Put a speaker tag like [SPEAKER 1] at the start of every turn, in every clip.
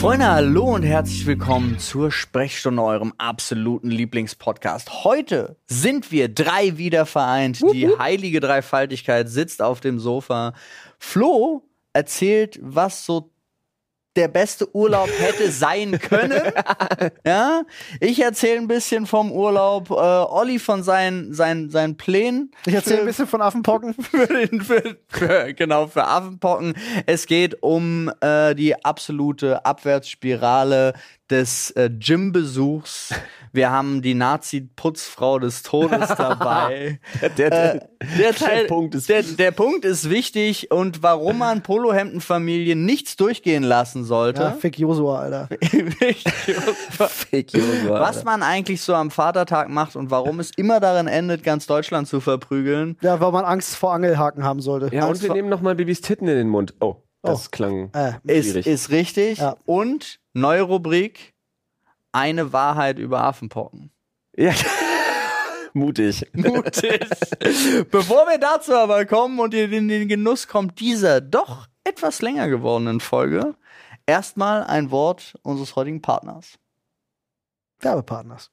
[SPEAKER 1] Moin, hallo und herzlich willkommen zur Sprechstunde, eurem absoluten Lieblingspodcast. Heute sind wir drei wieder vereint. Die heilige Dreifaltigkeit sitzt auf dem Sofa. Flo erzählt, was so der beste Urlaub hätte sein können. ja, ich erzähle ein bisschen vom Urlaub, äh, Olli von seinen, seinen, seinen Plänen.
[SPEAKER 2] Ich erzähle ein
[SPEAKER 1] für-
[SPEAKER 2] bisschen von Affenpocken.
[SPEAKER 1] für den, für, für, genau, für Affenpocken. Es geht um äh, die absolute Abwärtsspirale des äh, Gymbesuchs. Wir haben die Nazi-Putzfrau des Todes dabei. Äh, der, Teil, der, Punkt ist der, Punkt ist wichtig und warum man Polohemdenfamilien nichts durchgehen lassen sollte.
[SPEAKER 2] Ja, fick Josua, Alter.
[SPEAKER 3] Fake Josua.
[SPEAKER 1] Was man eigentlich so am Vatertag macht und warum es immer darin endet, ganz Deutschland zu verprügeln.
[SPEAKER 2] Ja, weil man Angst vor Angelhaken haben sollte.
[SPEAKER 3] Ja, und
[SPEAKER 2] Angst
[SPEAKER 3] wir
[SPEAKER 2] vor-
[SPEAKER 3] nehmen nochmal Babys Titten in den Mund. Oh, das
[SPEAKER 2] Oh.
[SPEAKER 3] klang.
[SPEAKER 2] äh,
[SPEAKER 1] Ist,
[SPEAKER 3] Schwierig.
[SPEAKER 1] ist richtig.
[SPEAKER 2] Ja.
[SPEAKER 1] Und neue Rubrik: Eine Wahrheit über Affenpocken. Äh.
[SPEAKER 3] Ja. Mutig.
[SPEAKER 1] Mutig. Bevor wir dazu aber kommen und ihr in den Genuss kommt dieser doch etwas länger gewordenen Folge, erstmal ein Wort unseres heutigen Partners.
[SPEAKER 2] Werbepartners.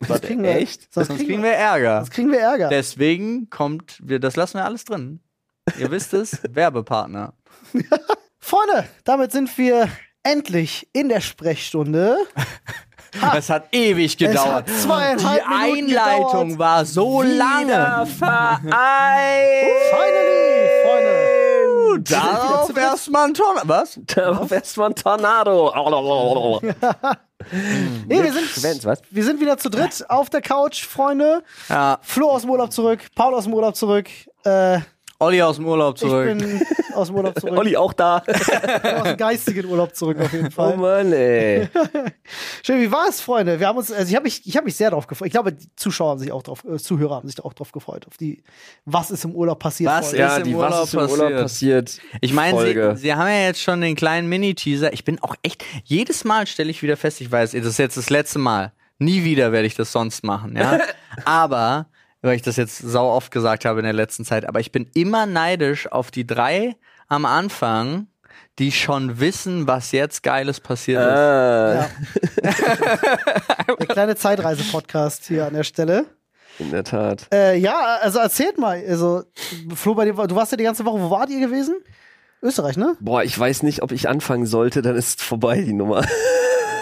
[SPEAKER 1] Warte,
[SPEAKER 2] kriegen wir-
[SPEAKER 1] echt?
[SPEAKER 2] sonst
[SPEAKER 1] Sonst
[SPEAKER 2] kriegen
[SPEAKER 1] kriegen wir Ärger.
[SPEAKER 2] Sonst kriegen wir Ärger.
[SPEAKER 1] Deswegen kommt, wir, das lassen wir alles drin. Ihr wisst es, Werbepartner.
[SPEAKER 2] Freunde, damit sind wir endlich in der Sprechstunde.
[SPEAKER 1] Es hat ewig gedauert.
[SPEAKER 2] hat zweieinhalb
[SPEAKER 1] Die
[SPEAKER 2] Minuten
[SPEAKER 1] Einleitung
[SPEAKER 2] gedauert.
[SPEAKER 1] war so lange.
[SPEAKER 2] Finally, Freunde.
[SPEAKER 1] Darauf erstmal ein Ton. Was?
[SPEAKER 3] Darauf erstmal ein Tornado.
[SPEAKER 2] Nee, wir, sind,
[SPEAKER 3] Schwänz, was?
[SPEAKER 2] wir sind wieder zu dritt auf der Couch, Freunde.
[SPEAKER 1] Ja,
[SPEAKER 2] Flo aus dem Urlaub zurück, Paul aus dem Urlaub zurück. Äh, ich
[SPEAKER 1] Olli aus dem Urlaub zurück.
[SPEAKER 2] bin aus dem Urlaub zurück.
[SPEAKER 3] Olli auch da.
[SPEAKER 2] Ich bin aus dem geistigen Urlaub zurück auf jeden Fall.
[SPEAKER 3] Oh Mann, ey.
[SPEAKER 2] Schön, wie war es, Freunde? Wir haben uns, also ich habe mich, ich habe mich sehr drauf gefreut. Ich glaube, die Zuschauer haben sich auch drauf, äh, Zuhörer haben sich auch drauf gefreut, auf die, was ist im Urlaub passiert.
[SPEAKER 1] Was
[SPEAKER 2] Freunde.
[SPEAKER 1] Ja,
[SPEAKER 3] Ja,
[SPEAKER 1] ist die
[SPEAKER 3] die
[SPEAKER 1] im Was
[SPEAKER 3] Was
[SPEAKER 1] Urlaub ist
[SPEAKER 3] ist im Urlaub passiert.
[SPEAKER 1] ich meine,
[SPEAKER 3] Folge.
[SPEAKER 1] sie, sie haben ja jetzt schon den kleinen Mini-Teaser. Ich bin auch echt, jedes Mal stelle ich wieder fest, ich weiß, das ist jetzt das letzte Mal. Nie wieder werde ich das sonst machen, ja. aber, weil ich das jetzt sau oft gesagt habe in der letzten Zeit, aber ich bin immer neidisch auf die drei am Anfang, die schon wissen, was jetzt Geiles passiert ist.
[SPEAKER 3] Ah,
[SPEAKER 2] Ja. Der kleine Zeitreise-Podcast hier an der Stelle.
[SPEAKER 3] in der Tat.
[SPEAKER 2] Äh, ja, also erzählt mal, also Flo, bei dir, war- du warst ja die ganze Woche, wo wart ihr gewesen? Österreich, ne?
[SPEAKER 3] Boah, ich weiß nicht, ob ich anfangen sollte, dann ist vorbei die Nummer.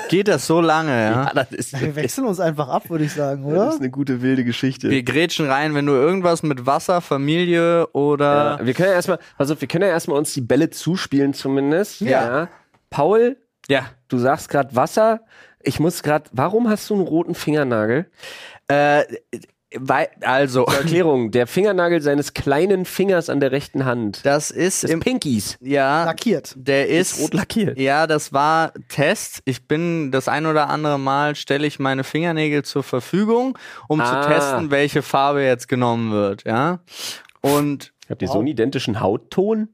[SPEAKER 1] Geht das so lange, ja?
[SPEAKER 3] Ah, das ist,
[SPEAKER 2] Wir wechseln uns einfach ab, würde ich sagen,
[SPEAKER 3] das
[SPEAKER 2] oder?
[SPEAKER 3] ist eine gute wilde Geschichte.
[SPEAKER 1] Wir grätschen rein, wenn du irgendwas mit Wasser, Familie oder.
[SPEAKER 3] Ja, wir können ja erstmal, also wir können ja erstmal uns die Bälle zuspielen zumindest.
[SPEAKER 1] Ja.
[SPEAKER 3] Paul,
[SPEAKER 1] Ja.
[SPEAKER 3] du sagst gerade Wasser. Ich muss gerade, warum hast du einen roten Fingernagel?
[SPEAKER 1] Äh, weil, also,
[SPEAKER 3] Zur Erklärung, der Fingernagel seines kleinen Fingers an der rechten Hand.
[SPEAKER 1] das ist
[SPEAKER 3] Des
[SPEAKER 1] im.
[SPEAKER 3] Pinkies.
[SPEAKER 1] Ja,
[SPEAKER 2] Lackiert.
[SPEAKER 1] der ist.
[SPEAKER 3] Rot lackiert.
[SPEAKER 1] Ja, das war Test. Ich bin das ein oder andere Mal, stelle ich meine Fingernägel zur Verfügung, um
[SPEAKER 3] Ah.
[SPEAKER 1] zu testen, welche Farbe jetzt genommen wird, ja. Und
[SPEAKER 3] Habt ihr
[SPEAKER 2] Wow.
[SPEAKER 3] so einen identischen Hautton?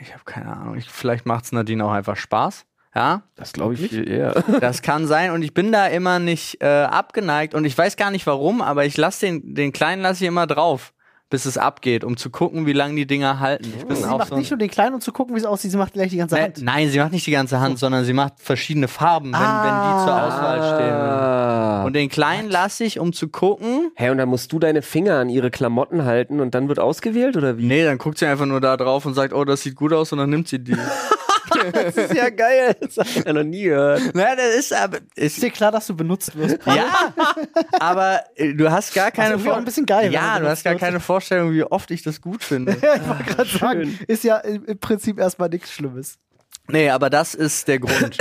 [SPEAKER 1] ich habe keine Ahnung, ich, vielleicht macht's Nadine auch einfach Spaß, ja.
[SPEAKER 3] Das glaube ich viel eher.
[SPEAKER 1] Das kann sein und ich bin da immer nicht äh, abgeneigt und ich weiß gar nicht warum, aber ich lasse den, den kleinen lasse ich immer drauf, bis es abgeht, um zu gucken, wie lange die Dinger halten. Ich bin
[SPEAKER 2] Sie
[SPEAKER 1] auch
[SPEAKER 2] macht
[SPEAKER 1] so
[SPEAKER 2] nicht nur den kleinen, um zu gucken, wie es aussieht, sie macht gleich die ganze
[SPEAKER 1] Ne-
[SPEAKER 2] Hand.
[SPEAKER 1] Nein, sie macht nicht die ganze Hand, sondern sie macht verschiedene Farben, wenn, wenn die zur
[SPEAKER 2] Ah.
[SPEAKER 1] Auswahl stehen.
[SPEAKER 3] Ah.
[SPEAKER 1] Und
[SPEAKER 3] Und
[SPEAKER 1] den kleinen lasse ich, um zu gucken.
[SPEAKER 3] hey, und dann musst du deine Finger an ihre Klamotten halten und dann wird ausgewählt oder wie?
[SPEAKER 1] Nee, dann guckt sie einfach nur da drauf und sagt, oh, das sieht gut aus und dann nimmt sie die.
[SPEAKER 3] Das ist ja geil. Das habe ich ja noch nie gehört.
[SPEAKER 1] Na, das ist aber.
[SPEAKER 2] Ist
[SPEAKER 1] Ist,
[SPEAKER 2] dir klar, dass du benutzt wirst?
[SPEAKER 1] ja, aber äh, du hast gar keine
[SPEAKER 2] Also irgendwie auch ein bisschen geil, wenn
[SPEAKER 1] Ja,
[SPEAKER 2] man
[SPEAKER 1] du hast gar
[SPEAKER 2] benutzt wird.
[SPEAKER 1] keine Vorstellung, wie oft ich das gut finde.
[SPEAKER 2] ich wollte gerade sagen, ist ja im im Prinzip erstmal nichts Schlimmes.
[SPEAKER 1] Nee, aber das ist der Grund.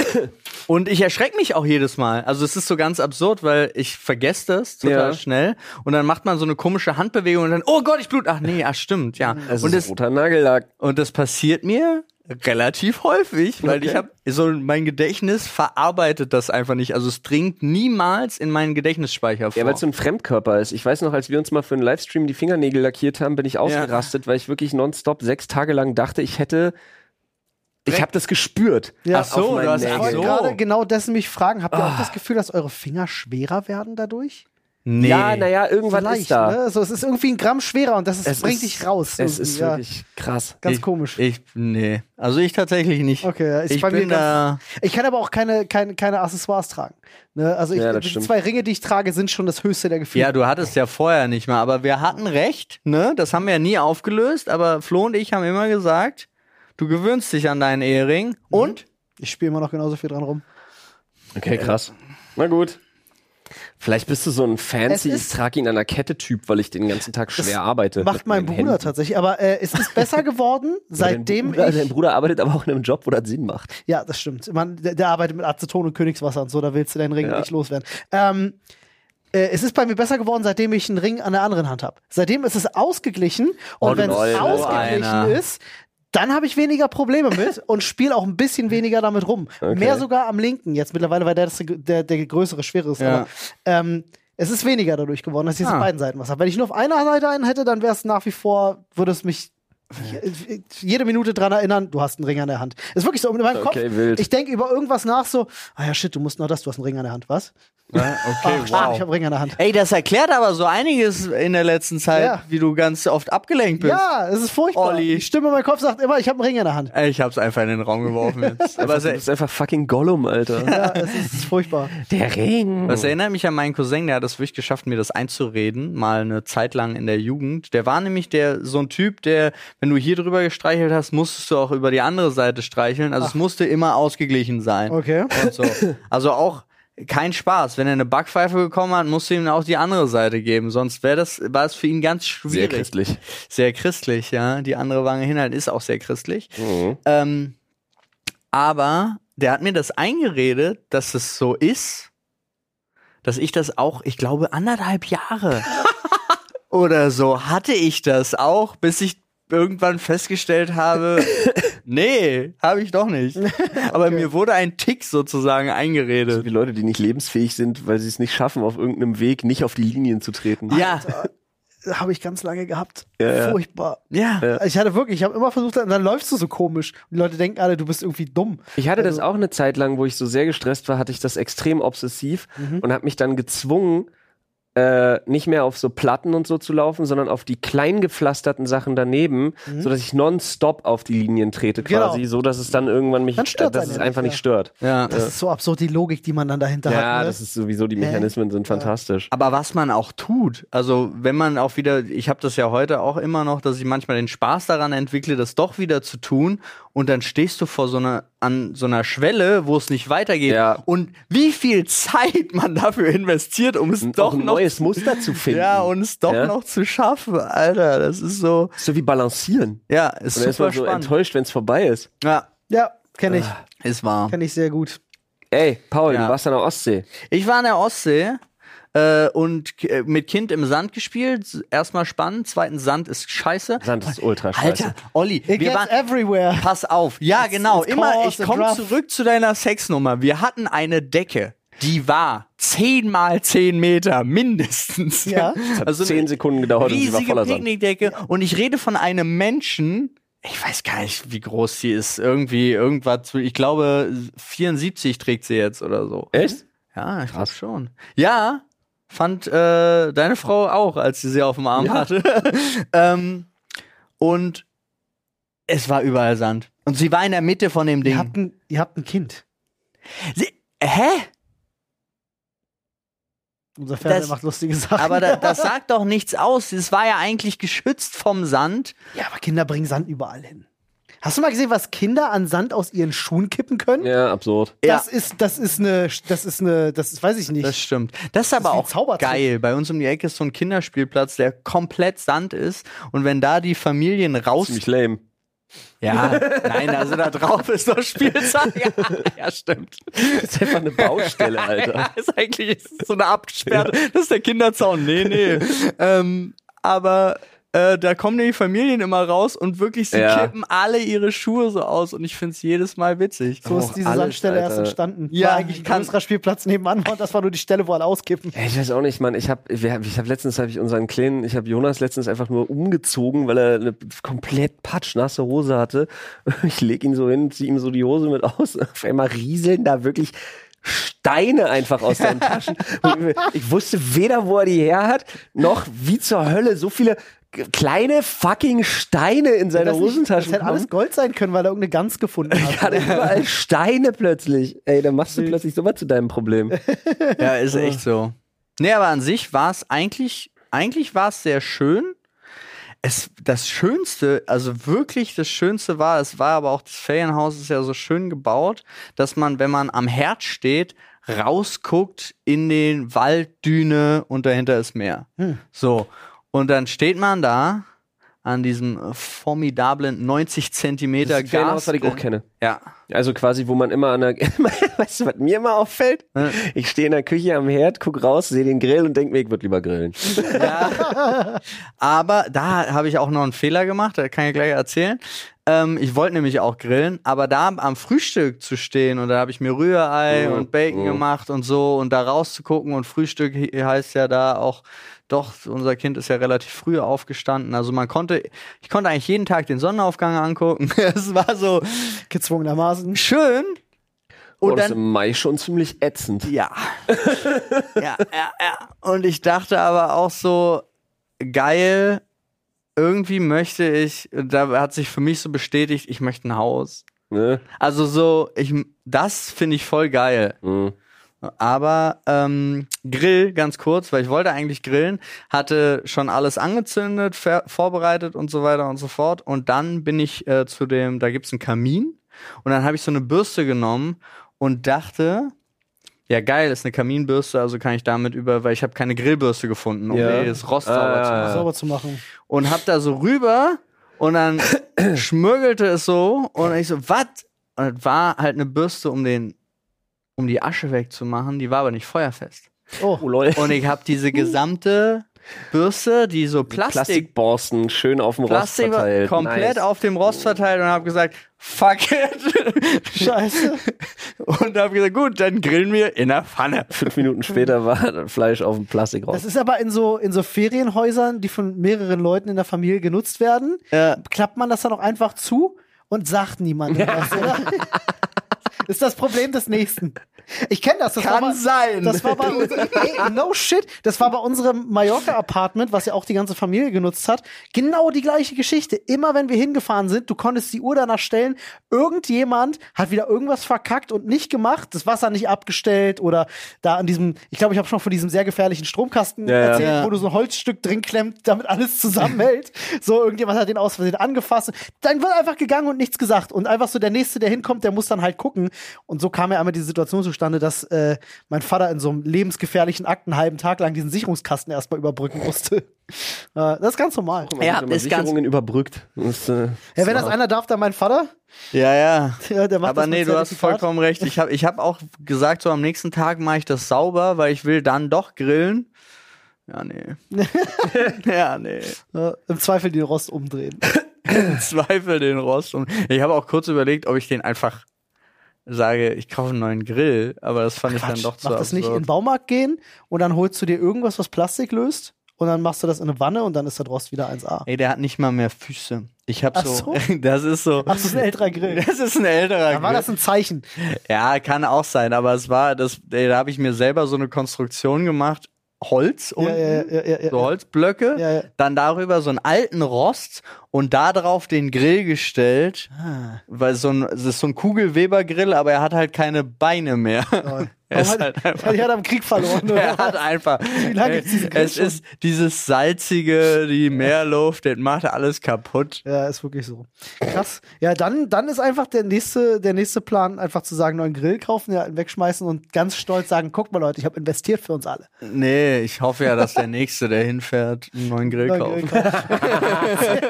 [SPEAKER 1] Und ich erschrecke mich auch jedes Mal. Also es ist so ganz absurd, weil ich vergesse das total
[SPEAKER 3] Ja.
[SPEAKER 1] schnell und dann macht man so eine komische Handbewegung und dann, oh Gott, ich blut. Ach nee, ach stimmt, ja.
[SPEAKER 3] Das
[SPEAKER 1] und,
[SPEAKER 3] ist
[SPEAKER 1] das,
[SPEAKER 3] roter Nagellack.
[SPEAKER 1] und das passiert mir relativ häufig, weil ich
[SPEAKER 3] Okay.
[SPEAKER 1] habe so mein Gedächtnis verarbeitet das einfach nicht. Also es dringt niemals in meinen Gedächtnisspeicher vor.
[SPEAKER 3] Ja, weil es so ein Fremdkörper ist. Ich weiß noch, als wir uns mal für einen Livestream die Fingernägel lackiert haben, bin ich ausgerastet, weil ich wirklich nonstop sechs Tage lang dachte, ich hätte. Ich habe das gespürt.
[SPEAKER 2] Ja.
[SPEAKER 1] ach so,
[SPEAKER 3] auf
[SPEAKER 1] du
[SPEAKER 3] meinen
[SPEAKER 1] hast
[SPEAKER 2] Ich
[SPEAKER 1] ach
[SPEAKER 3] Nägeln.
[SPEAKER 2] wollte
[SPEAKER 1] so.
[SPEAKER 3] Ah.
[SPEAKER 2] gerade genau dessen mich fragen. Habt ihr auch das Gefühl, dass eure Finger schwerer werden dadurch?
[SPEAKER 1] Nee.
[SPEAKER 3] Ja, naja, irgendwas ist
[SPEAKER 2] Vielleicht,
[SPEAKER 3] da.
[SPEAKER 2] ne? So, es ist irgendwie ein Gramm schwerer und das ist,
[SPEAKER 3] Es
[SPEAKER 2] bringt
[SPEAKER 3] ist-
[SPEAKER 2] dich raus.
[SPEAKER 3] Es
[SPEAKER 2] irgendwie,
[SPEAKER 3] ist
[SPEAKER 2] ja.
[SPEAKER 3] wirklich krass.
[SPEAKER 2] Ganz
[SPEAKER 1] ich,
[SPEAKER 2] komisch.
[SPEAKER 1] Ich, nee. Also ich tatsächlich nicht.
[SPEAKER 2] Okay, ja, ist
[SPEAKER 1] ich
[SPEAKER 2] bei mir
[SPEAKER 1] bin da.
[SPEAKER 2] Ich kann aber auch keine, keine, keine Accessoires tragen. Ne? Also ich,
[SPEAKER 3] Ja, das
[SPEAKER 2] die
[SPEAKER 3] stimmt.
[SPEAKER 2] zwei Ringe, die ich trage, sind schon das höchste der Gefühle.
[SPEAKER 1] Ja, du hattest ja vorher nicht mal, aber wir hatten recht, ne? Das haben wir ja nie aufgelöst, aber Flo und ich haben immer gesagt, du gewöhnst dich an deinen Ehering und
[SPEAKER 2] Ich spiele immer noch genauso viel dran rum.
[SPEAKER 3] Okay, krass. Na gut. Äh, Vielleicht bist du so ein
[SPEAKER 2] Es
[SPEAKER 3] fancy,
[SPEAKER 2] ist-
[SPEAKER 3] ich trage ihn an der Kette-Typ, weil ich den ganzen Tag schwer
[SPEAKER 2] Das
[SPEAKER 3] arbeite.
[SPEAKER 2] Macht mein Bruder tatsächlich. Aber äh, es ist besser geworden, seitdem
[SPEAKER 3] Bruder, Dein
[SPEAKER 2] ich.
[SPEAKER 3] Bruder arbeitet aber auch in einem Job, wo das Sinn macht.
[SPEAKER 2] Ja, das stimmt. Man, der, der arbeitet mit Aceton und Königswasser und so, da willst du deinen Ring
[SPEAKER 3] Ja.
[SPEAKER 2] nicht loswerden. Ähm, äh, es ist bei mir besser geworden, seitdem ich einen Ring an der anderen Hand habe. Seitdem ist es ausgeglichen und
[SPEAKER 1] Oh,
[SPEAKER 2] wenn es
[SPEAKER 3] lol, so
[SPEAKER 2] ausgeglichen
[SPEAKER 1] einer.
[SPEAKER 2] ist, dann habe ich weniger Probleme mit und spiele auch ein bisschen weniger damit rum.
[SPEAKER 3] Okay.
[SPEAKER 2] Mehr sogar am linken jetzt mittlerweile, weil der das, der, der größere, schwere ist.
[SPEAKER 1] Ja.
[SPEAKER 2] Aber, ähm, es ist weniger dadurch geworden, dass ich jetzt
[SPEAKER 1] Ah.
[SPEAKER 2] auf beiden Seiten was habe. Wenn ich nur auf einer Seite einen hätte, dann wäre es nach wie vor, würde es mich jede Minute dran erinnern, du hast einen Ring an der Hand. Ist wirklich so in meinem
[SPEAKER 3] Okay,
[SPEAKER 2] Kopf.
[SPEAKER 3] wild.
[SPEAKER 2] Ich denke über irgendwas nach, so, ah ja, shit, du musst noch das, du hast einen Ring an der Hand, was?
[SPEAKER 1] Ja, okay,
[SPEAKER 2] Ach, shit, ich habe
[SPEAKER 1] wow.
[SPEAKER 2] einen Ring an der Hand.
[SPEAKER 1] Ey, das erklärt aber so einiges in der letzten Zeit,
[SPEAKER 2] Ja.
[SPEAKER 1] wie du ganz oft abgelenkt bist.
[SPEAKER 2] Ja, es ist furchtbar.
[SPEAKER 1] Olli.
[SPEAKER 2] Die Stimme in meinem Kopf sagt immer, ich habe einen Ring an der Hand.
[SPEAKER 1] Ey, Ich hab's einfach in den Raum geworfen jetzt. Aber
[SPEAKER 3] Aber
[SPEAKER 1] es,
[SPEAKER 3] Also, du bist einfach fucking Gollum, Alter.
[SPEAKER 2] Ja, es ist furchtbar.
[SPEAKER 3] Der Ring.
[SPEAKER 1] Das erinnert mich an meinen Cousin, der hat es wirklich geschafft, mir das einzureden, mal eine Zeit lang in der Jugend. Der war nämlich der so ein Typ, der, wenn du hier drüber gestreichelt hast, musstest du auch über die andere Seite streicheln. Also es musste immer ausgeglichen sein.
[SPEAKER 2] Okay.
[SPEAKER 1] Und so. Also auch kein Spaß. Wenn er eine Backpfeife bekommen hat, musste ihm auch die andere Seite geben. Sonst wäre das, war es für ihn ganz
[SPEAKER 3] Sehr
[SPEAKER 1] schwierig.
[SPEAKER 3] christlich.
[SPEAKER 1] Sehr christlich, ja. Die andere Wange hinhalten ist auch sehr christlich.
[SPEAKER 3] Mhm.
[SPEAKER 1] Ähm, aber der hat mir das eingeredet, dass es so ist, dass ich das auch, ich glaube, anderthalb Jahre oder so hatte ich das auch, bis ich irgendwann festgestellt habe, nee, habe ich doch nicht. Aber mir wurde ein Tick sozusagen
[SPEAKER 3] So
[SPEAKER 1] eingeredet.
[SPEAKER 3] wie Leute, die nicht lebensfähig sind, weil sie es nicht schaffen, auf irgendeinem Weg nicht auf die Linien zu treten.
[SPEAKER 1] Ja,
[SPEAKER 2] Habe ich ganz lange gehabt.
[SPEAKER 3] Ja, ja.
[SPEAKER 2] Furchtbar.
[SPEAKER 1] ja.
[SPEAKER 2] Also Ich hatte wirklich, ich habe immer versucht, dann läufst du so komisch. Und die Leute denken alle, du bist irgendwie dumm.
[SPEAKER 3] Ich hatte
[SPEAKER 2] Also
[SPEAKER 3] das auch eine Zeit lang, wo ich so sehr gestresst war, hatte ich das extrem obsessiv
[SPEAKER 2] Mhm.
[SPEAKER 3] und habe mich dann gezwungen, äh, nicht mehr auf so Platten und so zu laufen, sondern auf die klein gepflasterten Sachen daneben, sodass ich nonstop auf die Linien trete
[SPEAKER 2] Mhm. Genau.
[SPEAKER 3] quasi, so dass es dann irgendwann mich,
[SPEAKER 2] Dann stört
[SPEAKER 3] äh, dass
[SPEAKER 2] einen
[SPEAKER 3] es
[SPEAKER 2] ja
[SPEAKER 3] einfach
[SPEAKER 2] nicht,
[SPEAKER 3] nicht
[SPEAKER 2] ja.
[SPEAKER 3] stört.
[SPEAKER 1] ja.
[SPEAKER 2] Das ist so absurd, die Logik, die man dann dahinter hat.
[SPEAKER 3] Ja,
[SPEAKER 2] ne?
[SPEAKER 3] das ist sowieso, die Mechanismen sind fantastisch.
[SPEAKER 1] Aber was man auch tut, also wenn man auch wieder, ich habe das ja heute auch immer noch, dass ich manchmal den Spaß daran entwickle, das doch wieder zu tun und dann stehst du vor so einer an so einer Schwelle, wo es nicht weitergeht
[SPEAKER 3] Ja.
[SPEAKER 1] und wie viel Zeit man dafür investiert, um es
[SPEAKER 3] Doch
[SPEAKER 1] doch
[SPEAKER 3] auch ein
[SPEAKER 1] noch
[SPEAKER 3] neues Muster zu finden.
[SPEAKER 1] ja und es doch
[SPEAKER 3] Ja.
[SPEAKER 1] noch zu schaffen, Alter, das ist so
[SPEAKER 3] so wie balancieren.
[SPEAKER 1] ja, ist
[SPEAKER 3] Und dann ist
[SPEAKER 1] super
[SPEAKER 3] man so
[SPEAKER 1] spannend.
[SPEAKER 3] enttäuscht, wenn es vorbei ist.
[SPEAKER 1] ja,
[SPEAKER 2] ja kenne ich.
[SPEAKER 1] ist wahr.
[SPEAKER 2] Kenne ich sehr gut.
[SPEAKER 3] Ey, Paul,
[SPEAKER 1] Ja.
[SPEAKER 3] du warst an der Ostsee.
[SPEAKER 1] Ich war in der Ostsee äh, und k- äh, mit Kind im Sand gespielt, erstmal spannend, zweitens Sand ist scheiße.
[SPEAKER 3] Sand ist ultra scheiße.
[SPEAKER 1] Alter, Olli,
[SPEAKER 2] It
[SPEAKER 1] wir
[SPEAKER 2] gets
[SPEAKER 1] waren,
[SPEAKER 2] everywhere.
[SPEAKER 1] Pass auf. Ja, genau.
[SPEAKER 2] it's
[SPEAKER 1] Immer,
[SPEAKER 2] coarse
[SPEAKER 1] ich
[SPEAKER 2] and
[SPEAKER 1] komme
[SPEAKER 2] rough.
[SPEAKER 1] zurück zu deiner Sexnummer. Wir hatten eine Decke. Die war 10 mal 10 Meter mindestens.
[SPEAKER 2] Ja.
[SPEAKER 3] Hat
[SPEAKER 1] Also
[SPEAKER 3] zehn
[SPEAKER 1] eine
[SPEAKER 3] Sekunden gedauert und sie war
[SPEAKER 1] riesige
[SPEAKER 3] voller Sand.
[SPEAKER 1] Picknickdecke. Und ich rede von einem Menschen, ich weiß gar nicht, wie groß sie ist. Irgendwie, irgendwas, ich glaube, 74 trägt sie jetzt oder so.
[SPEAKER 3] Echt?
[SPEAKER 1] Ja, ich glaube schon. Ja, fand äh, deine Frau auch, als sie sie auf dem Arm
[SPEAKER 3] Ja.
[SPEAKER 1] hatte. ähm, und es war überall Sand. Und sie war in der Mitte von dem
[SPEAKER 2] Ihr
[SPEAKER 1] Ding.
[SPEAKER 2] habt, ein, ihr habt ein Kind.
[SPEAKER 1] Sie, hä?
[SPEAKER 2] Unser Fernseher
[SPEAKER 1] Das-
[SPEAKER 2] macht lustige Sachen.
[SPEAKER 1] Aber da, das sagt doch nichts aus. Es war ja eigentlich geschützt vom Sand.
[SPEAKER 2] ja, aber Kinder bringen Sand überall hin. Hast du mal gesehen, was Kinder an Sand aus ihren Schuhen kippen können?
[SPEAKER 3] Ja, absurd.
[SPEAKER 2] Das ist, das ist eine, das ist eine, das ist, weiß ich nicht.
[SPEAKER 1] Das stimmt. Das ist aber
[SPEAKER 2] wie ein
[SPEAKER 1] auch
[SPEAKER 2] Zaubertrick.
[SPEAKER 1] geil. Bei uns um die Ecke ist so ein Kinderspielplatz, der komplett Sand ist. Und wenn da die Familien raus
[SPEAKER 3] Ziemlich lame.
[SPEAKER 1] Ja, nein, also da drauf ist doch Spielzeug. Ja, ja stimmt.
[SPEAKER 3] Das ist einfach eine Baustelle,
[SPEAKER 1] Ja, ist eigentlich ist es so eine abgesperrte. Das ist der Kinderzaun. Nee, nee. ähm, aber äh, da kommen die Familien immer raus und wirklich, sie
[SPEAKER 3] Ja.
[SPEAKER 1] kippen alle ihre Schuhe so aus und ich find's jedes Mal witzig.
[SPEAKER 2] so ist
[SPEAKER 3] auch
[SPEAKER 2] diese
[SPEAKER 3] alles,
[SPEAKER 2] Sandstelle erst
[SPEAKER 3] Alter.
[SPEAKER 2] entstanden.
[SPEAKER 1] Ja,
[SPEAKER 2] war eigentlich ein
[SPEAKER 1] kann-
[SPEAKER 2] größerer Spielplatz nebenan und das war nur die Stelle, wo alle auskippen.
[SPEAKER 3] Ich weiß auch nicht, Mann. Ich habe ich hab letztens hab ich unseren kleinen, ich habe Jonas letztens einfach nur umgezogen, weil er eine komplett patschnasse Hose hatte. Ich leg ihn so hin, zieh ihm so die Hose mit aus. Auf einmal rieseln da wirklich Steine einfach aus seinen Taschen. Und ich wusste weder, wo er die her hat, noch wie zur Hölle so viele g- kleine fucking Steine in seiner
[SPEAKER 2] Das nicht-
[SPEAKER 3] Hosentasche.
[SPEAKER 2] Das hätte alles Gold sein können, weil er irgendeine Gans gefunden hat. um
[SPEAKER 3] Gerade überall Steine plötzlich. Ey, dann machst du plötzlich sowas zu deinem Problem.
[SPEAKER 1] Ja, ist echt so. Nee, aber an sich war es eigentlich, eigentlich war es sehr schön. Es, das Schönste, also wirklich das Schönste war, es war aber auch das Ferienhaus ist ja so schön gebaut, dass man, wenn man am Herd steht, rausguckt in den Wald, Düne und dahinter ist Meer. So. Und dann steht man da an diesem äh, formidablen 90 Zentimeter Gas.
[SPEAKER 3] Ferienhaus, was ich auch kenne.
[SPEAKER 1] Ja.
[SPEAKER 3] Also quasi, wo man immer an der. weißt du, was mir immer auffällt?
[SPEAKER 1] Ja.
[SPEAKER 3] Ich stehe in der Küche am Herd, guck raus, sehe den Grill und denke mir, ich würde lieber grillen.
[SPEAKER 1] Aber da habe ich auch noch einen Fehler gemacht, da kann ich gleich erzählen. Ähm, ich wollte nämlich auch grillen, aber da am Frühstück zu stehen und da habe ich mir Rührei
[SPEAKER 3] Mhm.
[SPEAKER 1] und Bacon
[SPEAKER 3] Mhm.
[SPEAKER 1] gemacht und so und da rauszugucken und Frühstück he- heißt ja da auch doch, unser Kind ist ja relativ früh aufgestanden. Also man konnte, ich konnte eigentlich jeden Tag den Sonnenaufgang angucken. Es war so
[SPEAKER 2] Gezwungenermaßen.
[SPEAKER 1] schön. Und
[SPEAKER 3] Und oh, das ist
[SPEAKER 1] dann
[SPEAKER 3] im Mai schon ziemlich ätzend.
[SPEAKER 1] ja. ja, ja, ja. Und ich dachte aber auch so, geil, irgendwie möchte ich, da hat sich für mich so bestätigt, ich möchte ein Haus.
[SPEAKER 3] Ne?
[SPEAKER 1] Also so, ich, das finde ich voll geil.
[SPEAKER 3] Mhm.
[SPEAKER 1] Aber ähm, Grill, ganz kurz, weil ich wollte eigentlich grillen, hatte schon alles angezündet, ver- vorbereitet und so weiter und so fort. Und dann bin ich äh, zu dem, da gibt's einen Kamin und dann habe ich so eine Bürste genommen und dachte, ja geil, ist eine Kaminbürste, also kann ich damit über, weil ich habe keine Grillbürste gefunden, um
[SPEAKER 3] Ja.
[SPEAKER 1] das Rost
[SPEAKER 3] Ah,
[SPEAKER 1] sauber
[SPEAKER 3] ja,
[SPEAKER 1] zu
[SPEAKER 3] ja.
[SPEAKER 1] machen.
[SPEAKER 2] Sauber zu machen.
[SPEAKER 1] Und hab da so rüber und dann schmürgelte es so und ich so, was? Und es war halt eine Bürste, um den, um die Asche wegzumachen, die war aber nicht feuerfest.
[SPEAKER 2] Oh,
[SPEAKER 3] Oh lol.
[SPEAKER 1] Und ich habe diese gesamte Bürste, die so Plastik,
[SPEAKER 3] Plastikborsten schön auf dem Rost
[SPEAKER 1] Plastik
[SPEAKER 3] verteilt.
[SPEAKER 1] komplett
[SPEAKER 3] nice.
[SPEAKER 1] auf dem Rost verteilt und habe gesagt, fuck it.
[SPEAKER 2] scheiße.
[SPEAKER 1] und habe gesagt, gut, dann grillen wir in der Pfanne.
[SPEAKER 3] Fünf Minuten später war das Fleisch auf dem
[SPEAKER 2] Das
[SPEAKER 3] Plastikrost.
[SPEAKER 2] ist aber in so, in so Ferienhäusern, die von mehreren Leuten in der Familie genutzt werden,
[SPEAKER 1] Ja.
[SPEAKER 2] klappt man das dann auch einfach zu und sagt niemandem was, oder? Ist das Problem des Nächsten. Ich kenne das. das war
[SPEAKER 1] Kann
[SPEAKER 2] mal-
[SPEAKER 1] sein.
[SPEAKER 2] Das war bei uns, ey, no shit. Das war bei unserem Mallorca-Apartment, was ja auch die ganze Familie genutzt hat. Genau die gleiche Geschichte. Immer wenn wir hingefahren sind, du konntest die Uhr danach stellen. Irgendjemand hat wieder irgendwas verkackt und nicht gemacht, das Wasser nicht abgestellt oder da an diesem, ich glaube, ich habe schon von diesem sehr gefährlichen Stromkasten
[SPEAKER 3] Ja, ja.
[SPEAKER 2] erzählt,
[SPEAKER 1] Ja.
[SPEAKER 2] wo du so ein Holzstück drin klemmt, damit alles zusammenhält. so, irgendjemand hat den aus Versehen angefasst. Dann wird einfach gegangen und nichts gesagt. Und einfach so der Nächste, der hinkommt, der muss dann halt gucken. Und so kam ja einmal die Situation zustande, dass äh, mein Vater in so einem lebensgefährlichen Akt einen halben Tag lang diesen Sicherungskasten erstmal überbrücken musste. äh, das ist ganz normal.
[SPEAKER 3] Man
[SPEAKER 1] Ja,
[SPEAKER 3] hat immer
[SPEAKER 1] ist ganz-
[SPEAKER 3] Sicherungen überbrückt. Das, äh,
[SPEAKER 2] Ja, wenn das einer darf, dann mein Vater.
[SPEAKER 1] Ja, ja.
[SPEAKER 2] Ja, der macht
[SPEAKER 1] Aber
[SPEAKER 2] das mit
[SPEAKER 1] nee, du hast
[SPEAKER 2] Zertifikat.
[SPEAKER 1] vollkommen recht. Ich habe ich hab auch gesagt, so am nächsten Tag mache ich das sauber, weil ich will dann doch grillen. Ja, nee. ja, nee.
[SPEAKER 2] Äh, Im Zweifel den Rost umdrehen.
[SPEAKER 1] Zweifel den Rost. Und ich habe auch kurz überlegt, ob ich den einfach sage, ich kaufe einen neuen Grill, aber das fand ich dann doch zu
[SPEAKER 2] Mach das nicht in den
[SPEAKER 1] absurd.
[SPEAKER 2] Baumarkt gehen und dann holst du dir irgendwas, was Plastik löst. Und dann machst du das in eine Wanne und dann ist der Rost wieder 1A.
[SPEAKER 1] Ey, der hat nicht mal mehr Füße. Ich hab
[SPEAKER 2] Ach
[SPEAKER 1] so,
[SPEAKER 2] so.
[SPEAKER 1] das ist so.
[SPEAKER 2] Ach, das ist ein älterer Grill.
[SPEAKER 1] Das ist ein älterer
[SPEAKER 2] Da war
[SPEAKER 1] Grill.
[SPEAKER 2] das ein Zeichen.
[SPEAKER 1] Ja, kann auch sein, aber es war das ey, da habe ich mir selber so eine Konstruktion gemacht, Holz
[SPEAKER 2] Ja,
[SPEAKER 1] unten,
[SPEAKER 2] ja, ja, ja, ja,
[SPEAKER 1] so
[SPEAKER 2] ja.
[SPEAKER 1] Holzblöcke,
[SPEAKER 2] Ja, ja.
[SPEAKER 1] dann darüber so einen alten Rost und da drauf den Grill gestellt,
[SPEAKER 2] Ah.
[SPEAKER 1] weil so ein es ist so ein Kugelweber Grill, aber er hat halt keine Beine mehr.
[SPEAKER 2] Warum
[SPEAKER 1] Er ist
[SPEAKER 2] hat,
[SPEAKER 1] halt
[SPEAKER 2] hat,
[SPEAKER 1] einfach-
[SPEAKER 2] die hat am Krieg verloren.
[SPEAKER 1] Er
[SPEAKER 2] Oder?
[SPEAKER 1] hat einfach. äh,
[SPEAKER 2] Wie lange gibt's diesen Grill
[SPEAKER 1] es
[SPEAKER 2] schon?
[SPEAKER 1] ist dieses salzige, die Meerluft, das macht alles kaputt.
[SPEAKER 2] Ja, ist wirklich so. Krass. Ja, dann, dann ist einfach der nächste, der nächste Plan, einfach zu sagen, neuen Grill kaufen, den alten wegschmeißen und ganz stolz sagen, guck mal Leute, ich habe investiert für uns alle.
[SPEAKER 1] Nee, ich hoffe ja, dass der Nächste, der hinfährt, einen neuen Grill
[SPEAKER 2] Neuen
[SPEAKER 1] kauft.
[SPEAKER 2] Grill kaufen.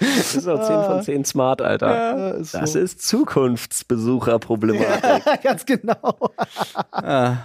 [SPEAKER 3] das ist auch 10 von 10 smart, Alter.
[SPEAKER 2] Ja, ist so.
[SPEAKER 3] Das ist Zukunftsbesucherproblematik.
[SPEAKER 2] Ganz genau.
[SPEAKER 1] Ah.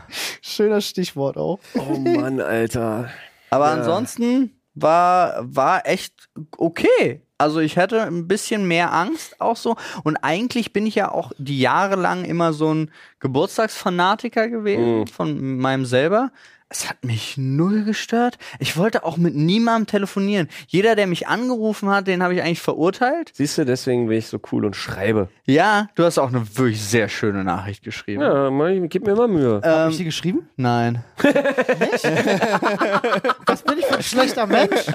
[SPEAKER 2] Schöner Stichwort auch.
[SPEAKER 3] Oh Mann, Alter.
[SPEAKER 1] Aber ansonsten war, war echt okay. Also ich hätte ein bisschen mehr Angst auch so. Und eigentlich bin ich ja auch
[SPEAKER 3] Mhm.
[SPEAKER 1] die Jahre lang immer so ein Geburtstagsfanatiker gewesen von meinem selber. Es hat mich null gestört. Ich wollte auch mit niemandem telefonieren. Jeder, der mich angerufen hat, den habe ich eigentlich verurteilt.
[SPEAKER 3] Siehst du, deswegen bin ich so cool und schreibe.
[SPEAKER 1] Ja, du hast auch eine wirklich sehr schöne Nachricht geschrieben.
[SPEAKER 3] Ja, Mann, ich gib mir immer Mühe.
[SPEAKER 1] Äh, Ähm.
[SPEAKER 2] Hab ich die geschrieben?
[SPEAKER 1] Nein.
[SPEAKER 2] Was bin ich für ein schlechter Mensch?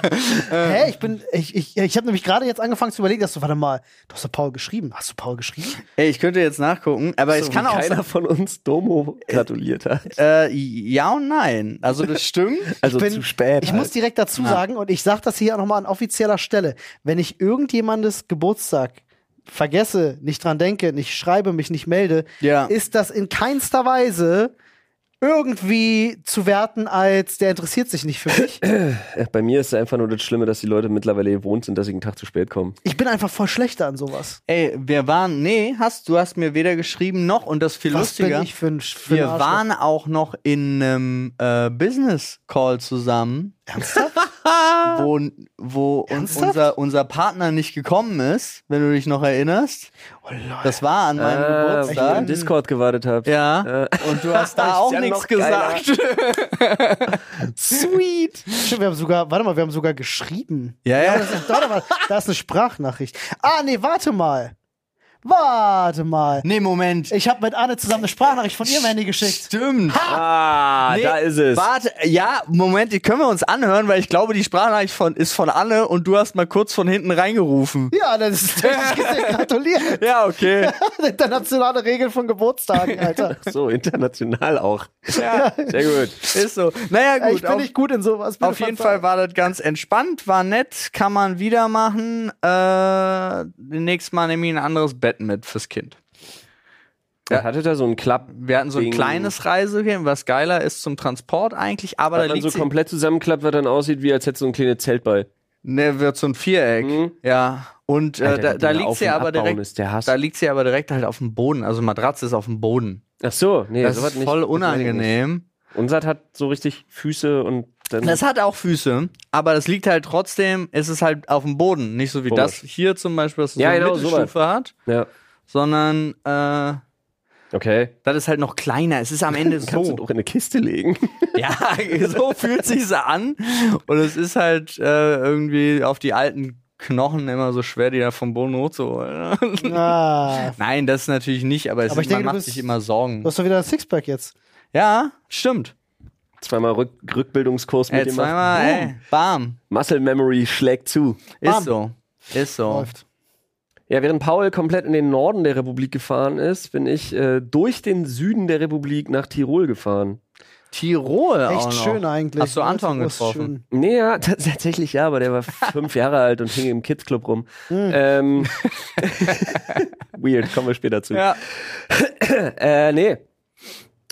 [SPEAKER 2] Hä, ich bin, ich, ich, ich habe nämlich gerade jetzt angefangen zu überlegen, dass du, warte mal, du hast doch Paul geschrieben. Hast du Paul geschrieben?
[SPEAKER 1] Ey, ich könnte jetzt nachgucken, aber es
[SPEAKER 3] Wie
[SPEAKER 1] kann auch
[SPEAKER 3] keiner
[SPEAKER 1] sein.
[SPEAKER 3] von uns Domo gratuliert hat.
[SPEAKER 1] Äh, ja und nein. Also das stimmt.
[SPEAKER 3] Also
[SPEAKER 2] bin-
[SPEAKER 3] zu
[SPEAKER 1] Äh,
[SPEAKER 3] spät.
[SPEAKER 2] Ich
[SPEAKER 3] halt.
[SPEAKER 2] muss direkt dazu sagen, und ich sage das hier nochmal an offizieller Stelle, wenn ich irgendjemandes Geburtstag vergesse, nicht dran denke, nicht schreibe, mich nicht melde,
[SPEAKER 1] Ja.
[SPEAKER 2] ist das in keinster Weise irgendwie zu werten als der interessiert sich nicht für mich.
[SPEAKER 3] Äh, Bei mir ist einfach nur das Schlimme, dass die Leute mittlerweile gewohnt sind, dass ich einen Tag zu spät komme.
[SPEAKER 2] Ich bin einfach voll schlechter an sowas.
[SPEAKER 1] Ey, wir waren, nee, hast du hast mir weder geschrieben noch und das viel
[SPEAKER 2] Was
[SPEAKER 1] lustiger.
[SPEAKER 2] bin ich für ein, Sch- für ein
[SPEAKER 1] wir
[SPEAKER 2] Arschloch?
[SPEAKER 1] waren auch noch in einem äh, Business Call zusammen,
[SPEAKER 2] Ernsthaft?
[SPEAKER 1] wo, wo uns
[SPEAKER 2] Ernsthaft?
[SPEAKER 1] unser, unser Partner nicht gekommen ist, wenn du dich noch erinnerst.
[SPEAKER 2] Oh, Lord.
[SPEAKER 1] Das war an meinem
[SPEAKER 3] Ah, weil ich im
[SPEAKER 1] Geburtstag.
[SPEAKER 3] Discord gewartet habe.
[SPEAKER 1] Ja, und du hast da
[SPEAKER 3] Ist
[SPEAKER 1] auch
[SPEAKER 3] ja
[SPEAKER 1] nichts
[SPEAKER 3] noch geiler.
[SPEAKER 1] gesagt.
[SPEAKER 2] Sweet. Stimmt, wir haben sogar, warte mal, wir haben sogar geschrieben.
[SPEAKER 1] Ja, ja.
[SPEAKER 2] das ist, warte mal, da ist eine Sprachnachricht. Ah, nee, warte mal. Warte mal.
[SPEAKER 1] Nee, Moment.
[SPEAKER 2] Ich habe mit Anne zusammen eine Sprachnachricht von ihrem Handy geschickt.
[SPEAKER 1] Stimmt.
[SPEAKER 3] Ah,
[SPEAKER 1] Nee,
[SPEAKER 3] da ist es.
[SPEAKER 1] Warte, ja, Moment, die können wir uns anhören, weil ich glaube, die Sprachnachricht von, ist von Anne und du hast mal kurz von hinten reingerufen.
[SPEAKER 2] Ja, das ist richtig gesehen. Gratuliere.
[SPEAKER 1] Ja, okay.
[SPEAKER 2] Internationale Regeln von Geburtstagen, Alter.
[SPEAKER 3] So, international auch.
[SPEAKER 1] Ja,
[SPEAKER 3] Sehr gut.
[SPEAKER 1] ist so. Naja,
[SPEAKER 2] Ey,
[SPEAKER 1] gut.
[SPEAKER 2] ich bin
[SPEAKER 1] auf,
[SPEAKER 2] nicht gut in sowas. bitte
[SPEAKER 1] auf jeden
[SPEAKER 2] verzeih.
[SPEAKER 1] Fall war das ganz entspannt, war nett, kann man wieder machen. Äh, nächstes Mal nehme ich ein anderes Bett mit fürs Kind.
[SPEAKER 3] Er hatte da so einen Klapp.
[SPEAKER 1] Wir hatten so ein
[SPEAKER 3] Ding.
[SPEAKER 1] kleines Reisechen, was geiler ist zum Transport eigentlich, aber
[SPEAKER 3] Weil
[SPEAKER 1] da
[SPEAKER 3] man
[SPEAKER 1] liegt
[SPEAKER 3] so
[SPEAKER 1] sie-
[SPEAKER 3] komplett zusammenklappt, was dann aussieht, wie als hätte so ein kleines Zelt bei.
[SPEAKER 1] ne, wird so ein Viereck.
[SPEAKER 3] Mhm.
[SPEAKER 1] Ja. Und äh,
[SPEAKER 3] Alter,
[SPEAKER 1] da,
[SPEAKER 3] die
[SPEAKER 1] da
[SPEAKER 3] Dinger
[SPEAKER 1] liegt
[SPEAKER 3] auf-
[SPEAKER 1] sie
[SPEAKER 3] und
[SPEAKER 1] aber
[SPEAKER 3] abbauen
[SPEAKER 1] direkt.
[SPEAKER 3] Ist der Hass.
[SPEAKER 1] Da liegt sie aber direkt halt auf dem Boden. Also Matratze ist auf dem Boden.
[SPEAKER 3] Ach so, nee,
[SPEAKER 1] Das
[SPEAKER 3] sowas
[SPEAKER 1] ist voll
[SPEAKER 3] nicht.
[SPEAKER 1] unangenehm.
[SPEAKER 3] Unser hat so richtig Füße und dann.
[SPEAKER 1] Das hat auch Füße, aber das liegt halt trotzdem, ist es halt auf dem Boden. Nicht so wie
[SPEAKER 3] Komisch.
[SPEAKER 1] das hier zum Beispiel, was
[SPEAKER 3] Ja,
[SPEAKER 1] so eine
[SPEAKER 3] genau,
[SPEAKER 1] Mittelstufe hat,
[SPEAKER 3] ja.
[SPEAKER 1] sondern äh,
[SPEAKER 3] Okay.
[SPEAKER 1] das ist halt noch kleiner. Es ist am Ende
[SPEAKER 3] Kannst du
[SPEAKER 1] so.
[SPEAKER 3] doch in eine Kiste legen.
[SPEAKER 1] ja, so fühlt sich's an. Und es ist halt äh, irgendwie auf die alten Knochen immer so schwer, die da vom Boden hochzuholen.
[SPEAKER 2] Ah,
[SPEAKER 1] Nein, das natürlich nicht, aber, es
[SPEAKER 2] Aber
[SPEAKER 1] ist,
[SPEAKER 2] ich denke, du
[SPEAKER 1] man macht
[SPEAKER 2] bist-
[SPEAKER 1] sich immer Sorgen.
[SPEAKER 2] du hast doch wieder ein Sixpack jetzt.
[SPEAKER 1] Ja, stimmt.
[SPEAKER 3] Zweimal Rück Rückbildungskurs mit
[SPEAKER 1] Ey,
[SPEAKER 3] dem
[SPEAKER 1] Äh, zweimal, ey, bam.
[SPEAKER 3] Muscle Memory schlägt zu.
[SPEAKER 1] Ist
[SPEAKER 2] Bam.
[SPEAKER 1] so. Ist so.
[SPEAKER 2] Läuft.
[SPEAKER 3] Ja, während Paul komplett in den Norden der Republik gefahren ist, bin ich äh, durch den Süden der Republik nach Tirol gefahren.
[SPEAKER 1] Tirol auch
[SPEAKER 2] Echt
[SPEAKER 1] noch.
[SPEAKER 2] schön eigentlich.
[SPEAKER 1] Hast du
[SPEAKER 2] ne?
[SPEAKER 1] Anton
[SPEAKER 2] Das ist
[SPEAKER 1] getroffen?
[SPEAKER 3] Nee, ja, t- tatsächlich ja, aber der war fünf Jahre alt und hing im Kids-Club rum.
[SPEAKER 1] Hm.
[SPEAKER 3] Ähm, weird, kommen wir später zu.
[SPEAKER 1] Ja.
[SPEAKER 3] Äh, nee.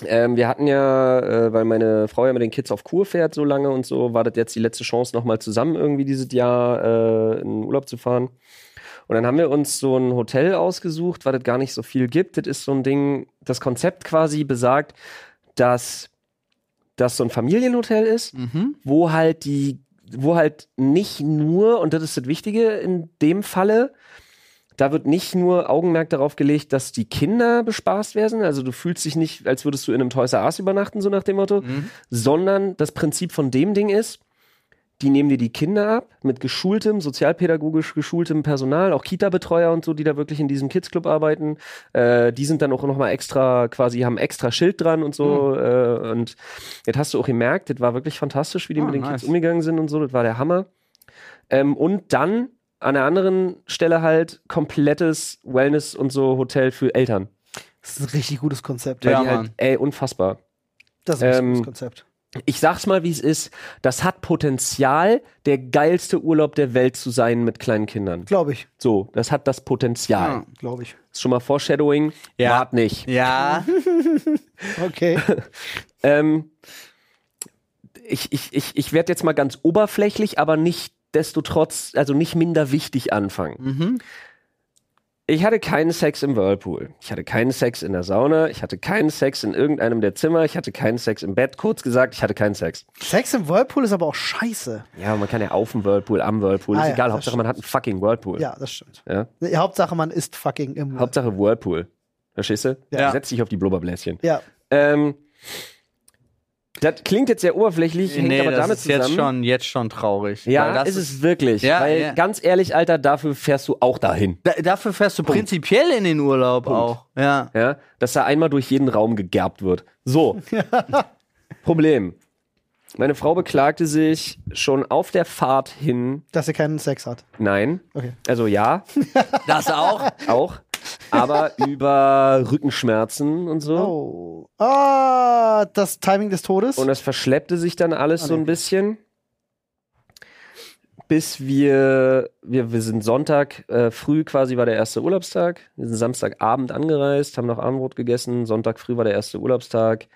[SPEAKER 3] Ähm, wir hatten ja, äh, weil meine Frau ja mit den Kids auf Kur fährt so lange und so, war das jetzt die letzte Chance, nochmal zusammen irgendwie dieses Jahr äh, in Urlaub zu fahren. Und dann haben wir uns so ein Hotel ausgesucht, weil das gar nicht so viel gibt. Das ist so ein Ding, das Konzept quasi besagt, dass das so ein Familienhotel ist,
[SPEAKER 1] Mhm.
[SPEAKER 3] wo halt die, wo halt nicht nur, und das ist das Wichtige in dem Falle, da wird nicht nur Augenmerk darauf gelegt, dass die Kinder bespaßt werden, also du fühlst dich nicht, als würdest du in einem Toys R Us übernachten, so nach dem Motto,
[SPEAKER 1] Mhm.
[SPEAKER 3] sondern das Prinzip von dem Ding ist, die nehmen dir die Kinder ab mit geschultem, sozialpädagogisch geschultem Personal, auch Kita-Betreuer und so, die da wirklich in diesem Kids-Club arbeiten. Äh, die sind dann auch nochmal extra, quasi haben extra Schild dran und so.
[SPEAKER 1] Hm.
[SPEAKER 3] Äh, und jetzt hast du auch gemerkt, das war wirklich fantastisch, wie die
[SPEAKER 1] Ah,
[SPEAKER 3] mit den
[SPEAKER 1] nice.
[SPEAKER 3] Kids umgegangen sind und so, das war der Hammer. Ähm, und dann an der anderen Stelle halt komplettes Wellness und so Hotel für Eltern.
[SPEAKER 2] Das ist ein richtig gutes Konzept.
[SPEAKER 3] Weil
[SPEAKER 1] Ja,
[SPEAKER 3] die halt,
[SPEAKER 1] Mann.
[SPEAKER 3] ey, unfassbar
[SPEAKER 2] Das ist ein richtig
[SPEAKER 3] Ähm,
[SPEAKER 2] gutes Konzept.
[SPEAKER 3] ich sag's mal, wie es ist. Das hat Potenzial, der geilste Urlaub der Welt zu sein mit kleinen Kindern.
[SPEAKER 2] Glaube ich.
[SPEAKER 3] So, das hat das Potenzial.
[SPEAKER 1] Ja.
[SPEAKER 2] Glaube ich.
[SPEAKER 3] Ist schon mal Foreshadowing.
[SPEAKER 1] Ja.
[SPEAKER 3] Wart nicht.
[SPEAKER 1] Ja.
[SPEAKER 2] Okay.
[SPEAKER 3] Ähm, ich ich, ich, ich werde jetzt mal ganz oberflächlich, aber nicht desto trotz, also nicht minder wichtig anfangen.
[SPEAKER 1] mhm.
[SPEAKER 3] Ich hatte keinen Sex im Whirlpool. Ich hatte keinen Sex in der Sauna. Ich hatte keinen Sex in irgendeinem der Zimmer. Ich hatte keinen Sex im Bett. Kurz gesagt, ich hatte keinen Sex.
[SPEAKER 2] Sex im Whirlpool ist aber auch scheiße.
[SPEAKER 3] Ja, man kann ja auf dem Whirlpool, am Whirlpool.
[SPEAKER 2] Ah
[SPEAKER 3] ist
[SPEAKER 2] ja,
[SPEAKER 3] egal.
[SPEAKER 2] das
[SPEAKER 3] Hauptsache,
[SPEAKER 2] stimmt.
[SPEAKER 3] man hat einen fucking Whirlpool.
[SPEAKER 2] Ja, das stimmt.
[SPEAKER 3] Ja?
[SPEAKER 2] Nee, Hauptsache, man ist fucking im Whirlpool.
[SPEAKER 3] Hauptsache Whirlpool. Verstehst du?
[SPEAKER 1] Ja.
[SPEAKER 3] Setz dich auf die Blubberbläschen.
[SPEAKER 2] Ja.
[SPEAKER 3] Ähm, Das klingt jetzt sehr oberflächlich, hängt
[SPEAKER 1] nee,
[SPEAKER 3] aber
[SPEAKER 1] das
[SPEAKER 3] damit
[SPEAKER 1] ist
[SPEAKER 3] zusammen.
[SPEAKER 1] jetzt schon, jetzt schon traurig.
[SPEAKER 3] ja,
[SPEAKER 1] Weil das
[SPEAKER 3] ist es wirklich.
[SPEAKER 1] Ja,
[SPEAKER 3] weil
[SPEAKER 1] ja.
[SPEAKER 3] ganz ehrlich, Alter, dafür fährst du auch dahin.
[SPEAKER 1] Da, dafür fährst du prinzipiell in den Urlaub auch. Ja.
[SPEAKER 3] Ja, dass da einmal durch jeden Raum gegerbt wird. So. Problem. Meine Frau beklagte sich schon auf der Fahrt hin.
[SPEAKER 2] Dass er keinen Sex hat.
[SPEAKER 3] Nein.
[SPEAKER 2] Okay.
[SPEAKER 3] Also ja,
[SPEAKER 1] Das auch.
[SPEAKER 3] auch. aber über Rückenschmerzen und so.
[SPEAKER 2] Oh. Ah, das Timing des Todes.
[SPEAKER 3] Und das verschleppte sich dann alles so ein bisschen. Bis wir, wir, wir sind Sonntag äh, früh quasi war der erste Urlaubstag. Wir sind Samstagabend angereist, haben noch Abendbrot gegessen. Sonntag früh war der erste Urlaubstag.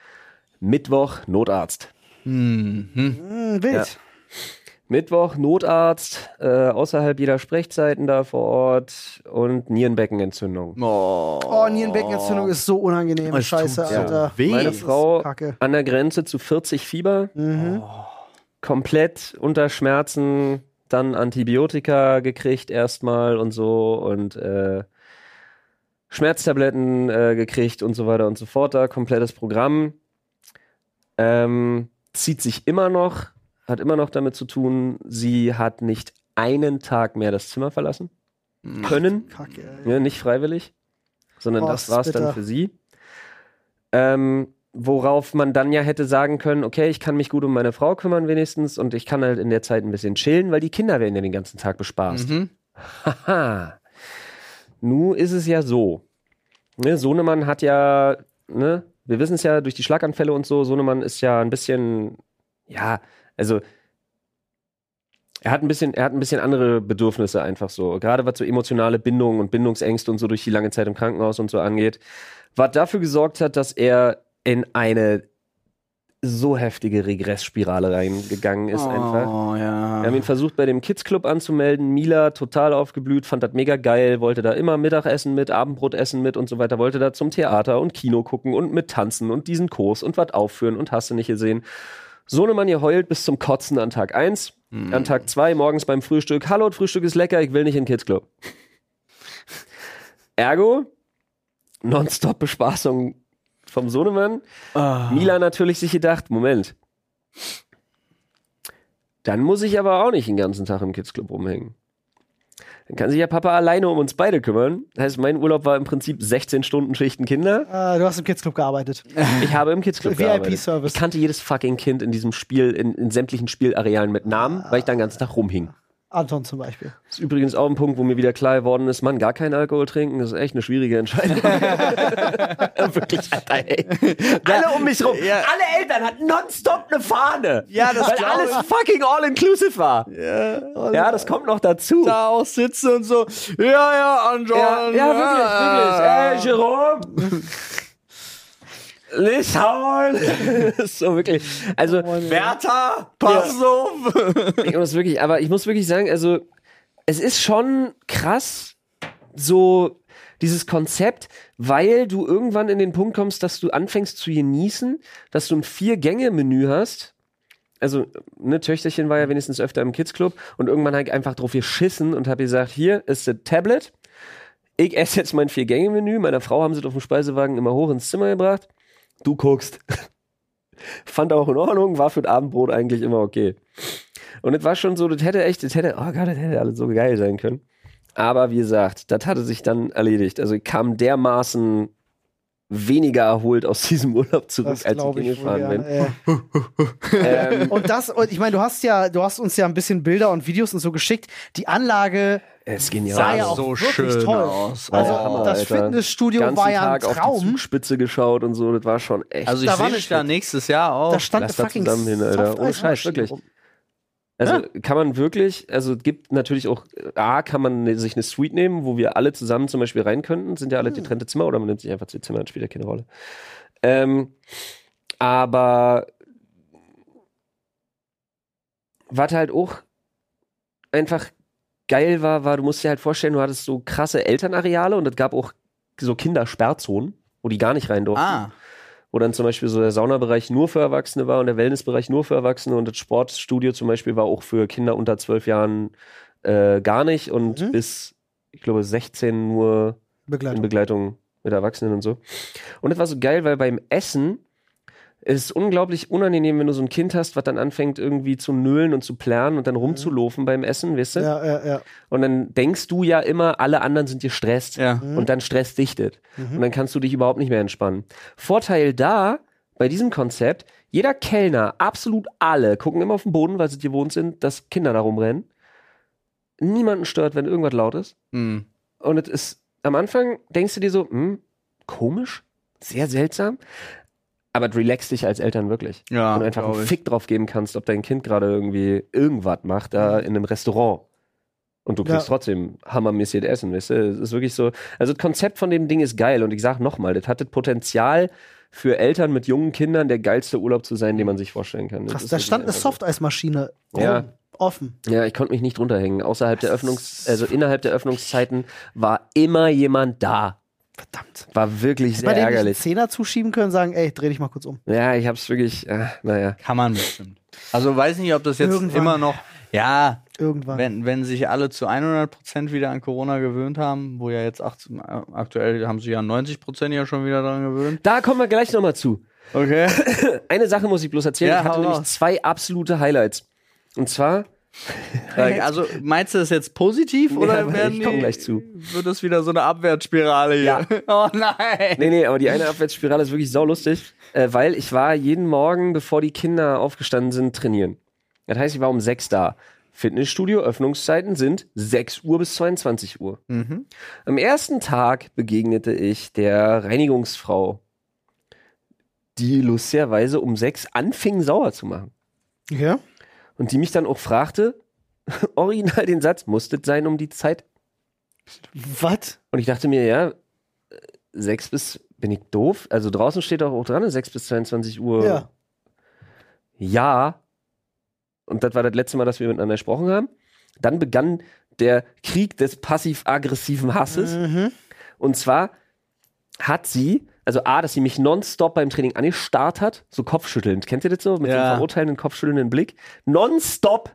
[SPEAKER 3] Mittwoch Notarzt.
[SPEAKER 1] Mhm.
[SPEAKER 2] Hm, wild.
[SPEAKER 3] Mittwoch Notarzt, äh, außerhalb jeder Sprechzeiten da vor Ort und Nierenbeckenentzündung.
[SPEAKER 1] Oh.
[SPEAKER 2] Oh, Nierenbeckenentzündung ist so unangenehm.
[SPEAKER 1] Es tut
[SPEAKER 2] Scheiße,
[SPEAKER 1] so
[SPEAKER 2] Alter.
[SPEAKER 1] weh.
[SPEAKER 3] Meine
[SPEAKER 2] Das ist
[SPEAKER 3] Frau
[SPEAKER 2] Kacke.
[SPEAKER 3] an der Grenze zu 40 Fieber.
[SPEAKER 2] Mhm.
[SPEAKER 3] komplett unter Schmerzen, dann Antibiotika gekriegt erstmal und so und äh, Schmerztabletten äh, gekriegt und so weiter und so fort. Da komplettes Programm. Ähm, zieht sich immer noch, hat immer noch damit zu tun, sie hat nicht einen Tag mehr das Zimmer verlassen
[SPEAKER 1] Mhm.
[SPEAKER 3] können.
[SPEAKER 2] Kacke, ey.
[SPEAKER 3] Oh. Ja, Ne, nicht freiwillig, sondern
[SPEAKER 2] Oh, das
[SPEAKER 3] das
[SPEAKER 2] ist
[SPEAKER 3] war's dann
[SPEAKER 2] bitter.
[SPEAKER 3] für sie. Ähm, worauf man dann ja hätte sagen können, okay, ich kann mich gut um meine Frau kümmern wenigstens und ich kann halt in der Zeit ein bisschen chillen, weil die Kinder werden ja den ganzen Tag bespaßt.
[SPEAKER 1] Mhm.
[SPEAKER 3] Haha. Nu ist es ja so. Ne, Sohnemann hat ja, ne, wir wissen es ja durch die Schlaganfälle und so, Sohnemann ist ja ein bisschen, ja, also er hat ein bisschen, er hat ein bisschen andere Bedürfnisse einfach so. Gerade was so emotionale Bindungen und Bindungsängste und so durch die lange Zeit im Krankenhaus und so angeht. Was dafür gesorgt hat, dass er in eine so heftige Regressspirale reingegangen ist
[SPEAKER 1] oh,
[SPEAKER 3] einfach.
[SPEAKER 1] Ja.
[SPEAKER 3] Wir haben ihn versucht, bei dem Kids Club anzumelden. Mila total aufgeblüht, fand das mega geil, wollte da immer Mittagessen mit, Abendbrotessen mit und so weiter, wollte da zum Theater und Kino gucken und mit tanzen und diesen Kurs und was aufführen und hast du nicht gesehen. Sohnemann, ihr heult bis zum Kotzen an Tag 1.
[SPEAKER 1] Mhm.
[SPEAKER 3] An Tag 2 morgens beim Frühstück. Hallo, das Frühstück ist lecker, ich will nicht in den Kids Club. Ergo, nonstop Bespaßung vom Sohnemann.
[SPEAKER 1] Ah.
[SPEAKER 3] Mila natürlich sich gedacht, Moment. Dann muss ich aber auch nicht den ganzen Tag im Kids Club rumhängen. Dann kann sich ja Papa alleine um uns beide kümmern. Heißt, mein Urlaub war im Prinzip 16 Stunden Schichten Kinder.
[SPEAKER 2] Äh, du hast im Kids Club gearbeitet.
[SPEAKER 3] Ich habe im Kids Club gearbeitet.
[SPEAKER 2] VIP-Service.
[SPEAKER 3] Ich kannte jedes fucking Kind in diesem Spiel, in, in sämtlichen Spielarealen mit Namen, weil ich dann den ganzen Tag rumhing.
[SPEAKER 2] Anton zum Beispiel.
[SPEAKER 3] Das ist übrigens auch ein Punkt, wo mir wieder klar geworden ist, Mann, gar keinen Alkohol trinken, das ist echt eine schwierige Entscheidung. Wirklich, Alter, ey. Alle um mich rum,
[SPEAKER 1] Ja.
[SPEAKER 3] alle Eltern hatten nonstop eine Fahne.
[SPEAKER 1] Ja, das
[SPEAKER 3] Weil
[SPEAKER 1] glaub also
[SPEAKER 3] alles fucking all-inclusive war. Ja, das kommt noch dazu.
[SPEAKER 1] da auch sitze und so. Ja, ja, Anton.
[SPEAKER 3] ja, ja, wirklich, wirklich. Ey, Jerome. Nicht hauen. so wirklich.
[SPEAKER 1] Oh
[SPEAKER 3] Also,
[SPEAKER 1] Bertha, pass auf.
[SPEAKER 3] Ich muss wirklich, aber ich muss wirklich sagen, also es ist schon krass, so dieses Konzept, weil du irgendwann in den Punkt kommst, dass du anfängst zu genießen, dass du ein Vier-Gänge-Menü hast. Also, ne, Töchterchen war ja wenigstens öfter im Kids-Club und irgendwann habe ich einfach drauf geschissen und habe gesagt, hier ist das Tablet. Ich esse jetzt mein Vier-Gänge-Menü. Meiner Frau haben sie es auf dem Speisewagen immer hoch ins Zimmer gebracht. Du guckst. Fand auch in Ordnung, war für das Abendbrot eigentlich immer okay. Und es war schon so, das hätte echt, das hätte, oh Gott, das hätte alles so geil sein können. Aber wie gesagt, das hatte sich dann erledigt. Also ich kam dermaßen weniger erholt aus diesem Urlaub zurück,
[SPEAKER 2] Das
[SPEAKER 3] als ich
[SPEAKER 2] glaube ich. wohl,
[SPEAKER 3] hingefahren
[SPEAKER 2] ja.
[SPEAKER 3] bin.
[SPEAKER 2] Äh,
[SPEAKER 3] Ähm,
[SPEAKER 2] Und das, und ich meine, du hast ja, du hast uns ja ein bisschen Bilder und Videos und so geschickt. Die Anlage
[SPEAKER 3] es ist genial.
[SPEAKER 2] sah ja
[SPEAKER 1] so
[SPEAKER 2] auch wirklich
[SPEAKER 1] schön
[SPEAKER 2] toll
[SPEAKER 1] aus.
[SPEAKER 2] Also
[SPEAKER 1] Oh, Hammer,
[SPEAKER 2] das
[SPEAKER 3] Alter.
[SPEAKER 2] Fitnessstudio
[SPEAKER 3] Ganzen
[SPEAKER 2] war ja ein
[SPEAKER 3] Tag auf die
[SPEAKER 2] Traum.
[SPEAKER 3] Zugspitze geschaut und so, das war schon echt.
[SPEAKER 1] Also ich
[SPEAKER 2] Da war
[SPEAKER 1] sehe
[SPEAKER 2] eine
[SPEAKER 1] dich da nächstes Jahr auch.
[SPEAKER 2] Da stand
[SPEAKER 3] Lass
[SPEAKER 2] eine
[SPEAKER 3] da
[SPEAKER 2] fucking
[SPEAKER 3] zusammen hin, Alter.
[SPEAKER 2] Softeis-
[SPEAKER 3] Ohne Scheiß, wirklich.
[SPEAKER 2] Rum.
[SPEAKER 3] Also kann man wirklich, also es gibt natürlich auch, äh, A, kann man ne- sich eine Suite nehmen, wo wir alle zusammen zum Beispiel rein könnten, sind ja alle getrennte Zimmer oder man nimmt sich einfach zwei Zimmer, das spielt ja keine Rolle. Ähm, aber was halt auch einfach geil war, war, du musst dir halt vorstellen, du hattest so krasse Elternareale und es gab auch so Kindersperrzonen, wo die gar nicht rein durften
[SPEAKER 1] ah,
[SPEAKER 3] wo dann zum Beispiel so der Saunabereich nur für Erwachsene war und der Wellnessbereich nur für Erwachsene und das Sportstudio zum Beispiel war auch für Kinder unter zwölf Jahren äh, gar nicht und
[SPEAKER 2] Mhm.
[SPEAKER 3] bis, ich glaube, 16 nur in
[SPEAKER 2] Begleitung.
[SPEAKER 3] Begleitung mit Erwachsenen und so. Und das war so geil, weil beim Essen Es ist unglaublich unangenehm, wenn du so ein Kind hast, was dann anfängt irgendwie zu nölen und zu plärren und dann rumzulofen beim Essen, weißt du?
[SPEAKER 2] Mhm. Ja, ja, ja.
[SPEAKER 3] Und dann denkst du ja immer, alle anderen sind gestresst.
[SPEAKER 1] Ja.
[SPEAKER 3] Und dann Stress dichtet.
[SPEAKER 2] Mhm.
[SPEAKER 3] Und dann kannst du dich überhaupt nicht mehr entspannen. Vorteil da, bei diesem Konzept, jeder Kellner, absolut alle, gucken immer auf den Boden, weil sie gewohnt sind, dass Kinder da rumrennen. Niemanden stört, wenn irgendwas laut ist.
[SPEAKER 1] Mhm.
[SPEAKER 3] Und es ist, am Anfang denkst du dir so, hm, komisch, sehr seltsam. Aber es relaxt dich als Eltern wirklich.
[SPEAKER 1] Ja,
[SPEAKER 3] und einfach
[SPEAKER 1] glaub
[SPEAKER 3] einen
[SPEAKER 1] ich.
[SPEAKER 3] Fick drauf geben kannst, ob dein Kind gerade irgendwie irgendwas macht, da in einem Restaurant. Und du kriegst
[SPEAKER 2] Mhm. Ja.
[SPEAKER 3] trotzdem hammermäßig Essen, weißt du? Es ist wirklich so. Also, das Konzept von dem Ding ist geil. Und ich sag nochmal, das hat das Potenzial für Eltern mit jungen Kindern der geilste Urlaub zu sein, den man sich vorstellen kann.
[SPEAKER 2] Krass,
[SPEAKER 3] ist
[SPEAKER 2] da
[SPEAKER 3] wirklich
[SPEAKER 2] stand eine
[SPEAKER 3] einfach so.
[SPEAKER 2] Softeismaschine
[SPEAKER 3] Ja.
[SPEAKER 2] oben, offen.
[SPEAKER 3] Ja, ich konnte mich nicht drunter hängen. Außerhalb der Öffnungs-, also innerhalb der Öffnungszeiten war immer jemand da.
[SPEAKER 2] Verdammt.
[SPEAKER 3] War wirklich
[SPEAKER 2] Hätte man denen
[SPEAKER 3] sehr
[SPEAKER 2] nicht einen
[SPEAKER 3] ärgerlich.
[SPEAKER 2] Zehner zuschieben können, sagen, ey, dreh dich mal kurz um.
[SPEAKER 3] Ja, ich hab's wirklich, äh, naja.
[SPEAKER 1] Kann man bestimmt. Also weiß nicht, ob das jetzt
[SPEAKER 2] Irgendwann.
[SPEAKER 1] immer noch. Ja,
[SPEAKER 2] Irgendwann.
[SPEAKER 1] wenn, wenn sich alle zu 100% wieder an Corona gewöhnt haben, wo ja jetzt 18, äh, aktuell haben sie ja 90% ja schon wieder daran gewöhnt.
[SPEAKER 3] Da kommen wir gleich nochmal zu.
[SPEAKER 1] Okay.
[SPEAKER 3] Eine Sache muss ich bloß erzählen.
[SPEAKER 1] Ja,
[SPEAKER 3] ich hatte
[SPEAKER 1] hau
[SPEAKER 3] nämlich
[SPEAKER 1] raus.
[SPEAKER 3] zwei absolute Highlights. Und zwar,
[SPEAKER 1] Äh, Also meinst du das jetzt positiv oder
[SPEAKER 3] aber
[SPEAKER 1] werden
[SPEAKER 3] ich komm
[SPEAKER 1] die-
[SPEAKER 3] gleich zu.
[SPEAKER 1] wird das wieder so eine Abwärtsspirale hier? Oh nein.
[SPEAKER 3] nee, nee, aber die eine Abwärtsspirale ist wirklich saulustig, äh, weil ich war jeden Morgen, bevor die Kinder aufgestanden sind, trainieren. Das heißt, ich war um sechs da. Fitnessstudio, Öffnungszeiten sind 6 Uhr bis 22 Uhr.
[SPEAKER 1] Mhm.
[SPEAKER 3] Am ersten Tag begegnete ich der Reinigungsfrau, die lustigerweise um sechs anfing, sauer zu machen.
[SPEAKER 2] Ja.
[SPEAKER 3] Und die mich dann auch fragte, original den Satz, musstet sein um die Zeit?
[SPEAKER 2] Was?
[SPEAKER 3] Und ich dachte mir, ja, äh, sechs bis, bin ich doof? Also draußen steht doch auch dran, sechs bis 22 Uhr.
[SPEAKER 2] Ja.
[SPEAKER 3] Ja. Und das war das letzte Mal, dass wir miteinander gesprochen haben. Dann begann der Krieg des passiv-aggressiven Hasses.
[SPEAKER 2] Mhm.
[SPEAKER 3] Und zwar hat sie, also A, dass sie mich nonstop beim Training angestarrt hat, so kopfschüttelnd. Kennt ihr das so? Mit
[SPEAKER 1] Ja.
[SPEAKER 3] dem verurteilenden, kopfschüttelnden Blick. Nonstop!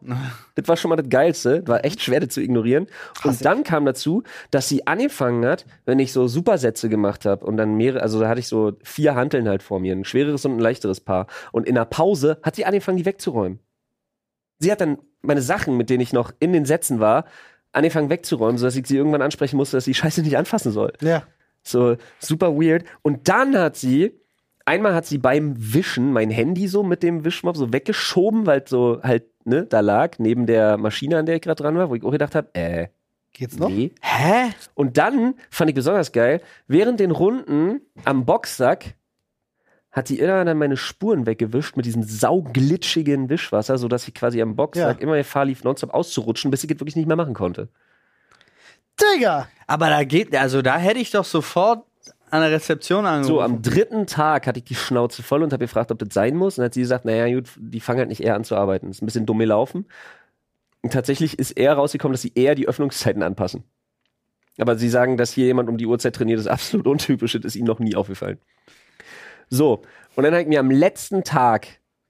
[SPEAKER 3] das war schon mal das Geilste. Das war echt schwer, das zu ignorieren.
[SPEAKER 2] Krass,
[SPEAKER 3] und dann kam dazu, dass sie angefangen hat, wenn ich so Supersätze gemacht habe und dann mehrere, also da hatte ich so vier Hanteln halt vor mir, ein schwereres und ein leichteres Paar. Und in der Pause hat sie angefangen, die wegzuräumen. Sie hat dann meine Sachen, mit denen ich noch in den Sätzen war, angefangen wegzuräumen, sodass ich sie irgendwann ansprechen musste, dass sie die Scheiße nicht anfassen soll.
[SPEAKER 2] Ja.
[SPEAKER 3] So super weird. Und dann hat sie, einmal hat sie beim Wischen mein Handy so mit dem Wischmopp so weggeschoben, weil es so halt, ne, da lag, neben der Maschine, an der ich gerade dran war, wo ich auch gedacht habe, äh,
[SPEAKER 2] Geht's noch?
[SPEAKER 3] nee.
[SPEAKER 1] Hä?
[SPEAKER 3] Und dann fand ich besonders geil, während den Runden am Boxsack hat sie immer dann meine Spuren weggewischt mit diesem sauglitschigen Wischwasser, sodass ich quasi am Boxsack
[SPEAKER 2] Ja.
[SPEAKER 3] immer Gefahr lief, nonstop auszurutschen, bis ich es wirklich nicht mehr machen konnte.
[SPEAKER 2] Digga!
[SPEAKER 1] Aber da geht, also da hätte ich doch sofort an der Rezeption angerufen.
[SPEAKER 3] So, am dritten Tag hatte ich die Schnauze voll und habe gefragt, ob das sein muss. Und dann hat sie gesagt, naja, gut, die fangen halt nicht eher an zu arbeiten. Ist ein bisschen dumm gelaufen. Und tatsächlich ist eher rausgekommen, dass sie eher die Öffnungszeiten anpassen. Aber sie sagen, dass hier jemand um die Uhrzeit trainiert, ist absolut untypisch. Das ist ihnen noch nie aufgefallen. So, und dann habe ich mir am letzten Tag,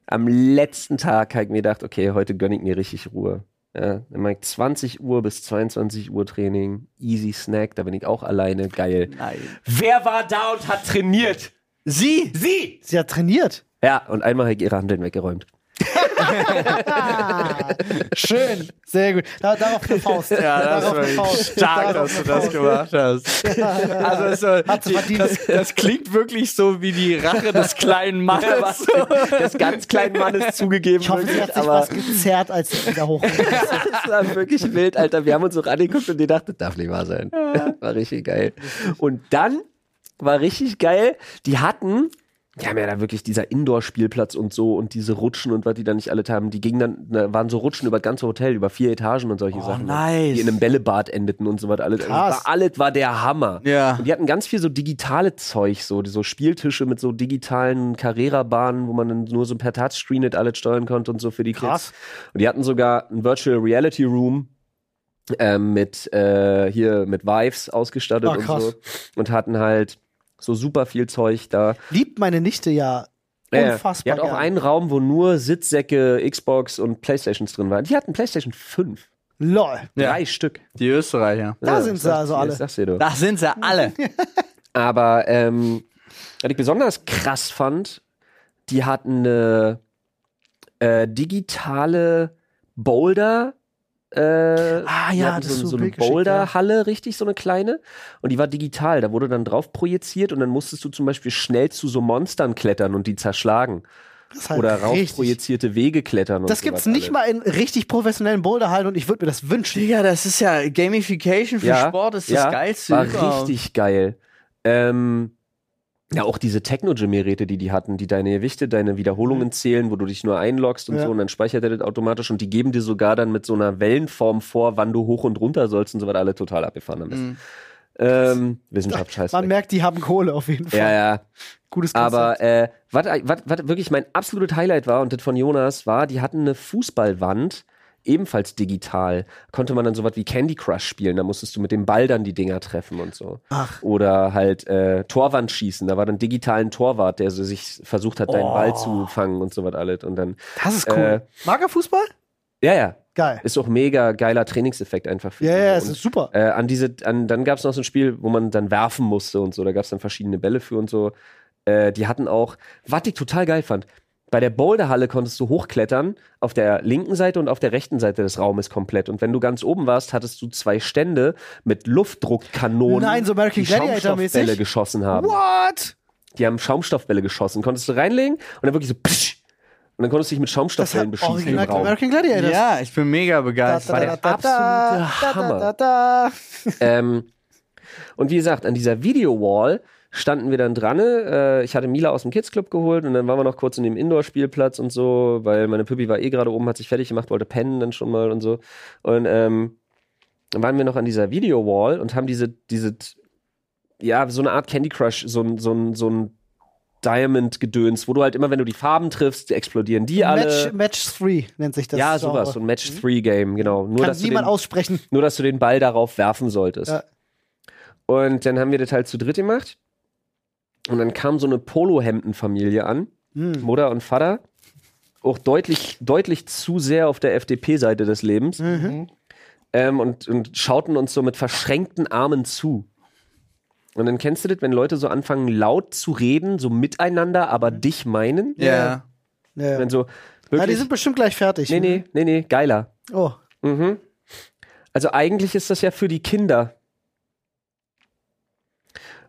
[SPEAKER 3] am letzten Tag habe ich mir gedacht, okay, heute gönne ich mir richtig Ruhe. Ja, dann mache ich 20 Uhr bis 22 Uhr Training, easy Snack, da bin ich auch alleine, geil.
[SPEAKER 1] Nein.
[SPEAKER 3] Wer war da und hat trainiert?
[SPEAKER 1] Sie!
[SPEAKER 3] Sie!
[SPEAKER 2] Sie hat trainiert.
[SPEAKER 3] Ja, und einmal habe ich ihre Handeln weggeräumt.
[SPEAKER 2] Schön. Sehr gut. Da, darauf eine Faust.
[SPEAKER 1] Ja, das
[SPEAKER 2] darauf
[SPEAKER 1] war
[SPEAKER 2] eine Faust.
[SPEAKER 1] stark,
[SPEAKER 2] Darauf
[SPEAKER 1] dass du
[SPEAKER 2] eine
[SPEAKER 1] das
[SPEAKER 2] Faust.
[SPEAKER 1] gemacht hast. Also es soll-
[SPEAKER 2] Hat sie
[SPEAKER 1] die,
[SPEAKER 2] verdient.
[SPEAKER 1] das, das klingt wirklich so wie die Rache des kleinen Mannes.
[SPEAKER 3] Des ganz kleinen Mannes zugegeben.
[SPEAKER 2] Ich hoffe, sie
[SPEAKER 3] wirklich,
[SPEAKER 2] hat sich
[SPEAKER 3] aber
[SPEAKER 2] was gezerrt, als sie wieder hochgekommen ist.
[SPEAKER 3] das war wirklich wild, Alter. Wir haben uns auch angeguckt und die dachten, darf nicht wahr sein. War richtig geil. Und dann war richtig geil, die hatten, die haben ja da wirklich dieser Indoor-Spielplatz und so und diese Rutschen und was die da nicht alle haben, die gingen dann, na, waren so Rutschen über das ganze Hotel, über vier Etagen und solche
[SPEAKER 1] Oh,
[SPEAKER 3] Sachen.
[SPEAKER 1] nice.
[SPEAKER 3] Die in einem Bällebad endeten und so was alles.
[SPEAKER 2] Krass.
[SPEAKER 3] Also, war- alles war der Hammer.
[SPEAKER 1] Ja.
[SPEAKER 3] Und die hatten ganz viel so digitale Zeug, so, so Spieltische mit so digitalen Carrera-Bahnen, wo man dann nur so per Touchscreen das alles steuern konnte und so für die
[SPEAKER 2] Krass.
[SPEAKER 3] Kids. Und die hatten sogar einen Virtual Reality Room ähm, mit äh, hier mit Vives ausgestattet
[SPEAKER 2] Ah,
[SPEAKER 3] und
[SPEAKER 2] krass.
[SPEAKER 3] so und hatten halt so super viel Zeug da.
[SPEAKER 2] Liebt meine Nichte ja.
[SPEAKER 3] Äh,
[SPEAKER 2] Unfassbar.
[SPEAKER 3] Die hat auch
[SPEAKER 2] gern.
[SPEAKER 3] einen Raum, wo nur Sitzsäcke, Xbox und Playstations drin waren. Die hatten Playstation 5.
[SPEAKER 2] LOL.
[SPEAKER 1] Ja.
[SPEAKER 3] Drei Stück.
[SPEAKER 1] Die Österreicher.
[SPEAKER 2] Da sind sie
[SPEAKER 3] das-
[SPEAKER 2] also alle.
[SPEAKER 3] Das sagst du doch.
[SPEAKER 1] Da sind sie alle.
[SPEAKER 3] Aber ähm, was ich besonders krass fand, die hatten eine äh, digitale Boulder. Äh,
[SPEAKER 2] Ah,
[SPEAKER 3] die
[SPEAKER 2] ja,
[SPEAKER 3] hatten
[SPEAKER 2] das hast
[SPEAKER 3] so,
[SPEAKER 2] du
[SPEAKER 3] so
[SPEAKER 2] ein
[SPEAKER 3] eine
[SPEAKER 2] Bild geschickt,
[SPEAKER 3] Boulder-Halle, richtig, so eine kleine. Und die war digital. Da wurde dann drauf projiziert und dann musstest du zum Beispiel schnell zu so Monstern klettern und die zerschlagen.
[SPEAKER 2] Das ist halt
[SPEAKER 3] Oder rauf
[SPEAKER 2] richtig-
[SPEAKER 3] projizierte Wege klettern. Und
[SPEAKER 2] Das gibt's
[SPEAKER 3] sowas
[SPEAKER 2] nicht mal
[SPEAKER 3] alles.
[SPEAKER 2] in richtig professionellen Boulderhallen und ich würde mir das wünschen.
[SPEAKER 1] Digga, das ist ja Gamification für Sport, ist das Geilste
[SPEAKER 3] War
[SPEAKER 1] überhaupt.
[SPEAKER 3] richtig geil. Ähm, ja, auch diese Techno-Gym-Geräte, die die hatten, die deine Gewichte, deine Wiederholungen zählen, wo du dich nur einloggst und
[SPEAKER 2] Ja.
[SPEAKER 3] so und dann speichert er das automatisch und die geben dir sogar dann mit so einer Wellenform vor, wann du hoch und runter sollst und so weiter, alle total abgefahren am besten.
[SPEAKER 1] Mhm.
[SPEAKER 3] Ähm, Wissenschaft scheiße.
[SPEAKER 2] Man merkt, die haben Kohle auf jeden Fall.
[SPEAKER 3] Ja, ja.
[SPEAKER 2] Gutes Konzept.
[SPEAKER 3] Aber äh, was wirklich mein absolutes Highlight war und das von Jonas war, die hatten eine Fußballwand, ebenfalls digital. Konnte man dann sowas wie Candy Crush spielen, da musstest du mit dem Ball dann die Dinger treffen und so.
[SPEAKER 2] Ach.
[SPEAKER 3] Oder halt äh, Torwand schießen, da war dann digital ein Torwart, der so sich versucht hat, deinen
[SPEAKER 2] Oh.
[SPEAKER 3] Ball zu fangen und sowas alles. Und dann,
[SPEAKER 2] das ist
[SPEAKER 3] Äh,
[SPEAKER 2] cool. Mag er Fußball?
[SPEAKER 3] ja, ja,
[SPEAKER 2] Geil.
[SPEAKER 3] ist auch mega geiler Trainingseffekt einfach für
[SPEAKER 2] Ja,
[SPEAKER 3] die.
[SPEAKER 2] ja, es
[SPEAKER 3] Und
[SPEAKER 2] ist super.
[SPEAKER 3] äh, an diese, an, dann gab es noch so ein Spiel, wo man dann werfen musste und so. Da gab es dann verschiedene Bälle für und so. Äh, die hatten auch, was ich total geil fand, bei der Boulderhalle konntest du hochklettern auf der linken Seite und auf der rechten Seite des Raumes komplett. Und wenn du ganz oben warst, hattest du zwei Stände mit Luftdruckkanonen,
[SPEAKER 2] Nein, so American
[SPEAKER 3] die
[SPEAKER 2] Gladiator-mäßig?
[SPEAKER 3] Schaumstoffbälle geschossen haben.
[SPEAKER 2] What?
[SPEAKER 3] Die haben Schaumstoffbälle geschossen. Konntest du reinlegen und dann wirklich so psch, und dann konntest du dich mit
[SPEAKER 2] Das hat
[SPEAKER 3] Schaumstoffbällen beschießen im
[SPEAKER 2] original
[SPEAKER 3] Raum.
[SPEAKER 2] American Gladiator.
[SPEAKER 1] Ja, ich bin mega begeistert.
[SPEAKER 3] war der absolute Hammer.
[SPEAKER 2] da.
[SPEAKER 3] Ähm, und wie gesagt, an dieser Video-Wall standen wir dann dran. Äh, ich hatte Mila aus dem Kids Club geholt und dann waren wir noch kurz in dem Indoor-Spielplatz und so, weil meine Püppi war eh gerade oben, hat sich fertig gemacht, wollte pennen dann schon mal und so. Und ähm, dann waren wir noch an dieser Video-Wall und haben diese, diese, ja, so eine Art Candy Crush, so ein, so ein, so ein Diamond-Gedöns, wo du halt immer, wenn du die Farben triffst, explodieren die alle.
[SPEAKER 2] Match, Match 3 nennt sich das.
[SPEAKER 3] ja,
[SPEAKER 2] Genre.
[SPEAKER 3] sowas, so ein Match-3-Game, genau. Nur,
[SPEAKER 2] Kann
[SPEAKER 3] dass du den,
[SPEAKER 2] niemand aussprechen.
[SPEAKER 3] nur, dass du den Ball darauf werfen solltest.
[SPEAKER 2] Ja.
[SPEAKER 3] Und dann haben wir das halt zu dritt gemacht. Und dann kam so eine Polohemdenfamilie an,
[SPEAKER 2] Hm.
[SPEAKER 3] Mutter und Vater, auch deutlich, deutlich zu sehr auf der FDP-Seite des Lebens.
[SPEAKER 2] Mhm.
[SPEAKER 3] Ähm, und, und schauten uns so mit verschränkten Armen zu. Und dann kennst du das, wenn Leute so anfangen, laut zu reden, so miteinander, aber dich meinen.
[SPEAKER 1] Ja.
[SPEAKER 2] Mhm. Ja.
[SPEAKER 3] Wenn so,
[SPEAKER 2] Na, die
[SPEAKER 3] wirklich,
[SPEAKER 2] sind bestimmt gleich fertig. ne?
[SPEAKER 3] nee, nee, nee, nee, geiler.
[SPEAKER 2] Oh,
[SPEAKER 3] Mhm. Also eigentlich ist das ja für die Kinder.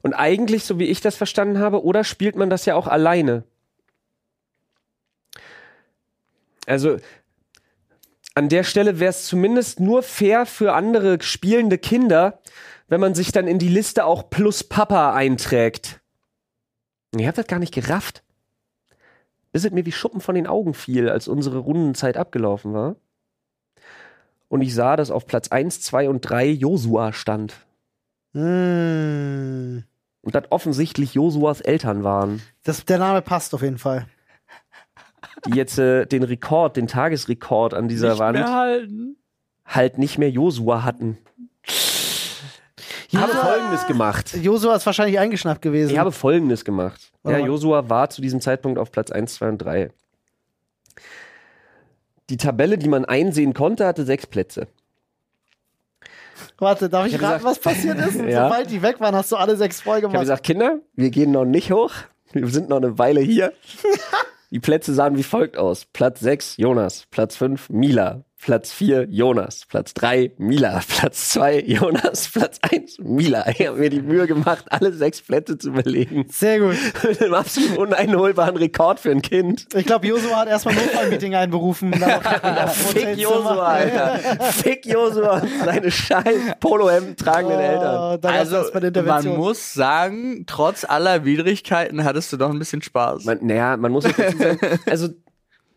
[SPEAKER 3] Und eigentlich, so wie ich das verstanden habe, oder spielt man das ja auch alleine? Also an der Stelle wäre es zumindest nur fair für andere spielende Kinder, wenn man sich dann in die Liste auch plus Papa einträgt. Ihr habt das gar nicht gerafft. Bis es mir wie Schuppen von den Augen fiel, als unsere Rundenzeit abgelaufen war und ich sah, dass auf Platz 1, 2 und 3 Josua stand.
[SPEAKER 2] Hm.
[SPEAKER 3] Und das offensichtlich Josuas Eltern waren,
[SPEAKER 2] Das, der Name passt auf jeden Fall.
[SPEAKER 3] die jetzt äh, den Rekord, den Tagesrekord an dieser
[SPEAKER 1] Nicht
[SPEAKER 3] Wand
[SPEAKER 1] mehr halten.
[SPEAKER 3] halt nicht mehr Josua hatten. Ich habe folgendes gemacht.
[SPEAKER 2] Josua ist wahrscheinlich eingeschnappt gewesen.
[SPEAKER 3] Ich habe folgendes gemacht. Ja,
[SPEAKER 2] Warte mal.
[SPEAKER 3] Josua war zu diesem Zeitpunkt auf Platz 1, 2 und 3. Die Tabelle, die man einsehen konnte, hatte sechs Plätze.
[SPEAKER 2] Warte, darf ich,
[SPEAKER 3] Ich hab
[SPEAKER 2] raten, was passiert ist? Und
[SPEAKER 3] Ja.
[SPEAKER 2] Sobald die weg waren, hast du alle sechs voll
[SPEAKER 3] Ich habe
[SPEAKER 2] gemacht.
[SPEAKER 3] gesagt, Kinder, wir gehen noch nicht hoch. Wir sind noch eine Weile hier. Die Plätze sahen wie folgt aus. Platz 6, Jonas. Platz 5, Mila. Platz 4, Jonas. Platz 3, Mila. Platz 2, Jonas. Platz 1, Mila. Ich habe mir die Mühe gemacht, alle sechs Plätze zu belegen.
[SPEAKER 2] Sehr gut.
[SPEAKER 3] Mit einem absolut uneinholbaren Rekord für ein Kind.
[SPEAKER 2] Ich glaube, Josua hat erstmal ein Notfallmeeting einberufen. und dann auch-
[SPEAKER 3] Fick
[SPEAKER 2] Hotelzimmer.
[SPEAKER 3] Josua, Alter. Fick Josua und seine scheiß Polohemden tragenden
[SPEAKER 2] Oh,
[SPEAKER 3] Eltern.
[SPEAKER 2] da also,
[SPEAKER 1] Also,
[SPEAKER 2] erstmal eine
[SPEAKER 1] man
[SPEAKER 2] Intervention.
[SPEAKER 1] muss sagen, trotz aller Widrigkeiten hattest du doch ein bisschen Spaß.
[SPEAKER 3] Man, naja, man muss auch dazu sagen, also,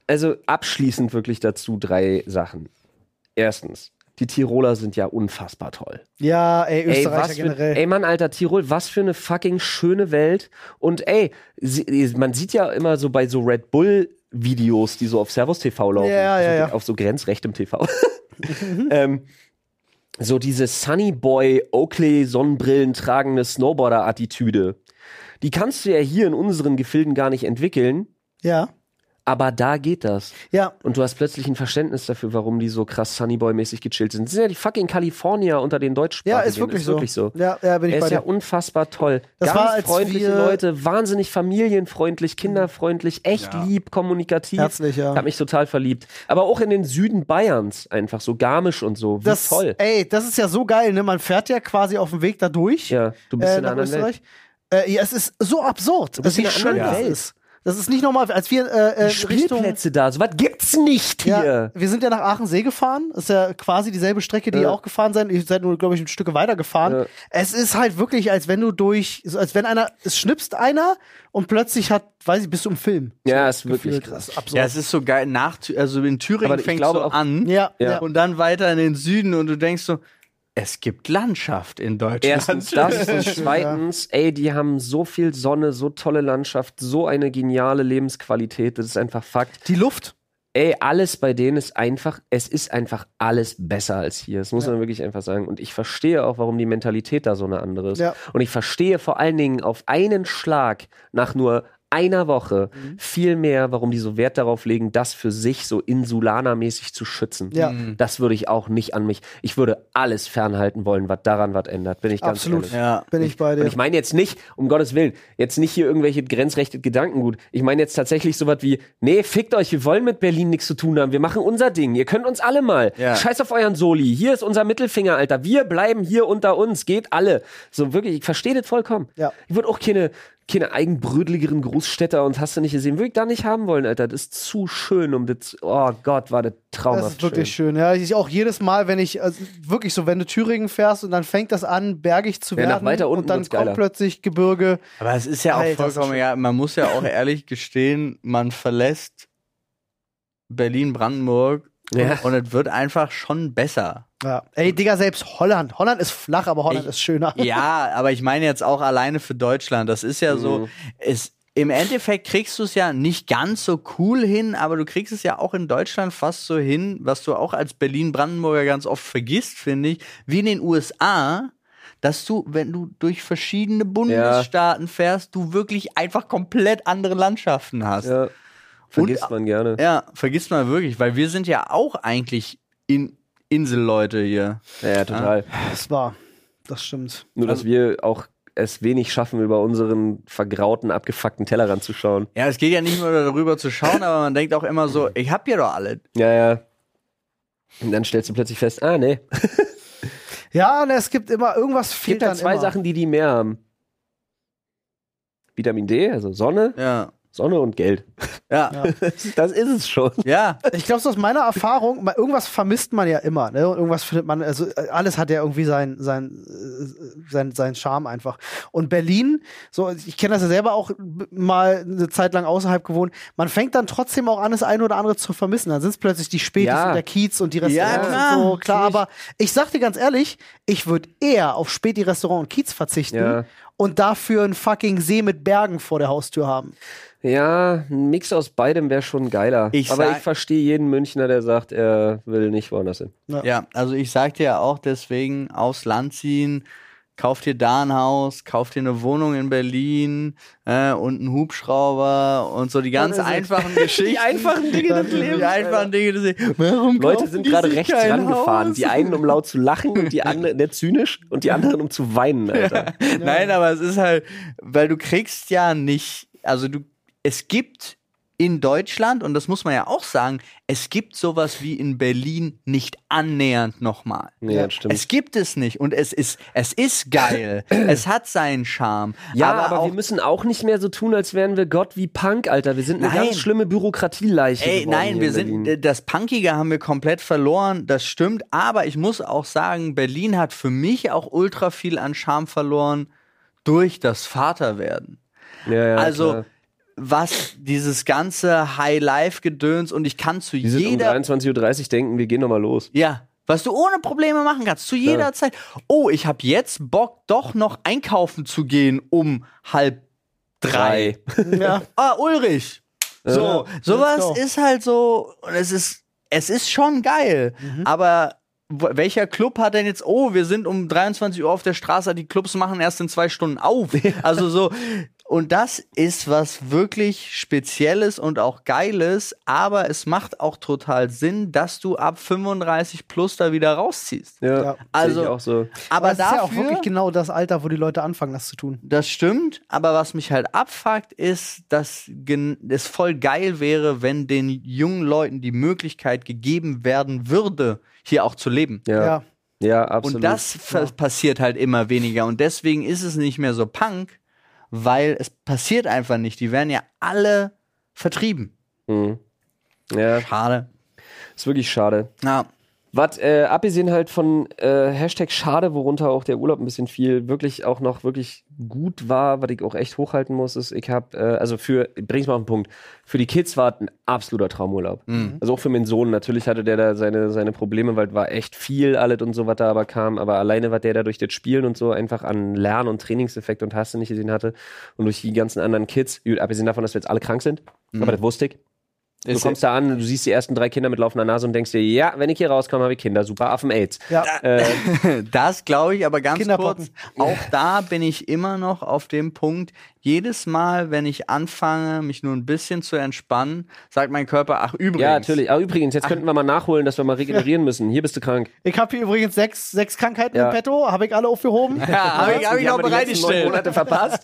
[SPEAKER 3] also abschließend wirklich dazu drei Sachen. Erstens, die Tiroler sind ja unfassbar toll.
[SPEAKER 2] ja, ey, Österreicher
[SPEAKER 3] was für,
[SPEAKER 2] generell.
[SPEAKER 3] ey, Mann, Alter, Tirol, was für eine fucking schöne Welt. Und ey, sie, man sieht ja immer so bei so Red Bull Videos, die so auf Servus TV laufen,
[SPEAKER 2] Ja, ja,
[SPEAKER 3] so,
[SPEAKER 2] ja.
[SPEAKER 3] auf so grenzrechtem TV. ähm, so diese Sunny Boy Oakley Sonnenbrillen tragende Snowboarder Attitüde. Die kannst du ja hier in unseren Gefilden gar nicht entwickeln,
[SPEAKER 2] ja.
[SPEAKER 3] aber da geht das.
[SPEAKER 2] Ja,
[SPEAKER 3] Und du hast plötzlich ein Verständnis dafür, warum die so krass Sunnyboy-mäßig gechillt sind. Das sind ja die fucking Kalifornier unter den
[SPEAKER 2] ja,
[SPEAKER 3] Deutschsprachigen.
[SPEAKER 2] ist wirklich, so.
[SPEAKER 3] wirklich so.
[SPEAKER 2] Ja, ja, bin ich
[SPEAKER 3] Er
[SPEAKER 2] bei
[SPEAKER 3] ist ja
[SPEAKER 2] dir.
[SPEAKER 3] unfassbar toll.
[SPEAKER 2] Das
[SPEAKER 3] Ganz
[SPEAKER 2] war, als
[SPEAKER 3] freundliche
[SPEAKER 2] wir-
[SPEAKER 3] Leute, wahnsinnig familienfreundlich, kinderfreundlich, echt
[SPEAKER 1] Ja.
[SPEAKER 3] lieb, kommunikativ.
[SPEAKER 2] Herzlich, ja.
[SPEAKER 3] Hab mich total verliebt. Aber auch in den Süden Bayerns einfach so Garmisch und so. Wie
[SPEAKER 2] das,
[SPEAKER 3] toll.
[SPEAKER 2] Ey, das ist ja so geil, ne? Man fährt ja quasi auf dem Weg da durch.
[SPEAKER 3] Ja, du bist
[SPEAKER 2] äh,
[SPEAKER 3] in einer
[SPEAKER 2] nach
[SPEAKER 3] anderen Welt.
[SPEAKER 2] Österreich. Äh, ja, es ist so absurd.
[SPEAKER 3] bist
[SPEAKER 2] also, wie
[SPEAKER 3] in einer
[SPEAKER 2] schön
[SPEAKER 3] anderen
[SPEAKER 2] das
[SPEAKER 3] Welt.
[SPEAKER 2] ist. Das ist nicht normal. Als wir äh, äh,
[SPEAKER 3] Die
[SPEAKER 2] Richtung,
[SPEAKER 3] Spielplätze da, so was gibt's nicht
[SPEAKER 2] ja,
[SPEAKER 3] hier.
[SPEAKER 2] wir sind ja nach Aachensee gefahren. Ist ja quasi dieselbe Strecke, die
[SPEAKER 3] Ja.
[SPEAKER 2] ihr auch gefahren seid. Ihr seid nur, glaube ich, ein Stück weiter gefahren.
[SPEAKER 3] Ja.
[SPEAKER 2] Es ist halt wirklich, als wenn du durch, so als wenn einer, es schnipst einer und plötzlich hat, weiß ich, bist du im Film.
[SPEAKER 3] Ja, ist wirklich
[SPEAKER 2] Gefühlt.
[SPEAKER 3] krass.
[SPEAKER 2] Das ist absurd.
[SPEAKER 1] Ja, es ist so geil. Nach, also in Thüringen
[SPEAKER 3] Aber ich
[SPEAKER 1] fängt
[SPEAKER 3] glaube
[SPEAKER 1] so
[SPEAKER 3] auch-
[SPEAKER 1] an
[SPEAKER 2] Ja, ja.
[SPEAKER 1] und dann weiter in den Süden und du denkst so, es gibt Landschaft in Deutschland.
[SPEAKER 3] Erstens das und
[SPEAKER 2] schön,
[SPEAKER 3] zweitens, ey, die haben so viel Sonne, so tolle Landschaft, so eine geniale Lebensqualität, das ist einfach Fakt.
[SPEAKER 2] Die Luft.
[SPEAKER 3] Ey, alles bei denen ist einfach, es ist einfach alles besser als hier. Das muss man wirklich einfach sagen. Und ich verstehe auch, warum die Mentalität da so eine andere ist.
[SPEAKER 2] Ja.
[SPEAKER 3] Und ich verstehe vor allen Dingen auf einen Schlag nach nur einer Woche
[SPEAKER 2] Mhm.
[SPEAKER 3] viel mehr, warum die so Wert darauf legen, das für sich so insulanermäßig zu schützen.
[SPEAKER 2] Ja.
[SPEAKER 3] Das würde ich auch nicht an mich. Ich würde alles fernhalten wollen, was daran was ändert. Bin ich ganz
[SPEAKER 2] Absolut.
[SPEAKER 3] ehrlich.
[SPEAKER 1] Ja.
[SPEAKER 2] Bin ich bei dir.
[SPEAKER 3] Und ich meine jetzt nicht, um Gottes Willen, jetzt nicht hier irgendwelche grenzrechte Gedankengut. Ich meine jetzt tatsächlich sowas wie, nee, fickt euch, wir wollen mit Berlin nichts zu tun haben, wir machen unser Ding, ihr könnt uns alle mal.
[SPEAKER 1] Ja.
[SPEAKER 3] Scheiß auf euren Soli, hier ist unser Mittelfinger, Alter, wir bleiben hier unter uns, geht alle. So wirklich, ich verstehe das vollkommen.
[SPEAKER 2] Ja.
[SPEAKER 3] Ich würde auch keine, keine eigenbrödligeren Großstädter und hast du nicht gesehen, würde ich da nicht haben wollen, Alter. Das ist zu schön, um das, oh Gott, war das traumhaft
[SPEAKER 2] Das ist wirklich schön. Ja, ich auch jedes Mal, wenn ich also wirklich so, wenn du Thüringen fährst und dann fängt das an, bergig zu
[SPEAKER 3] Ja, nach
[SPEAKER 2] werden
[SPEAKER 3] weiter unten
[SPEAKER 2] und dann
[SPEAKER 3] wird's
[SPEAKER 2] kommt
[SPEAKER 3] geiler.
[SPEAKER 2] plötzlich Gebirge.
[SPEAKER 1] Aber es ist ja auch
[SPEAKER 2] Alter, das ist
[SPEAKER 1] vollkommen,
[SPEAKER 2] schön.
[SPEAKER 1] ja, man muss ja auch ehrlich gestehen, man verlässt Berlin-Brandenburg
[SPEAKER 3] Ja.
[SPEAKER 1] und es wird einfach schon besser.
[SPEAKER 2] Ja. Ey, Digga, selbst Holland. Holland ist flach, aber Holland
[SPEAKER 1] Ich-
[SPEAKER 2] ist schöner.
[SPEAKER 1] Ja, aber ich meine jetzt auch alleine für Deutschland. Das ist ja so,
[SPEAKER 3] Mhm.
[SPEAKER 1] es, im Endeffekt kriegst du es ja nicht ganz so cool hin, aber du kriegst es ja auch in Deutschland fast so hin, was du auch als Berlin-Brandenburger ganz oft vergisst, finde ich, wie in den USA. Dass du, wenn du durch verschiedene Bundesstaaten fährst, du wirklich einfach komplett andere Landschaften hast.
[SPEAKER 3] Ja, vergisst man gerne.
[SPEAKER 1] Ja, vergisst mal wirklich, weil wir sind ja auch eigentlich in Inselleute hier.
[SPEAKER 3] Ja, ja total.
[SPEAKER 2] Das war. Das stimmt.
[SPEAKER 3] Nur, dass wir auch es wenig schaffen, über unseren vergrauten, abgefuckten Tellerrand zu schauen.
[SPEAKER 1] Ja, es geht ja nicht nur darüber zu schauen, aber man denkt auch immer so, ich hab hier doch alle.
[SPEAKER 3] Ja, ja. Und dann stellst du plötzlich fest, ah, nee.
[SPEAKER 2] Ja, na, es gibt immer irgendwas
[SPEAKER 3] Es
[SPEAKER 2] fehlt
[SPEAKER 3] gibt halt
[SPEAKER 2] dann
[SPEAKER 3] zwei
[SPEAKER 2] immer.
[SPEAKER 3] Sachen, die die mehr haben. Vitamin D, also Sonne,
[SPEAKER 1] Ja.
[SPEAKER 3] Sonne und Geld.
[SPEAKER 1] Ja.
[SPEAKER 3] Das ist es schon.
[SPEAKER 1] Ja.
[SPEAKER 2] Ich glaube, so aus meiner Erfahrung, ma- irgendwas vermisst man ja immer, ne? Und irgendwas findet man, also äh, alles hat ja irgendwie sein, sein, äh, sein, sein Charme einfach. Und Berlin, so, ich kenne das ja selber auch b- mal eine Zeit lang außerhalb gewohnt, man fängt dann trotzdem auch an, das eine oder andere zu vermissen. Dann sind es plötzlich die Spätis
[SPEAKER 3] Ja.
[SPEAKER 2] und der Kiez und die Restaurants
[SPEAKER 1] klar,
[SPEAKER 2] und so, klar. Aber ich sag dir ganz ehrlich, ich würde eher auf Späti, Restaurant und Kiez verzichten
[SPEAKER 3] Ja.
[SPEAKER 2] und dafür einen fucking See mit Bergen vor der Haustür haben.
[SPEAKER 3] Ja, ein Mix aus beidem wäre schon geiler.
[SPEAKER 1] Ich
[SPEAKER 3] Aber
[SPEAKER 1] sag-
[SPEAKER 3] ich verstehe jeden Münchner, der sagt, er will nicht woanders hin.
[SPEAKER 1] Ja, also ich sag dir ja auch deswegen, aufs Land ziehen, kauf dir da ein Haus, kauf dir eine Wohnung in Berlin äh, und einen Hubschrauber und so die ganz
[SPEAKER 2] ist es.
[SPEAKER 1] einfachen Geschichten.
[SPEAKER 3] Die einfachen Dinge des Lebens,
[SPEAKER 1] Die einfachen Dinge des Lebens. Warum
[SPEAKER 3] Leute
[SPEAKER 1] kaufen
[SPEAKER 3] sind
[SPEAKER 1] die
[SPEAKER 3] gerade
[SPEAKER 1] sich
[SPEAKER 3] rechts
[SPEAKER 1] kein
[SPEAKER 3] rangefahren.
[SPEAKER 1] Haus?
[SPEAKER 3] Die einen, um laut zu lachen und die anderen, der zynisch und die anderen, um zu weinen, Alter.
[SPEAKER 1] Nein, aber es ist halt, weil du kriegst ja nicht, also du, es gibt in Deutschland, und das muss man ja auch sagen, es gibt sowas wie in Berlin nicht annähernd nochmal.
[SPEAKER 3] Nee,
[SPEAKER 2] Ja.
[SPEAKER 3] das stimmt.
[SPEAKER 1] Es gibt es nicht und es ist, es ist geil. es hat seinen Charme.
[SPEAKER 3] ja, aber,
[SPEAKER 1] auch,
[SPEAKER 3] wir müssen auch nicht mehr so tun, als wären wir Gott wie Punk, Alter. Wir sind eine
[SPEAKER 1] Nein.
[SPEAKER 3] ganz schlimme Bürokratieleich.
[SPEAKER 1] Ey, nein, wir sind, äh, das Punkige haben wir komplett verloren, das stimmt, aber ich muss auch sagen, Berlin hat für mich auch ultra viel an Charme verloren durch das Vaterwerden.
[SPEAKER 3] Ja, ja,
[SPEAKER 1] also
[SPEAKER 3] klar.
[SPEAKER 1] was dieses ganze High-Life-Gedöns und ich kann zu
[SPEAKER 3] wir sind um
[SPEAKER 1] jeder
[SPEAKER 3] 23.30 Uhr denken, wir gehen nochmal los.
[SPEAKER 1] ja, was du ohne Probleme machen kannst, zu jeder Zeit. Oh, ich habe jetzt Bock, doch noch einkaufen zu gehen um halb drei.
[SPEAKER 2] Ja.
[SPEAKER 1] Ah, Ulrich. So,
[SPEAKER 2] Ja, let's
[SPEAKER 1] sowas
[SPEAKER 2] go.
[SPEAKER 1] ist halt so, und es ist, es ist schon geil,
[SPEAKER 2] Mhm.
[SPEAKER 1] aber w- welcher Club hat denn jetzt, oh, wir sind um 23 Uhr auf der Straße, die Clubs machen erst in zwei Stunden auf. Also so, Und das ist was wirklich Spezielles und auch Geiles, aber es macht auch total Sinn, dass du ab 35 plus da wieder rausziehst.
[SPEAKER 3] Ja,
[SPEAKER 2] Ja.
[SPEAKER 3] sehe
[SPEAKER 1] Also-
[SPEAKER 3] ich auch so.
[SPEAKER 1] Aber
[SPEAKER 2] das ist ja
[SPEAKER 1] dafür,
[SPEAKER 2] auch wirklich genau das Alter, wo die Leute anfangen, das zu tun.
[SPEAKER 1] das stimmt, aber was mich halt abfuckt, ist, dass gen- es voll geil wäre, wenn den jungen Leuten die Möglichkeit gegeben werden würde, hier auch zu leben.
[SPEAKER 3] Ja, ja. absolut.
[SPEAKER 1] Und das ver- passiert halt immer weniger. Und deswegen ist es nicht mehr so Punk, weil es passiert einfach nicht. Die werden ja alle vertrieben.
[SPEAKER 3] Mhm. Ja,
[SPEAKER 1] Schade.
[SPEAKER 3] ist wirklich schade.
[SPEAKER 1] Ja,
[SPEAKER 3] Was, äh, abgesehen halt von äh, Hashtag schade, worunter auch der Urlaub ein bisschen viel wirklich auch noch wirklich gut war, was ich auch echt hochhalten muss, ist, ich habe, äh, also für, ich bring's mal auf den Punkt, für die Kids war es ein absoluter Traumurlaub. Also auch für meinen Sohn, natürlich hatte der da seine, seine Probleme, weil war echt viel alles und so, was da aber kam, aber alleine, was der da durch das Spielen und so einfach an Lern- und Trainingseffekt und Hasse nicht gesehen hatte und durch die ganzen anderen Kids, gut, abgesehen davon, dass wir jetzt alle krank sind, aber das wusste ich, Du
[SPEAKER 1] Ist-
[SPEAKER 3] kommst da an, du siehst die ersten drei Kinder mit laufender Nase und denkst dir, ja, wenn ich hier rauskomme, habe ich Kinder, super, Affen AIDS.
[SPEAKER 2] Ja.
[SPEAKER 3] Äh,
[SPEAKER 1] das glaube ich, aber ganz kurz.
[SPEAKER 2] Kinderpocken.
[SPEAKER 1] Auch da bin ich immer noch auf dem Punkt. Jedes Mal, wenn ich anfange, mich nur ein bisschen zu entspannen, sagt mein Körper, ach übrigens.
[SPEAKER 3] ja, natürlich. Aber übrigens, jetzt könnten wir mal nachholen, dass wir mal regenerieren müssen. Hier bist du krank.
[SPEAKER 2] Ich habe hier übrigens sechs, sechs Krankheiten
[SPEAKER 3] Ja.
[SPEAKER 2] im Petto, habe ich alle aufgehoben.
[SPEAKER 1] Ja, habe ich, hab ich
[SPEAKER 3] Die
[SPEAKER 1] noch
[SPEAKER 3] haben wir die letzten neun
[SPEAKER 1] bereitgestellt.
[SPEAKER 3] Monate verpasst.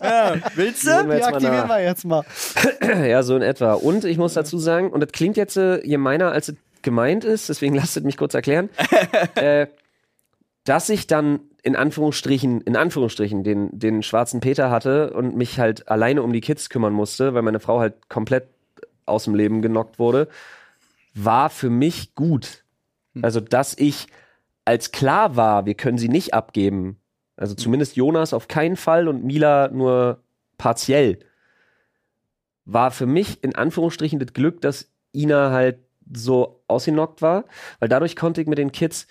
[SPEAKER 1] Ja, willst du?
[SPEAKER 3] Nehmen wir
[SPEAKER 2] Die
[SPEAKER 3] jetzt mal
[SPEAKER 2] aktivieren
[SPEAKER 3] nach.
[SPEAKER 2] wir jetzt mal.
[SPEAKER 3] Ja, so in etwa. Und ich muss dazu sagen, und das klingt jetzt äh, gemeiner, als es gemeint ist, deswegen lasst es mich kurz erklären, äh, dass ich dann in Anführungsstrichen, in Anführungsstrichen den, den schwarzen Peter hatte und mich halt alleine um die Kids kümmern musste, weil meine Frau halt komplett aus dem Leben genockt wurde, war für mich gut. Also, dass ich, als klar war, wir können sie nicht abgeben, also zumindest Jonas auf keinen Fall und Mila nur partiell, war für mich in Anführungsstrichen das Glück, dass Ina halt so ausgenockt war, weil dadurch konnte ich mit den Kids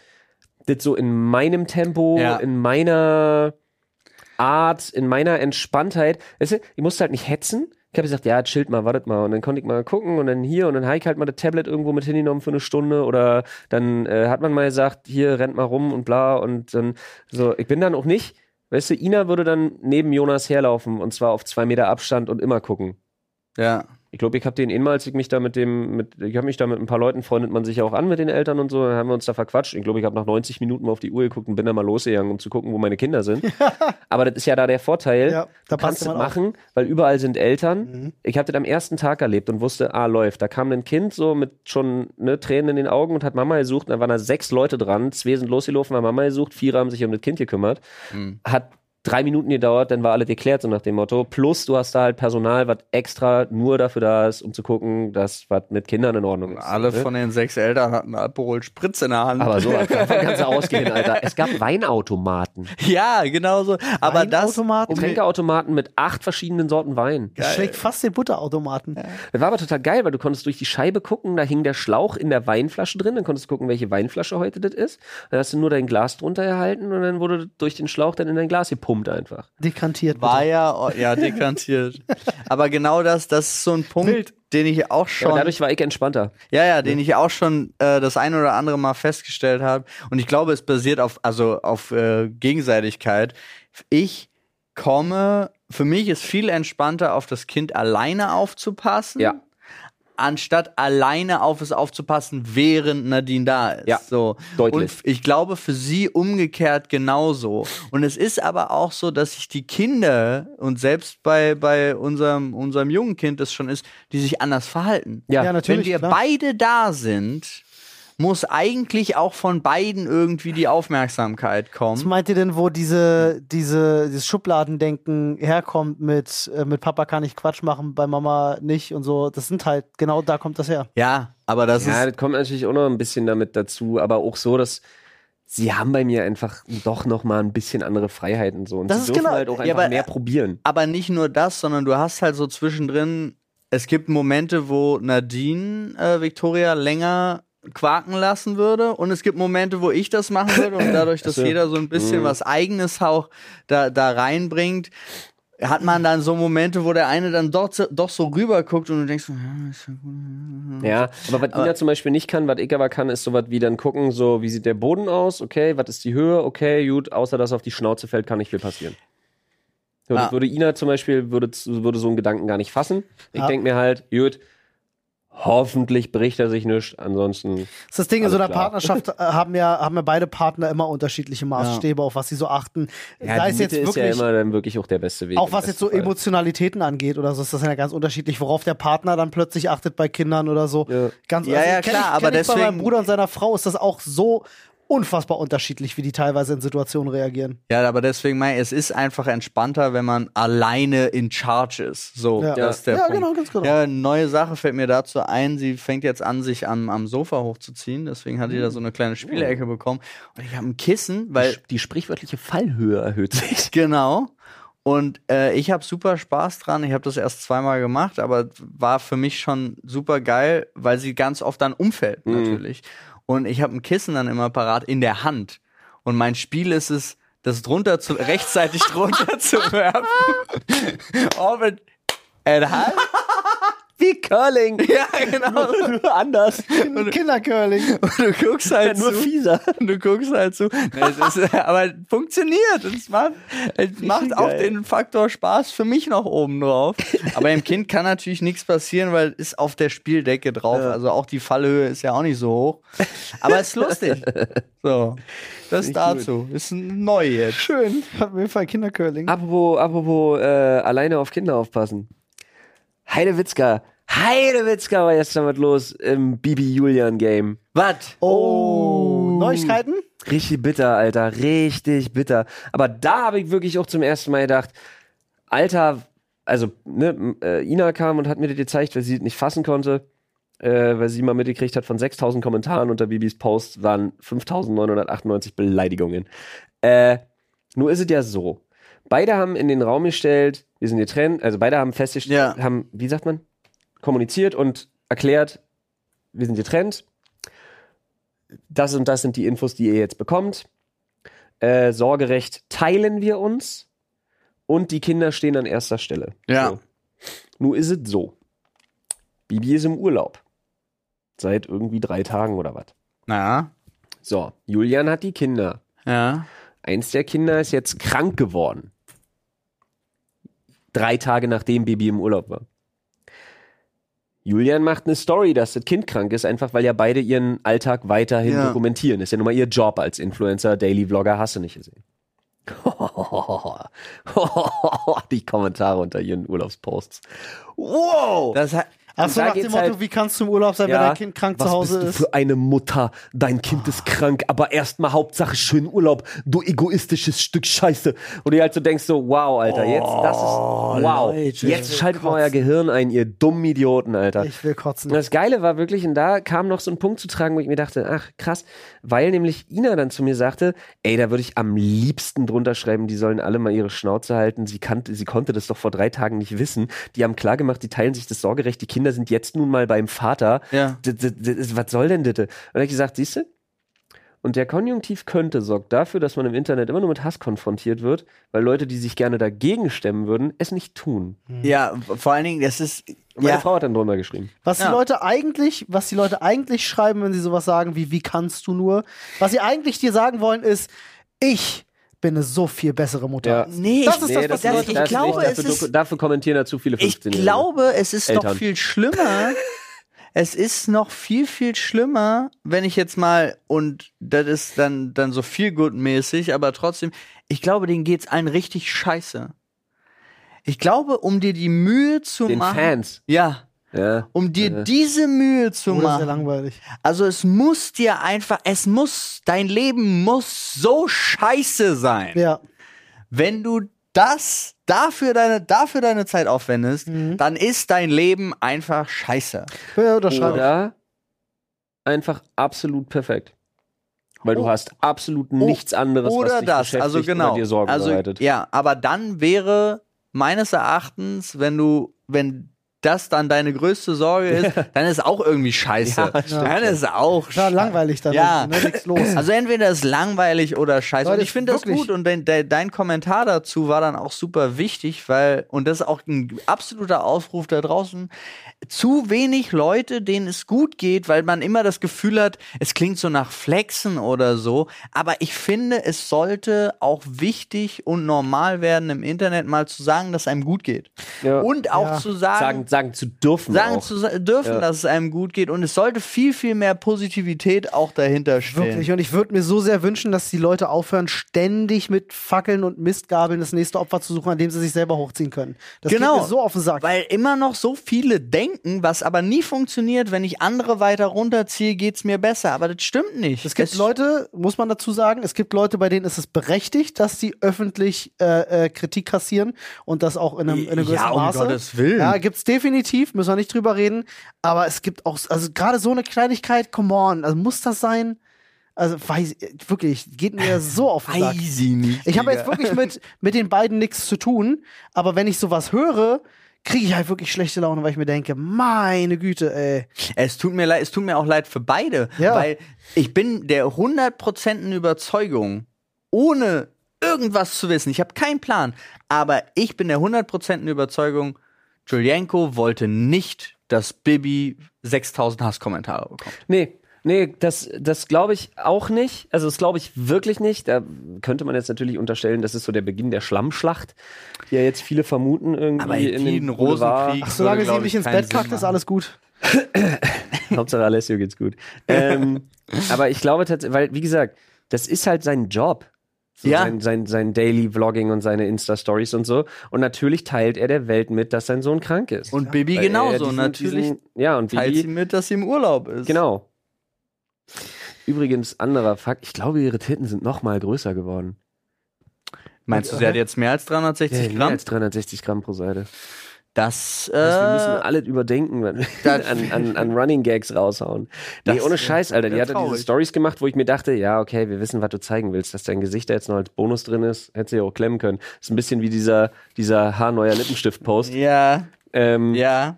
[SPEAKER 3] das so in meinem Tempo,
[SPEAKER 1] Ja.
[SPEAKER 3] in meiner Art, in meiner Entspanntheit. Weißt du, ich musste halt nicht hetzen. Ich habe gesagt, ja, chillt mal, wartet mal. Und dann konnte ich mal gucken und dann hier und dann habe ich halt mal das Tablet irgendwo mit hingenommen für eine Stunde oder dann äh, hat man mal gesagt, hier rennt mal rum und bla und dann so. Ich bin dann auch nicht, weißt du, Ina würde dann neben Jonas herlaufen und zwar auf zwei Meter Abstand und immer gucken.
[SPEAKER 1] Ja.
[SPEAKER 3] Ich glaube, ich habe den immer, als ich mich da mit dem, mit, ich habe mich da mit ein paar Leuten freundet man sich ja auch an mit den Eltern und so, dann haben wir uns da verquatscht. Ich glaube, ich habe nach 90 Minuten mal auf die Uhr geguckt und bin dann mal losgegangen, um zu gucken, wo meine Kinder sind. Aber das ist ja da der Vorteil.
[SPEAKER 2] Ja, da
[SPEAKER 3] du kannst
[SPEAKER 2] passt
[SPEAKER 3] das
[SPEAKER 2] man auf.
[SPEAKER 3] machen, weil überall sind Eltern.
[SPEAKER 2] Mhm.
[SPEAKER 3] Ich habe das am ersten Tag erlebt und wusste, ah, läuft. Da kam ein Kind so mit schon ne, Tränen in den Augen und hat Mama gesucht. Und da waren da sechs Leute dran. Zwei sind losgelaufen, haben Mama gesucht. Vier haben sich um das Kind gekümmert.
[SPEAKER 1] Mhm.
[SPEAKER 3] Hat drei Minuten gedauert, dann war alles geklärt, so nach dem Motto. Plus, du hast da halt Personal, was extra nur dafür da ist, um zu gucken, dass was mit Kindern in Ordnung ist.
[SPEAKER 1] Alle
[SPEAKER 3] ne?
[SPEAKER 1] von den sechs Eltern hatten Alkoholspritz in der Hand.
[SPEAKER 3] Aber so, davon kannst du ausgehen, Alter. Es gab Weinautomaten.
[SPEAKER 1] ja, genau so. Aber das.
[SPEAKER 2] Weinautomaten?
[SPEAKER 3] Getränkeautomaten mit acht verschiedenen Sorten Wein.
[SPEAKER 2] Das schlägt fast den Butterautomaten.
[SPEAKER 3] Das war aber total geil, weil du konntest durch die Scheibe gucken, da hing der Schlauch in der Weinflasche drin, dann konntest du gucken, welche Weinflasche heute das ist. Dann hast du nur dein Glas drunter erhalten und dann wurde durch den Schlauch dann in dein Glas gepumpt einfach.
[SPEAKER 2] Dekantiert. bitte.
[SPEAKER 1] War ja, oh, ja, dekantiert. Aber genau das, das ist so ein Punkt,
[SPEAKER 2] Wild.
[SPEAKER 1] den ich auch
[SPEAKER 3] Ja,
[SPEAKER 1] schon,
[SPEAKER 3] aber
[SPEAKER 1] ja,
[SPEAKER 3] dadurch war ich entspannter.
[SPEAKER 1] ja, den ich auch schon äh, das ein oder andere Mal festgestellt habe. Und ich glaube, es basiert auf, also auf äh, Gegenseitigkeit. Ich komme, für mich ist viel entspannter, auf das Kind alleine aufzupassen.
[SPEAKER 3] Ja.
[SPEAKER 1] Anstatt alleine auf es aufzupassen, während Nadine da ist.
[SPEAKER 3] Ja,
[SPEAKER 1] so.
[SPEAKER 3] deutlich.
[SPEAKER 1] Und f- ich glaube, für sie umgekehrt genauso. Und es ist aber auch so, dass sich die Kinder und selbst bei, bei unserem, unserem jungen Kind das schon ist, die sich anders verhalten.
[SPEAKER 3] Ja,
[SPEAKER 2] Ja, natürlich.
[SPEAKER 1] Wenn wir
[SPEAKER 2] klar.
[SPEAKER 1] beide da sind, muss eigentlich auch von beiden irgendwie die Aufmerksamkeit
[SPEAKER 2] Was
[SPEAKER 1] kommen.
[SPEAKER 2] meint ihr denn, wo diese, diese, dieses Schubladendenken herkommt mit, äh, mit Papa kann ich Quatsch machen, bei Mama nicht und so? Das sind halt, genau da kommt das her.
[SPEAKER 1] Ja, aber das
[SPEAKER 3] Ja,
[SPEAKER 1] ist.
[SPEAKER 3] das kommt natürlich auch noch ein bisschen damit dazu, aber auch so, dass sie haben bei mir einfach doch noch mal ein bisschen andere Freiheiten so und
[SPEAKER 2] Das
[SPEAKER 3] sie
[SPEAKER 2] ist
[SPEAKER 3] dürfen
[SPEAKER 2] genau-
[SPEAKER 3] halt auch
[SPEAKER 1] Ja,
[SPEAKER 3] einfach
[SPEAKER 1] aber-
[SPEAKER 3] mehr probieren.
[SPEAKER 1] Aber nicht nur das, sondern du hast halt so zwischendrin, es gibt Momente, wo Nadine äh, Victoria länger quaken lassen würde und es gibt Momente, wo ich das machen würde und dadurch, dass
[SPEAKER 3] Ach so.
[SPEAKER 1] jeder so ein bisschen was eigenes auch da, da reinbringt, hat man dann so Momente, wo der eine dann doch, doch so rüber guckt und du denkst, so, ja, ist ja gut.
[SPEAKER 3] Ja, aber was Ina zum Beispiel nicht kann, was ich aber kann, ist sowas wie dann gucken, so wie sieht der Boden aus, okay, was ist die Höhe, okay, gut, außer dass auf die Schnauze fällt, kann nicht viel passieren. Würde,
[SPEAKER 2] Ah.
[SPEAKER 1] Ja.
[SPEAKER 3] würde Ina zum Beispiel, würde, würde so einen Gedanken gar nicht fassen. Ich
[SPEAKER 2] Ja.
[SPEAKER 3] denke mir halt, gut, hoffentlich bricht er sich nichts, ansonsten
[SPEAKER 2] Das ist das Ding, in
[SPEAKER 3] Alles
[SPEAKER 2] so einer
[SPEAKER 3] klar.
[SPEAKER 2] Partnerschaft äh, haben ja, haben ja beide Partner immer unterschiedliche Maßstäbe, auf was sie so achten. Sei es jetzt
[SPEAKER 3] ist ja
[SPEAKER 2] wirklich,
[SPEAKER 3] immer dann wirklich auch der beste Weg.
[SPEAKER 2] auch
[SPEAKER 3] im
[SPEAKER 2] was jetzt so
[SPEAKER 3] besten Fall.
[SPEAKER 2] Emotionalitäten angeht oder so, ist das ja ganz unterschiedlich, worauf der Partner dann plötzlich achtet bei Kindern oder so.
[SPEAKER 3] Ja.
[SPEAKER 2] Ganz, also
[SPEAKER 1] Ja, ja, klar,
[SPEAKER 2] kenn ich, kenn
[SPEAKER 1] aber
[SPEAKER 2] ich Bei meinem
[SPEAKER 1] deswegen-
[SPEAKER 2] Bruder und seiner Frau ist das auch so unfassbar unterschiedlich, wie die teilweise in Situationen reagieren.
[SPEAKER 1] Ja, aber deswegen mein, es ist einfach entspannter, wenn man alleine in Charge ist.
[SPEAKER 3] Oh,
[SPEAKER 1] So,
[SPEAKER 2] Ja.
[SPEAKER 1] das ist der
[SPEAKER 2] Ja,
[SPEAKER 1] Punkt.
[SPEAKER 2] genau, ganz genau.
[SPEAKER 1] Ja, eine neue Sache fällt mir dazu ein. Sie fängt jetzt an, sich am, am Sofa hochzuziehen. Deswegen hat die
[SPEAKER 2] Mm.
[SPEAKER 1] da so eine kleine
[SPEAKER 2] Oh.
[SPEAKER 1] Spielecke bekommen. Und ich habe ein Kissen, weil
[SPEAKER 3] die sprichwörtliche Fallhöhe erhöht sich.
[SPEAKER 1] Genau. Und äh, ich habe super Spaß dran. Ich habe das erst zweimal gemacht, aber war für mich schon super geil, weil sie ganz oft dann umfällt, natürlich. Und ich habe ein Kissen dann immer parat in der Hand. Und mein Spiel ist es, das drunter zu, rechtzeitig drunter zu werfen. Orbit at half.
[SPEAKER 3] Wie Curling.
[SPEAKER 1] Ja, genau.
[SPEAKER 3] Nur anders.
[SPEAKER 2] Kindercurling.
[SPEAKER 1] Und du guckst halt
[SPEAKER 3] Nur
[SPEAKER 1] zu.
[SPEAKER 3] fieser.
[SPEAKER 1] Und du guckst halt zu. Na, es ist, aber funktioniert. Es macht, es macht auch
[SPEAKER 3] geil.
[SPEAKER 1] den Faktor Spaß für mich noch oben drauf. Aber im Kind kann natürlich nichts passieren, weil es auf der Spieldecke drauf. Also auch die Fallhöhe ist ja auch nicht so hoch. Aber es ist lustig. So, das dazu. Ist neu jetzt.
[SPEAKER 2] Schön. Hat auf jeden Fall Kindercurling.
[SPEAKER 3] Apropos, apropos äh, alleine auf Kinder aufpassen. Heidewitzka. Heidewitzka war jetzt damit los im Bibi-Julian-Game.
[SPEAKER 1] Was?
[SPEAKER 2] Oh. Neuigkeiten?
[SPEAKER 3] Richtig bitter, Alter. Richtig bitter. Aber da habe ich wirklich auch zum ersten Mal gedacht, Alter, also ne, m- äh, Ina kam und hat mir das gezeigt, weil sie es nicht fassen konnte, äh, weil sie mal mitgekriegt hat, von 6000 Kommentaren unter Bibis Post waren 5998 Beleidigungen. Äh, nur ist es ja so. Beide haben in den Raum gestellt, wir sind getrennt, also beide haben festgestellt,
[SPEAKER 1] Ja.
[SPEAKER 3] haben, wie sagt man, kommuniziert und erklärt, wir sind getrennt. Das und das sind die Infos, die ihr jetzt bekommt. Äh, Sorgerecht teilen wir uns und die Kinder stehen an erster Stelle.
[SPEAKER 1] Ja.
[SPEAKER 3] So. Nur ist es so. Bibi ist im Urlaub. Seit irgendwie drei Tagen oder was.
[SPEAKER 1] Na,
[SPEAKER 3] So, Julian hat die Kinder.
[SPEAKER 1] ja.
[SPEAKER 3] Eins der Kinder ist jetzt krank geworden. Drei Tage nachdem Baby im Urlaub war. Julian macht eine Story, dass das Kind krank ist, einfach weil ja beide ihren Alltag weiterhin
[SPEAKER 1] Ja.
[SPEAKER 3] dokumentieren. Ist ja nun mal ihr Job als Influencer, Daily Vlogger, hast du nicht gesehen. Die Kommentare unter ihren Urlaubsposts. Wow!
[SPEAKER 1] Das hat,
[SPEAKER 2] Achso,
[SPEAKER 3] Oh. da
[SPEAKER 2] nach
[SPEAKER 3] geht's
[SPEAKER 2] dem Motto,
[SPEAKER 3] halt-
[SPEAKER 2] wie kannst du im Urlaub sein, wenn dein Kind krank
[SPEAKER 3] was
[SPEAKER 2] zu Hause
[SPEAKER 3] bist du
[SPEAKER 2] ist?
[SPEAKER 3] für eine Mutter? Dein Kind ist krank, aber erstmal Hauptsache schönen Urlaub, du egoistisches Stück Scheiße. Und du halt so denkst so, wow, Alter, jetzt
[SPEAKER 2] Oh,
[SPEAKER 3] das ist wow.
[SPEAKER 1] Leute.
[SPEAKER 3] jetzt schaltet mal euer Gehirn ein, ihr dummen Idioten, Alter.
[SPEAKER 2] Ich will kotzen.
[SPEAKER 3] Und das Geile war wirklich, und da kam noch so ein Punkt zu tragen, wo ich mir dachte, ach krass, weil nämlich Ina dann zu mir sagte, ey, da würde ich am liebsten drunter schreiben, die sollen alle mal ihre Schnauze halten, sie, kannte, sie konnte das doch vor drei Tagen nicht wissen. Die haben klargemacht, die teilen sich das Sorgerecht, die Kinder sind jetzt nun mal beim Vater.
[SPEAKER 1] Ja.
[SPEAKER 3] D- d- d- ist- Was soll denn bitte? Und da hab ich gesagt, siehst du? Und der Konjunktiv könnte sorgt dafür, dass man im Internet immer nur mit Hass konfrontiert wird, weil Leute, die sich gerne dagegen stemmen würden, es nicht tun.
[SPEAKER 1] ja, vor allen Dingen, das ist.
[SPEAKER 3] Hm. Meine
[SPEAKER 1] Ja,
[SPEAKER 3] Frau hat dann drunter geschrieben.
[SPEAKER 2] Was die
[SPEAKER 1] Ja.
[SPEAKER 2] Leute eigentlich, was die Leute eigentlich schreiben, wenn sie sowas sagen wie wie kannst du nur, was sie eigentlich dir sagen wollen ist, ich bin eine so viel bessere Mutter.
[SPEAKER 3] Ja.
[SPEAKER 1] nee,
[SPEAKER 2] Das ist
[SPEAKER 1] ich-
[SPEAKER 2] das, was die Leute-
[SPEAKER 1] ich
[SPEAKER 3] das
[SPEAKER 1] glaube,
[SPEAKER 3] nicht.
[SPEAKER 1] es
[SPEAKER 3] dafür,
[SPEAKER 1] ist.
[SPEAKER 3] doku- dafür kommentieren da zu viele
[SPEAKER 1] Ich
[SPEAKER 3] 15
[SPEAKER 1] glaube, es ist noch
[SPEAKER 3] äh, Eltern.
[SPEAKER 1] viel schlimmer. es ist noch viel, viel schlimmer, wenn ich jetzt mal, und das ist dann, dann so viel gut mäßig, aber trotzdem, ich glaube, denen geht's allen richtig scheiße. Ich glaube, um dir die Mühe zu
[SPEAKER 3] den
[SPEAKER 1] machen.
[SPEAKER 3] Fans.
[SPEAKER 1] Ja.
[SPEAKER 3] Ja.
[SPEAKER 1] Um dir
[SPEAKER 3] Äh.
[SPEAKER 1] diese Mühe zu
[SPEAKER 2] Oh, das ist ja
[SPEAKER 1] machen.
[SPEAKER 2] langweilig.
[SPEAKER 1] Also es muss dir einfach, es muss, dein Leben muss so scheiße sein
[SPEAKER 2] Ja.
[SPEAKER 1] wenn du das dafür deine, dafür deine Zeit aufwendest,
[SPEAKER 2] Hm?
[SPEAKER 1] dann ist dein Leben einfach scheiße.
[SPEAKER 2] ja Mhm. das schreibe
[SPEAKER 3] Oder einfach absolut perfekt. Weil du hast absolut nichts anderes, was
[SPEAKER 1] Oh. Oder
[SPEAKER 3] dich
[SPEAKER 1] das,
[SPEAKER 3] beschäftigt
[SPEAKER 1] also genau.
[SPEAKER 3] oder dir Sorgen
[SPEAKER 1] also,
[SPEAKER 3] bereitet.
[SPEAKER 1] ja, aber dann wäre meines Erachtens, wenn du, wenn das dann deine größte Sorge ist, dann ist auch irgendwie scheiße.
[SPEAKER 3] Ja,
[SPEAKER 1] dann ist auch
[SPEAKER 2] Klar, langweilig dann.
[SPEAKER 1] Ja.
[SPEAKER 2] Ne, nichts los.
[SPEAKER 1] Also entweder ist langweilig oder scheiße.
[SPEAKER 2] Leute,
[SPEAKER 1] und ich finde das
[SPEAKER 2] wirklich.
[SPEAKER 1] gut und dein, de, dein Kommentar dazu war dann auch super wichtig, weil, und das ist auch ein absoluter Aufruf da draußen, zu wenig Leute, denen es gut geht, weil man immer das Gefühl hat, es klingt so nach Flexen oder so. Aber ich finde, es sollte auch wichtig und normal werden, im Internet mal zu sagen, dass einem gut geht.
[SPEAKER 3] Ja.
[SPEAKER 1] Und auch
[SPEAKER 2] Ja.
[SPEAKER 1] zu
[SPEAKER 3] sagen, sagen zu dürfen.
[SPEAKER 1] sagen
[SPEAKER 3] auch.
[SPEAKER 1] zu sa- dürfen,
[SPEAKER 3] Ja.
[SPEAKER 1] dass es einem gut geht. Und es sollte viel, viel mehr Positivität auch dahinter stehen.
[SPEAKER 2] Wirklich. Und ich würde mir so sehr wünschen, dass die Leute aufhören, ständig mit Fackeln und Mistgabeln das nächste Opfer zu suchen, an dem sie sich selber hochziehen können. Das
[SPEAKER 1] Genau.
[SPEAKER 2] geht mir so auf den Sack.
[SPEAKER 1] Weil immer noch so viele denken, was aber nie funktioniert, wenn ich andere weiter runterziehe, geht's mir besser. Aber das stimmt nicht.
[SPEAKER 2] Es gibt Leute, muss man dazu sagen, es gibt Leute, bei denen ist es berechtigt, dass sie öffentlich äh, äh, Kritik kassieren und das auch in einem, in einem
[SPEAKER 1] Ja,
[SPEAKER 2] gewissen
[SPEAKER 1] um
[SPEAKER 2] Maße.
[SPEAKER 1] Gottes Willen.
[SPEAKER 2] Ja, gibt's definitiv, müssen wir nicht drüber reden. Aber es gibt auch, also gerade so eine Kleinigkeit, come on, also muss das sein? Also weiß wirklich, geht mir so auf den Sack.
[SPEAKER 1] Weiß ich nicht.
[SPEAKER 2] Ich habe
[SPEAKER 1] Äh, Digga.
[SPEAKER 2] jetzt wirklich mit, mit den beiden nichts zu tun, aber wenn ich sowas höre, kriege ich halt wirklich schlechte Laune, weil ich mir denke, meine Güte, ey.
[SPEAKER 1] Es tut mir leid, es tut mir auch leid für beide,
[SPEAKER 2] Ja.
[SPEAKER 1] weil ich bin der 100% Überzeugung, ohne irgendwas zu wissen. Ich habe keinen Plan, aber ich bin der 100% Überzeugung, Julienko wollte nicht, dass Bibi 6000 Hasskommentare bekommt.
[SPEAKER 3] Nee, nee, das, das glaube ich auch nicht. Also das glaube ich wirklich nicht. Da könnte man jetzt natürlich unterstellen, das ist so der Beginn der Schlammschlacht, die ja jetzt viele vermuten irgendwie
[SPEAKER 1] Aber
[SPEAKER 3] in
[SPEAKER 1] jeden
[SPEAKER 3] den Boulevard.
[SPEAKER 1] Rosenkrieg-
[SPEAKER 2] Ach,
[SPEAKER 1] Würde,
[SPEAKER 2] solange
[SPEAKER 1] glaub
[SPEAKER 2] sie
[SPEAKER 1] ich,
[SPEAKER 2] mich ins
[SPEAKER 1] keinen
[SPEAKER 2] Bett
[SPEAKER 1] Sinn
[SPEAKER 2] kackt, ist
[SPEAKER 1] machen.
[SPEAKER 2] alles gut.
[SPEAKER 3] Hauptsache Alessio geht's gut. ähm, aber ich glaube tatsächlich, weil, wie gesagt, das ist halt sein Job. So
[SPEAKER 1] Ja.
[SPEAKER 3] Sein, sein, sein Daily Vlogging und seine Insta-Stories und so. Und natürlich teilt er der Welt mit, dass sein Sohn krank ist.
[SPEAKER 1] Und Bibi
[SPEAKER 3] Weil er
[SPEAKER 1] genauso,
[SPEAKER 3] diesen-
[SPEAKER 1] natürlich
[SPEAKER 3] Diesen, ja, und
[SPEAKER 1] teilt sie
[SPEAKER 3] Bibi,
[SPEAKER 1] mit, dass sie im Urlaub ist.
[SPEAKER 3] genau. Übrigens, anderer Fakt, ich glaube, ihre Titten sind noch mal größer geworden.
[SPEAKER 1] Meinst du, sie hat jetzt mehr als 360
[SPEAKER 3] mehr
[SPEAKER 1] Gramm?
[SPEAKER 3] als 360 Gramm pro Seite.
[SPEAKER 1] Das, äh,
[SPEAKER 3] Also wir müssen alle überdenken, wenn
[SPEAKER 1] das-
[SPEAKER 3] wir an, an, an Running Gags raushauen. Nee,
[SPEAKER 1] Das
[SPEAKER 3] ohne
[SPEAKER 1] ist
[SPEAKER 3] Scheiß, Alter. Die
[SPEAKER 1] ja
[SPEAKER 3] hat ja
[SPEAKER 1] traurig.
[SPEAKER 3] diese Stories gemacht, wo ich mir dachte, ja, okay, wir wissen, was du zeigen willst. Dass dein Gesicht da jetzt noch als Bonus drin ist, hätte sie ja auch klemmen können. Ist ein bisschen wie dieser, dieser haarneuer Lippenstift-Post.
[SPEAKER 1] ja,
[SPEAKER 3] Ähm,
[SPEAKER 1] ja.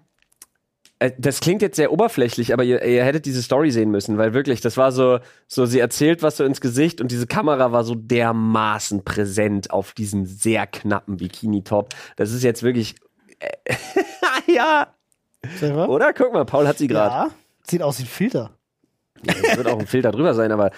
[SPEAKER 3] äh, Das klingt jetzt sehr oberflächlich, aber ihr, ihr hättet diese Story sehen müssen, weil wirklich, das war so, so, sie erzählt was so ins Gesicht und diese Kamera war so dermaßen präsent auf diesem sehr knappen Bikini-Top. Das ist jetzt wirklich, äh, ja,
[SPEAKER 2] Selber?
[SPEAKER 3] oder? Guck mal, Paul hat sie gerade.
[SPEAKER 2] Ja, sieht aus wie ein Filter.
[SPEAKER 3] Es wird auch ein Filter drüber sein, aber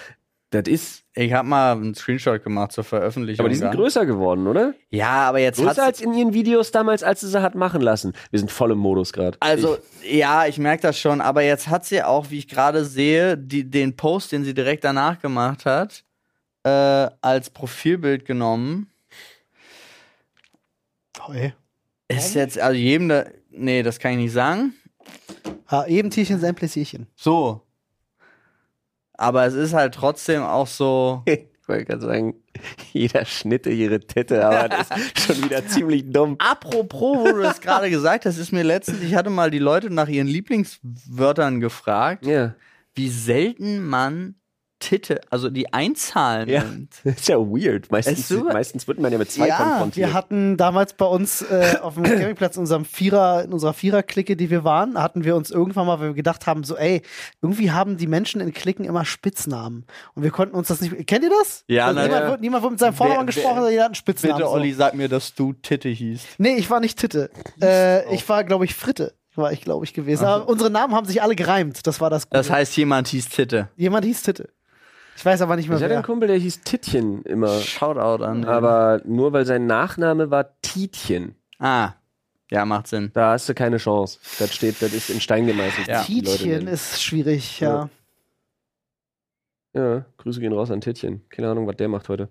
[SPEAKER 3] das ist.
[SPEAKER 1] Ich habe mal einen Screenshot gemacht zur Veröffentlichung.
[SPEAKER 3] Aber die sind
[SPEAKER 1] dann.
[SPEAKER 3] größer geworden, oder?
[SPEAKER 1] Ja, aber jetzt hat
[SPEAKER 3] Größer als in ihren Videos damals, als sie sie hat machen lassen. Wir sind voll im Modus gerade.
[SPEAKER 1] Also, ja, ich merke das schon, aber jetzt hat sie auch, wie ich gerade sehe, die, den Post, den sie direkt danach gemacht hat, äh, als Profilbild genommen.
[SPEAKER 2] Oh, ey.
[SPEAKER 1] Ist jetzt, also jedem da. Nee, das kann ich nicht sagen.
[SPEAKER 2] Ah, eben Tierchen, sein Pläsierchen.
[SPEAKER 1] So. Aber es ist halt trotzdem auch so.
[SPEAKER 3] Ich, ich wollte gerade sagen, jeder schnitte ihre Titte, aber das ist schon wieder ziemlich dumm.
[SPEAKER 1] Apropos, wo du das gerade gesagt hast, ist mir letztens, ich hatte mal die Leute nach ihren Lieblingswörtern gefragt,
[SPEAKER 3] Ja,
[SPEAKER 1] wie selten man Titte, also die Einzahlen
[SPEAKER 3] Ja.
[SPEAKER 1] nimmt.
[SPEAKER 3] das ist ja weird.
[SPEAKER 1] Ist
[SPEAKER 3] Meistens,
[SPEAKER 1] super.
[SPEAKER 3] meistens wird man ja mit zwei
[SPEAKER 1] Ja,
[SPEAKER 3] konfrontiert.
[SPEAKER 2] Wir hatten damals bei uns äh, auf dem Campingplatz in unserem Vierer, in unserer Vierer-Clique, die wir waren, hatten wir uns irgendwann mal, weil wir gedacht haben, so, ey, irgendwie haben die Menschen in Klicken immer Spitznamen. Und wir konnten uns das nicht. Kennt ihr das?
[SPEAKER 1] Ja,
[SPEAKER 2] also
[SPEAKER 1] na,
[SPEAKER 2] niemand,
[SPEAKER 1] ja.
[SPEAKER 2] Wird, niemand wird mit seinem Vornamen
[SPEAKER 1] Wer-
[SPEAKER 2] gesprochen,
[SPEAKER 1] wer-
[SPEAKER 2] sondern jeder hat einen Spitznamen.
[SPEAKER 1] Bitte,
[SPEAKER 2] so.
[SPEAKER 1] Olli, sag mir, dass du Titte hießt.
[SPEAKER 2] Nee, ich war nicht Titte. Äh, ich war, glaube ich, Fritte, war ich, glaube ich, gewesen. Aber unsere Namen haben sich alle gereimt. Das war das Gute.
[SPEAKER 1] Das heißt, jemand hieß Titte.
[SPEAKER 2] Jemand hieß Titte. Ich weiß aber nicht mehr,
[SPEAKER 3] Ich hatte
[SPEAKER 2] wer.
[SPEAKER 3] einen Kumpel, der hieß Tittchen immer.
[SPEAKER 1] Shoutout an.
[SPEAKER 3] Aber nur weil sein Nachname war Tietchen.
[SPEAKER 1] ah, ja, macht Sinn.
[SPEAKER 3] Da hast du keine Chance. Das steht, das ist in Stein gemeißelt.
[SPEAKER 1] Ja.
[SPEAKER 3] wie die Leute
[SPEAKER 2] Tietchen
[SPEAKER 3] nennen.
[SPEAKER 2] ist schwierig, ja.
[SPEAKER 3] Ja, Grüße gehen raus an Tittchen. Keine Ahnung, was der macht heute.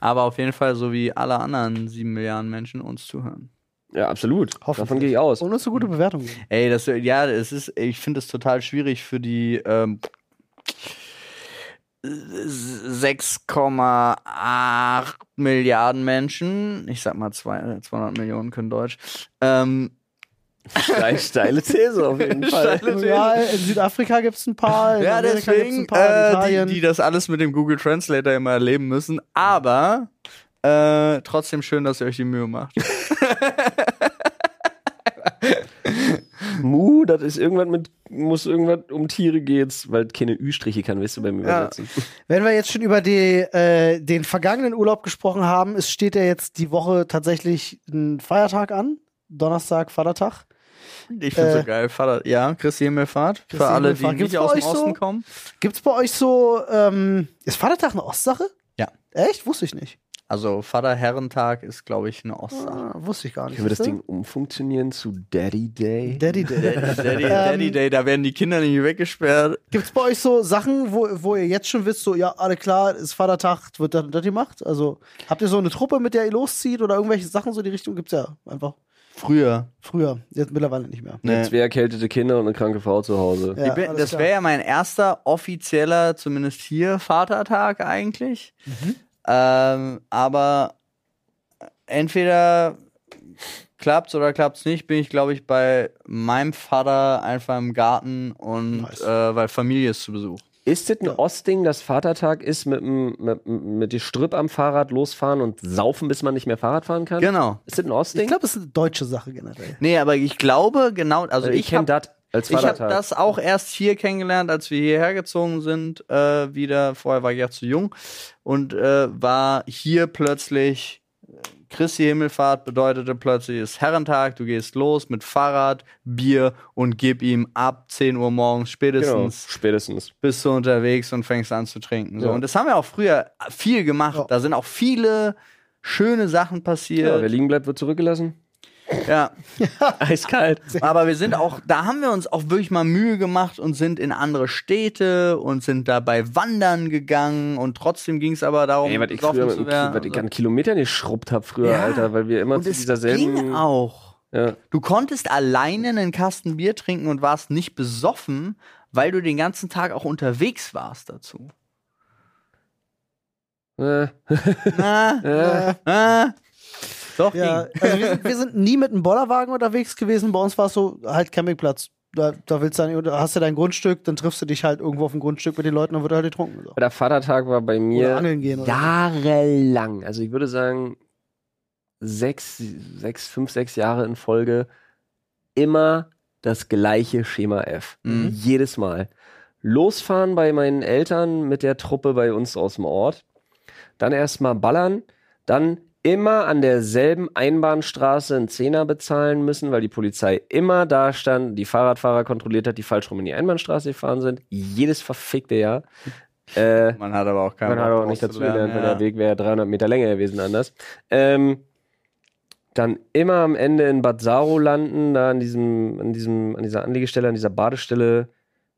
[SPEAKER 1] Aber auf jeden Fall, so wie alle anderen sieben Milliarden Menschen uns zuhören.
[SPEAKER 3] Ja, absolut.
[SPEAKER 2] Hoffentlich.
[SPEAKER 3] Davon gehe ich aus.
[SPEAKER 2] Ohne so
[SPEAKER 1] Hm.
[SPEAKER 2] gute Bewertung. geben.
[SPEAKER 1] Ey, das, ja, es ist, ich finde es total schwierig für die ähm, 6,8 Milliarden Menschen. Ich sag mal zwei, 200 Millionen können Deutsch. Ähm,
[SPEAKER 3] Steile, steile These auf jeden Fall.
[SPEAKER 1] Steile-
[SPEAKER 2] Ja, in Südafrika gibt es ein paar, in
[SPEAKER 1] ja,
[SPEAKER 2] Amerika gibt es
[SPEAKER 1] deswegen,
[SPEAKER 2] ein paar, in
[SPEAKER 1] äh,
[SPEAKER 2] Italien.
[SPEAKER 1] die, die das alles mit dem Google Translator immer erleben müssen. Aber äh, trotzdem schön, dass ihr euch die Mühe macht.
[SPEAKER 3] Mu, das ist irgendwas mit, muss irgendwas um Tiere geht's, weil keine Ü-Striche kann, weißt du, beim Übersetzen.
[SPEAKER 2] Wenn wir jetzt schon über die, äh, den vergangenen Urlaub gesprochen haben, es steht ja jetzt die Woche tatsächlich ein Feiertag an. Donnerstag, Vatertag.
[SPEAKER 1] Ich finde
[SPEAKER 2] Äh,
[SPEAKER 1] so geil. Vater, ja, Christi Himmelfahrt.
[SPEAKER 2] Christi
[SPEAKER 1] für alle, die
[SPEAKER 2] Himmelfahrt. Gibt's
[SPEAKER 1] nicht
[SPEAKER 2] bei
[SPEAKER 1] aus dem
[SPEAKER 2] euch so?
[SPEAKER 1] Osten kommen.
[SPEAKER 2] Gibt's bei euch so, ähm, ist Vatertag eine Ostsache?
[SPEAKER 1] Ja.
[SPEAKER 2] Echt? Wusste ich nicht.
[SPEAKER 1] Also Vaterherrentag ist, glaube ich, eine Ostsache.
[SPEAKER 2] Ah, wusste ich gar nicht.
[SPEAKER 3] Können wir das
[SPEAKER 2] Siehste?
[SPEAKER 3] Ding umfunktionieren zu Daddy Day?
[SPEAKER 2] Daddy Day.
[SPEAKER 1] Daddy, Daddy Day, da werden die Kinder nicht weggesperrt.
[SPEAKER 2] Gibt's bei euch so Sachen, wo, wo ihr jetzt schon wisst, so, ja, alle klar, ist Vatertag, wird das und das gemacht? Also, habt ihr so eine Truppe, mit der ihr loszieht oder irgendwelche Sachen so in die Richtung? Gibt's ja einfach
[SPEAKER 1] Früher.
[SPEAKER 2] früher, jetzt mittlerweile nicht mehr.
[SPEAKER 1] Nee.
[SPEAKER 3] Jetzt wäre erkältete Kinder und eine kranke Frau zu Hause.
[SPEAKER 1] Die
[SPEAKER 2] Ja,
[SPEAKER 1] Be-
[SPEAKER 2] alles
[SPEAKER 1] das
[SPEAKER 2] klar.
[SPEAKER 1] wäre ja mein erster offizieller, zumindest hier, Vatertag eigentlich.
[SPEAKER 2] Mhm.
[SPEAKER 1] Ähm, aber entweder klappt's oder klappt's nicht, bin ich, glaube ich, bei meinem Vater einfach im Garten und
[SPEAKER 2] Nice.
[SPEAKER 1] äh, weil Familie ist zu Besuch.
[SPEAKER 3] Ist das ein Ostding, dass Vatertag ist, mit, dem- mit, mit die Strip am Fahrrad losfahren und saufen, bis man nicht mehr Fahrrad fahren kann?
[SPEAKER 1] Genau.
[SPEAKER 3] Ist das ein
[SPEAKER 2] Ich
[SPEAKER 3] Ostding?
[SPEAKER 2] glaube, es ist eine deutsche Sache generell.
[SPEAKER 1] Nee, aber ich glaube genau, also
[SPEAKER 3] Weil
[SPEAKER 1] ich,
[SPEAKER 3] kenn
[SPEAKER 1] habe
[SPEAKER 3] das als
[SPEAKER 1] ich hab
[SPEAKER 3] Vatertag.
[SPEAKER 1] das auch erst hier kennengelernt, als wir hierher gezogen sind. Äh, wieder vorher war ich ja zu jung und äh, war hier plötzlich äh, Christi Himmelfahrt bedeutete plötzlich ist Herrentag. Du gehst los mit Fahrrad, Bier und gib ihm ab 10 Uhr morgens
[SPEAKER 3] genau.
[SPEAKER 1] spätestens
[SPEAKER 3] Spätestens.
[SPEAKER 1] bist du unterwegs und fängst an zu trinken. So.
[SPEAKER 3] Ja.
[SPEAKER 1] Und das haben wir auch früher viel gemacht.
[SPEAKER 2] Ja.
[SPEAKER 1] Da sind auch viele schöne Sachen
[SPEAKER 3] Ja, wer
[SPEAKER 1] passiert.
[SPEAKER 3] liegen bleibt, wird zurückgelassen.
[SPEAKER 1] ja.
[SPEAKER 3] Eiskalt.
[SPEAKER 1] Aber wir sind auch, da haben wir uns auch wirklich mal Mühe gemacht und sind in andere Städte und sind dabei wandern gegangen und trotzdem ging es aber darum,
[SPEAKER 3] Ey, was ich
[SPEAKER 1] besoffen
[SPEAKER 3] früher mit dem, Ki- was ich an Kilometern geschrubbt habe früher,
[SPEAKER 1] Ja.
[SPEAKER 3] Alter, weil wir immer
[SPEAKER 1] und
[SPEAKER 3] zu
[SPEAKER 1] es
[SPEAKER 3] dieser selben.
[SPEAKER 1] ging auch.
[SPEAKER 3] Ja.
[SPEAKER 1] Du konntest alleine einen Kasten Bier trinken und warst nicht besoffen, weil du den ganzen Tag auch unterwegs warst dazu.
[SPEAKER 3] Äh,
[SPEAKER 1] Na,
[SPEAKER 3] äh.
[SPEAKER 1] na, doch,
[SPEAKER 2] Ja,
[SPEAKER 1] ging.
[SPEAKER 2] also wir sind, wir sind nie mit einem Bollerwagen unterwegs gewesen. Bei uns war es so halt Campingplatz. Da, da willst du dann, da hast du dein Grundstück, dann triffst du dich halt irgendwo auf dem Grundstück mit den Leuten und wird halt getrunken. So.
[SPEAKER 3] Bei der Vatertag war bei
[SPEAKER 2] Oder
[SPEAKER 3] mir
[SPEAKER 2] angeln gehen. Oder
[SPEAKER 3] jahrelang, also ich würde sagen, sechs, sechs, fünf, sechs Jahre in Folge immer das gleiche Schema F.
[SPEAKER 1] Mhm.
[SPEAKER 3] Jedes Mal. Losfahren bei meinen Eltern mit der Truppe bei uns aus dem Ort. Dann erstmal ballern. Dann immer an derselben Einbahnstraße einen Zehner bezahlen müssen, weil die Polizei immer da stand, die Fahrradfahrer kontrolliert hat, die falsch rum in die Einbahnstraße gefahren sind. Jedes verfickte Jahr. Äh,
[SPEAKER 1] Man hat aber auch keinen
[SPEAKER 3] man hat
[SPEAKER 1] Bock
[SPEAKER 3] auch nicht
[SPEAKER 1] drauf zu
[SPEAKER 3] dazu gelernt,
[SPEAKER 1] lernen,
[SPEAKER 3] weil
[SPEAKER 1] ja.
[SPEAKER 3] der Weg wäre 300 Meter länger gewesen anders. Ähm, dann immer am Ende in Bad Saro landen, da an diesem, an diesem, an dieser Anlegestelle, an dieser Badestelle,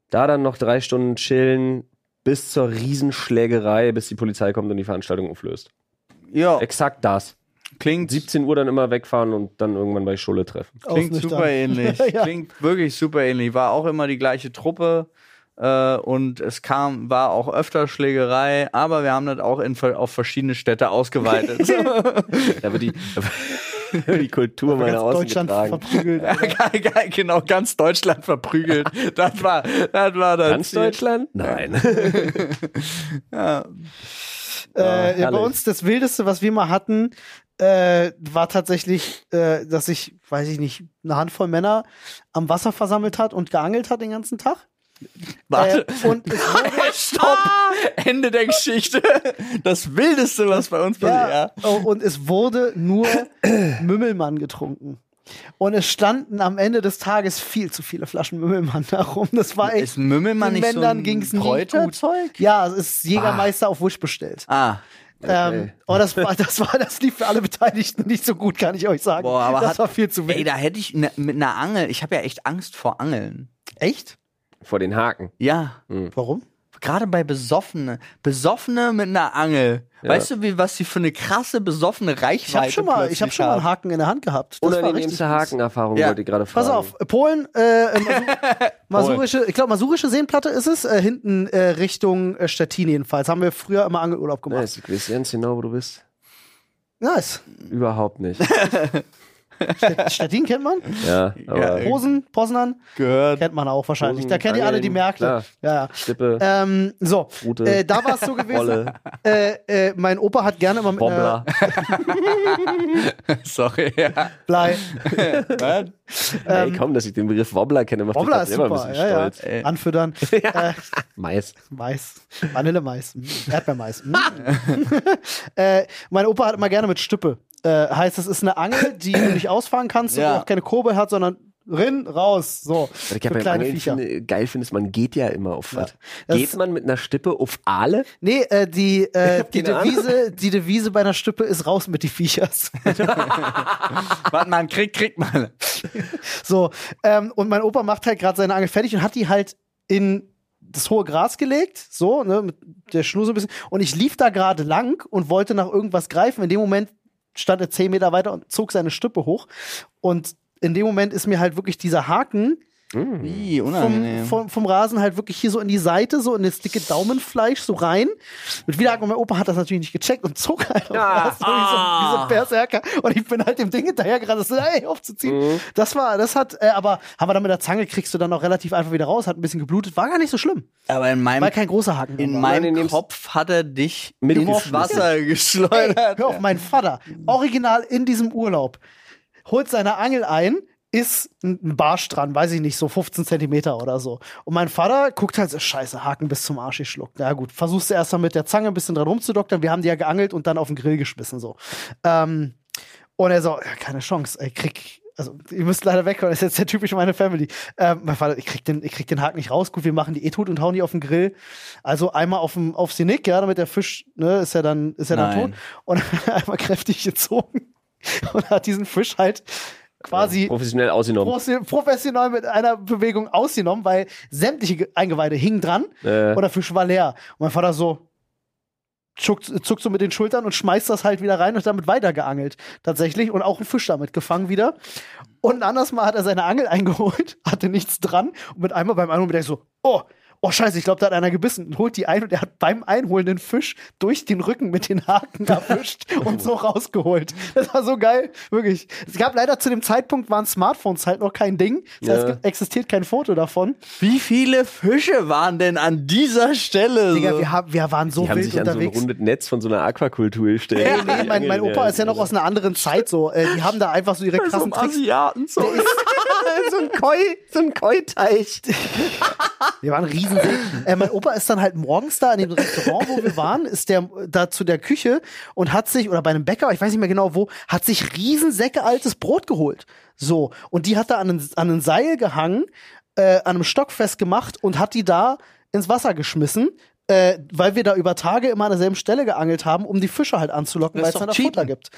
[SPEAKER 3] da dann noch drei Stunden chillen, bis zur Riesenschlägerei, bis die Polizei kommt und die Veranstaltung auflöst.
[SPEAKER 1] Ja,
[SPEAKER 3] Exakt das.
[SPEAKER 1] klingt
[SPEAKER 3] 17 Uhr dann immer wegfahren und dann irgendwann bei Schule treffen.
[SPEAKER 1] Klingt
[SPEAKER 2] ausnüchtern.
[SPEAKER 1] super ähnlich.
[SPEAKER 2] ja.
[SPEAKER 1] Klingt wirklich super ähnlich. War auch immer die gleiche Truppe. Äh, und es kam, war auch öfter Schlägerei, aber wir haben das auch in, ver- auf verschiedene Städte ausgeweitet.
[SPEAKER 3] Da wird die, die Kultur mal nach
[SPEAKER 2] Ganz
[SPEAKER 3] außen
[SPEAKER 2] Deutschland
[SPEAKER 3] getragen.
[SPEAKER 2] verprügelt. Äh,
[SPEAKER 1] Ge- ge- genau, ganz Deutschland verprügelt. Das war, das war das.
[SPEAKER 3] Ganz
[SPEAKER 1] Ziel.
[SPEAKER 3] Deutschland? Nein.
[SPEAKER 2] äh, ja, bei
[SPEAKER 3] herrlich.
[SPEAKER 2] uns das Wildeste, was wir mal hatten, äh, war tatsächlich, äh, dass ich, weiß ich nicht, eine Handvoll Männer am Wasser versammelt hat und geangelt hat den ganzen Tag.
[SPEAKER 1] Warte.
[SPEAKER 2] Äh, und es wurde,
[SPEAKER 1] Stopp! Ende der Geschichte. Das Wildeste, was bei uns passiert.
[SPEAKER 2] ja,
[SPEAKER 1] Ja.
[SPEAKER 2] oh, und es wurde nur Mümmelmann getrunken. Und es standen am Ende des Tages viel zu viele Flaschen Mümmelmann darum. Das war echt.
[SPEAKER 1] Ist Mümmelmann
[SPEAKER 2] den
[SPEAKER 1] nicht so
[SPEAKER 2] Männern
[SPEAKER 1] ein
[SPEAKER 2] ging's nie
[SPEAKER 1] Kräuterzeug?
[SPEAKER 2] Ja, es ist Jägermeister auf Wish bestellt.
[SPEAKER 1] Ah,
[SPEAKER 2] Ähm, aber das war, das war, das lief für alle Beteiligten nicht so gut, kann ich euch sagen.
[SPEAKER 1] boah, aber
[SPEAKER 2] das
[SPEAKER 1] hat,
[SPEAKER 2] war viel zu
[SPEAKER 1] Ey,
[SPEAKER 2] wenig.
[SPEAKER 1] da hätte ich ne, mit einer Angel, ich habe ja echt Angst vor Angeln.
[SPEAKER 2] Echt?
[SPEAKER 3] Vor den Haken.
[SPEAKER 1] Ja.
[SPEAKER 2] Warum?
[SPEAKER 1] Gerade bei Besoffene. Besoffene mit einer Angel. Weißt du, wie, was sie für eine krasse besoffene Reichweite
[SPEAKER 2] Ich habe schon mal, ich
[SPEAKER 1] plötzlich
[SPEAKER 2] habe schon mal einen
[SPEAKER 1] haben?
[SPEAKER 2] Haken in der Hand gehabt. Das war richtig
[SPEAKER 3] Unangenehmste
[SPEAKER 2] mies.
[SPEAKER 3] Hakenerfahrung
[SPEAKER 1] Ja.
[SPEAKER 3] wollte ich gerade fragen.
[SPEAKER 2] Pass auf, Polen, äh, äh, Masu- masurische, ich glaube, masurische Seenplatte ist es, äh, hinten äh, Richtung äh, Stettin jedenfalls. Haben wir früher immer Angelurlaub gemacht.
[SPEAKER 3] Nice, ich weiß ganz genau, wo du bist.
[SPEAKER 2] Nice.
[SPEAKER 3] Überhaupt nicht.
[SPEAKER 2] St- Stettin kennt man.
[SPEAKER 3] Ja, aber
[SPEAKER 1] Ja.
[SPEAKER 2] Posen, Poznan
[SPEAKER 1] Gehört.
[SPEAKER 2] kennt man auch wahrscheinlich.
[SPEAKER 3] Posen,
[SPEAKER 2] da kennt ihr alle die
[SPEAKER 3] Angeln,
[SPEAKER 2] Märkte.
[SPEAKER 3] klar.
[SPEAKER 2] Ja,
[SPEAKER 3] Stippe,
[SPEAKER 2] ja. Ähm, so,
[SPEAKER 3] Rute,
[SPEAKER 2] äh, da war es so gewesen.
[SPEAKER 3] Rolle,
[SPEAKER 2] Äh, äh, mein Opa hat gerne immer mit äh, einer
[SPEAKER 3] Bobbler.
[SPEAKER 1] Sorry, ja.
[SPEAKER 2] Blei.
[SPEAKER 1] Was?
[SPEAKER 3] Ey, kaum, dass ich den Begriff Wobbler kenne, macht mich
[SPEAKER 2] Bobbler
[SPEAKER 3] das
[SPEAKER 2] ähm, ist
[SPEAKER 3] selber ein
[SPEAKER 2] super.
[SPEAKER 3] bisschen
[SPEAKER 2] Ja,
[SPEAKER 3] stolz.
[SPEAKER 1] Ey.
[SPEAKER 2] ja. Anfüttern. Äh,
[SPEAKER 3] Mais.
[SPEAKER 2] Mais. Vanillemais. Mm. Erdbeermais. Mm. äh, mein Opa hat immer gerne mit Stippe. Äh, heißt, es ist eine Angel, die du nicht ausfahren kannst
[SPEAKER 1] Ja.
[SPEAKER 2] und auch keine Kurbel hat, sondern rin, raus. So.
[SPEAKER 3] Ich
[SPEAKER 2] Für
[SPEAKER 3] hab beim
[SPEAKER 2] kleine
[SPEAKER 3] Angeln
[SPEAKER 2] Viecher.
[SPEAKER 3] finde, geil finde, ist, man geht ja immer auf was.
[SPEAKER 2] Das-
[SPEAKER 3] Geht man mit einer Stippe auf Aale?
[SPEAKER 2] Nee, äh, die, äh, die,
[SPEAKER 3] keine Ahnung.
[SPEAKER 2] Devise, die Devise bei einer Stippe ist raus mit die Viechers.
[SPEAKER 1] Warte mal, krieg, krieg mal.
[SPEAKER 2] So, ähm, und mein Opa macht halt gerade seine Angel fertig und hat die halt in das hohe Gras gelegt, so, ne, mit der Schnur so ein bisschen. Und ich lief da gerade lang und wollte nach irgendwas greifen. In dem Moment stand er zehn Meter weiter und zog seine Stippe hoch. Und in dem Moment ist mir halt wirklich dieser Haken
[SPEAKER 1] Wie
[SPEAKER 2] vom,
[SPEAKER 1] unangenehm.
[SPEAKER 2] vom, vom Rasen halt wirklich hier so in die Seite, so in das dicke Daumenfleisch so rein. Mit wieder und mein Opa hat das natürlich nicht gecheckt und zog halt auf
[SPEAKER 3] Ah,
[SPEAKER 2] das, so wie so, wie so
[SPEAKER 1] ah.
[SPEAKER 2] ein Berserker. Und ich bin halt dem Ding hinterhergerannt, das ey, aufzuziehen. Das war, das hat, äh, aber haben wir dann mit der Zange kriegst du dann auch relativ einfach wieder raus, hat ein bisschen geblutet, war gar nicht so schlimm.
[SPEAKER 1] Aber in meinem,
[SPEAKER 2] War kein großer Haken. dran
[SPEAKER 1] in
[SPEAKER 2] war.
[SPEAKER 3] Nein,
[SPEAKER 1] meinem
[SPEAKER 3] nimm's-
[SPEAKER 1] Kopf hat er dich ins
[SPEAKER 3] Mitgeworfen.
[SPEAKER 1] Wasser
[SPEAKER 2] Ey,
[SPEAKER 1] geschleudert.
[SPEAKER 2] hör auf, mein Vater, original in diesem Urlaub, holt seine Angel ein, ist ein ein Barsch dran, weiß ich nicht, so 15 Zentimeter oder so. Und mein Vater guckt halt so, scheiße, Haken bis zum Arsch geschluckt. Na gut, versuchst du erst mal mit der Zange ein bisschen dran rumzudoktern. Wir haben die ja geangelt und dann auf den Grill geschmissen, so. Ähm, und er so, ja, keine Chance, ey, krieg. Also, ihr müsst leider wegkommen, das ist jetzt der typische meine Family. Ähm, mein Vater, ich krieg, den, ich krieg den Haken nicht raus. Gut, wir machen die Etut und hauen die auf den Grill. Also einmal auf dem, aufs Genick, ja, damit der Fisch, ne, ist ja dann, ist ja dann
[SPEAKER 1] Nein.
[SPEAKER 2] tot. Und einmal kräftig gezogen. Und hat diesen Fisch halt quasi
[SPEAKER 3] Professionell ausgenommen.
[SPEAKER 2] große- professionell mit einer Bewegung ausgenommen, weil sämtliche Ge- Eingeweide hingen dran
[SPEAKER 3] Äh,
[SPEAKER 2] und der Fisch war leer. Und mein Vater so zuckt, zuckt so mit den Schultern und schmeißt das halt wieder rein und damit weitergeangelt. Tatsächlich. Und auch einen Fisch damit gefangen wieder. Und ein anderes Mal hat er seine Angel eingeholt, hatte nichts dran. Und mit einmal beim Einholen bin ich so, oh, oh scheiße, ich glaube, da hat einer gebissen. Und holt die ein und er hat beim Einholen den Fisch durch den Rücken mit den Haken erwischt und so rausgeholt. Das war so geil, wirklich. Es gab leider zu dem Zeitpunkt, waren Smartphones halt noch kein Ding. Das heißt,
[SPEAKER 3] Ja.
[SPEAKER 2] es gibt- existiert kein Foto davon.
[SPEAKER 1] Wie viele Fische waren denn an dieser Stelle?
[SPEAKER 2] Digga,
[SPEAKER 1] so?
[SPEAKER 2] wir, haben, wir waren so
[SPEAKER 3] Also die haben
[SPEAKER 2] wild
[SPEAKER 3] sich an so ein
[SPEAKER 2] unterwegs.
[SPEAKER 3] rundes Netz von so einer Aquakultur gestellt.
[SPEAKER 2] Nee, nee, mein, mein Opa ist ja noch aus einer anderen Zeit so. Äh, die haben da einfach so ihre krassen Tricks.
[SPEAKER 1] Asiaten so.
[SPEAKER 3] so ein Koi, so ein Koi-Teich.
[SPEAKER 2] Wir waren riesen. äh, mein Opa ist dann halt morgens da in dem Restaurant, wo wir waren, ist der äh, da zu der Küche und hat sich oder bei einem Bäcker, ich weiß nicht mehr genau wo, hat sich riesen Säcke altes Brot geholt. So und die hat er an ein, an ein Seil gehangen, äh, an einem Stock festgemacht und hat die da ins Wasser geschmissen. Äh, weil wir da über Tage immer an derselben Stelle geangelt haben, um die Fische halt anzulocken, weil
[SPEAKER 1] Das
[SPEAKER 2] es
[SPEAKER 1] ist
[SPEAKER 2] dann
[SPEAKER 1] doch
[SPEAKER 2] da Futter
[SPEAKER 1] cheaten.
[SPEAKER 2] gibt.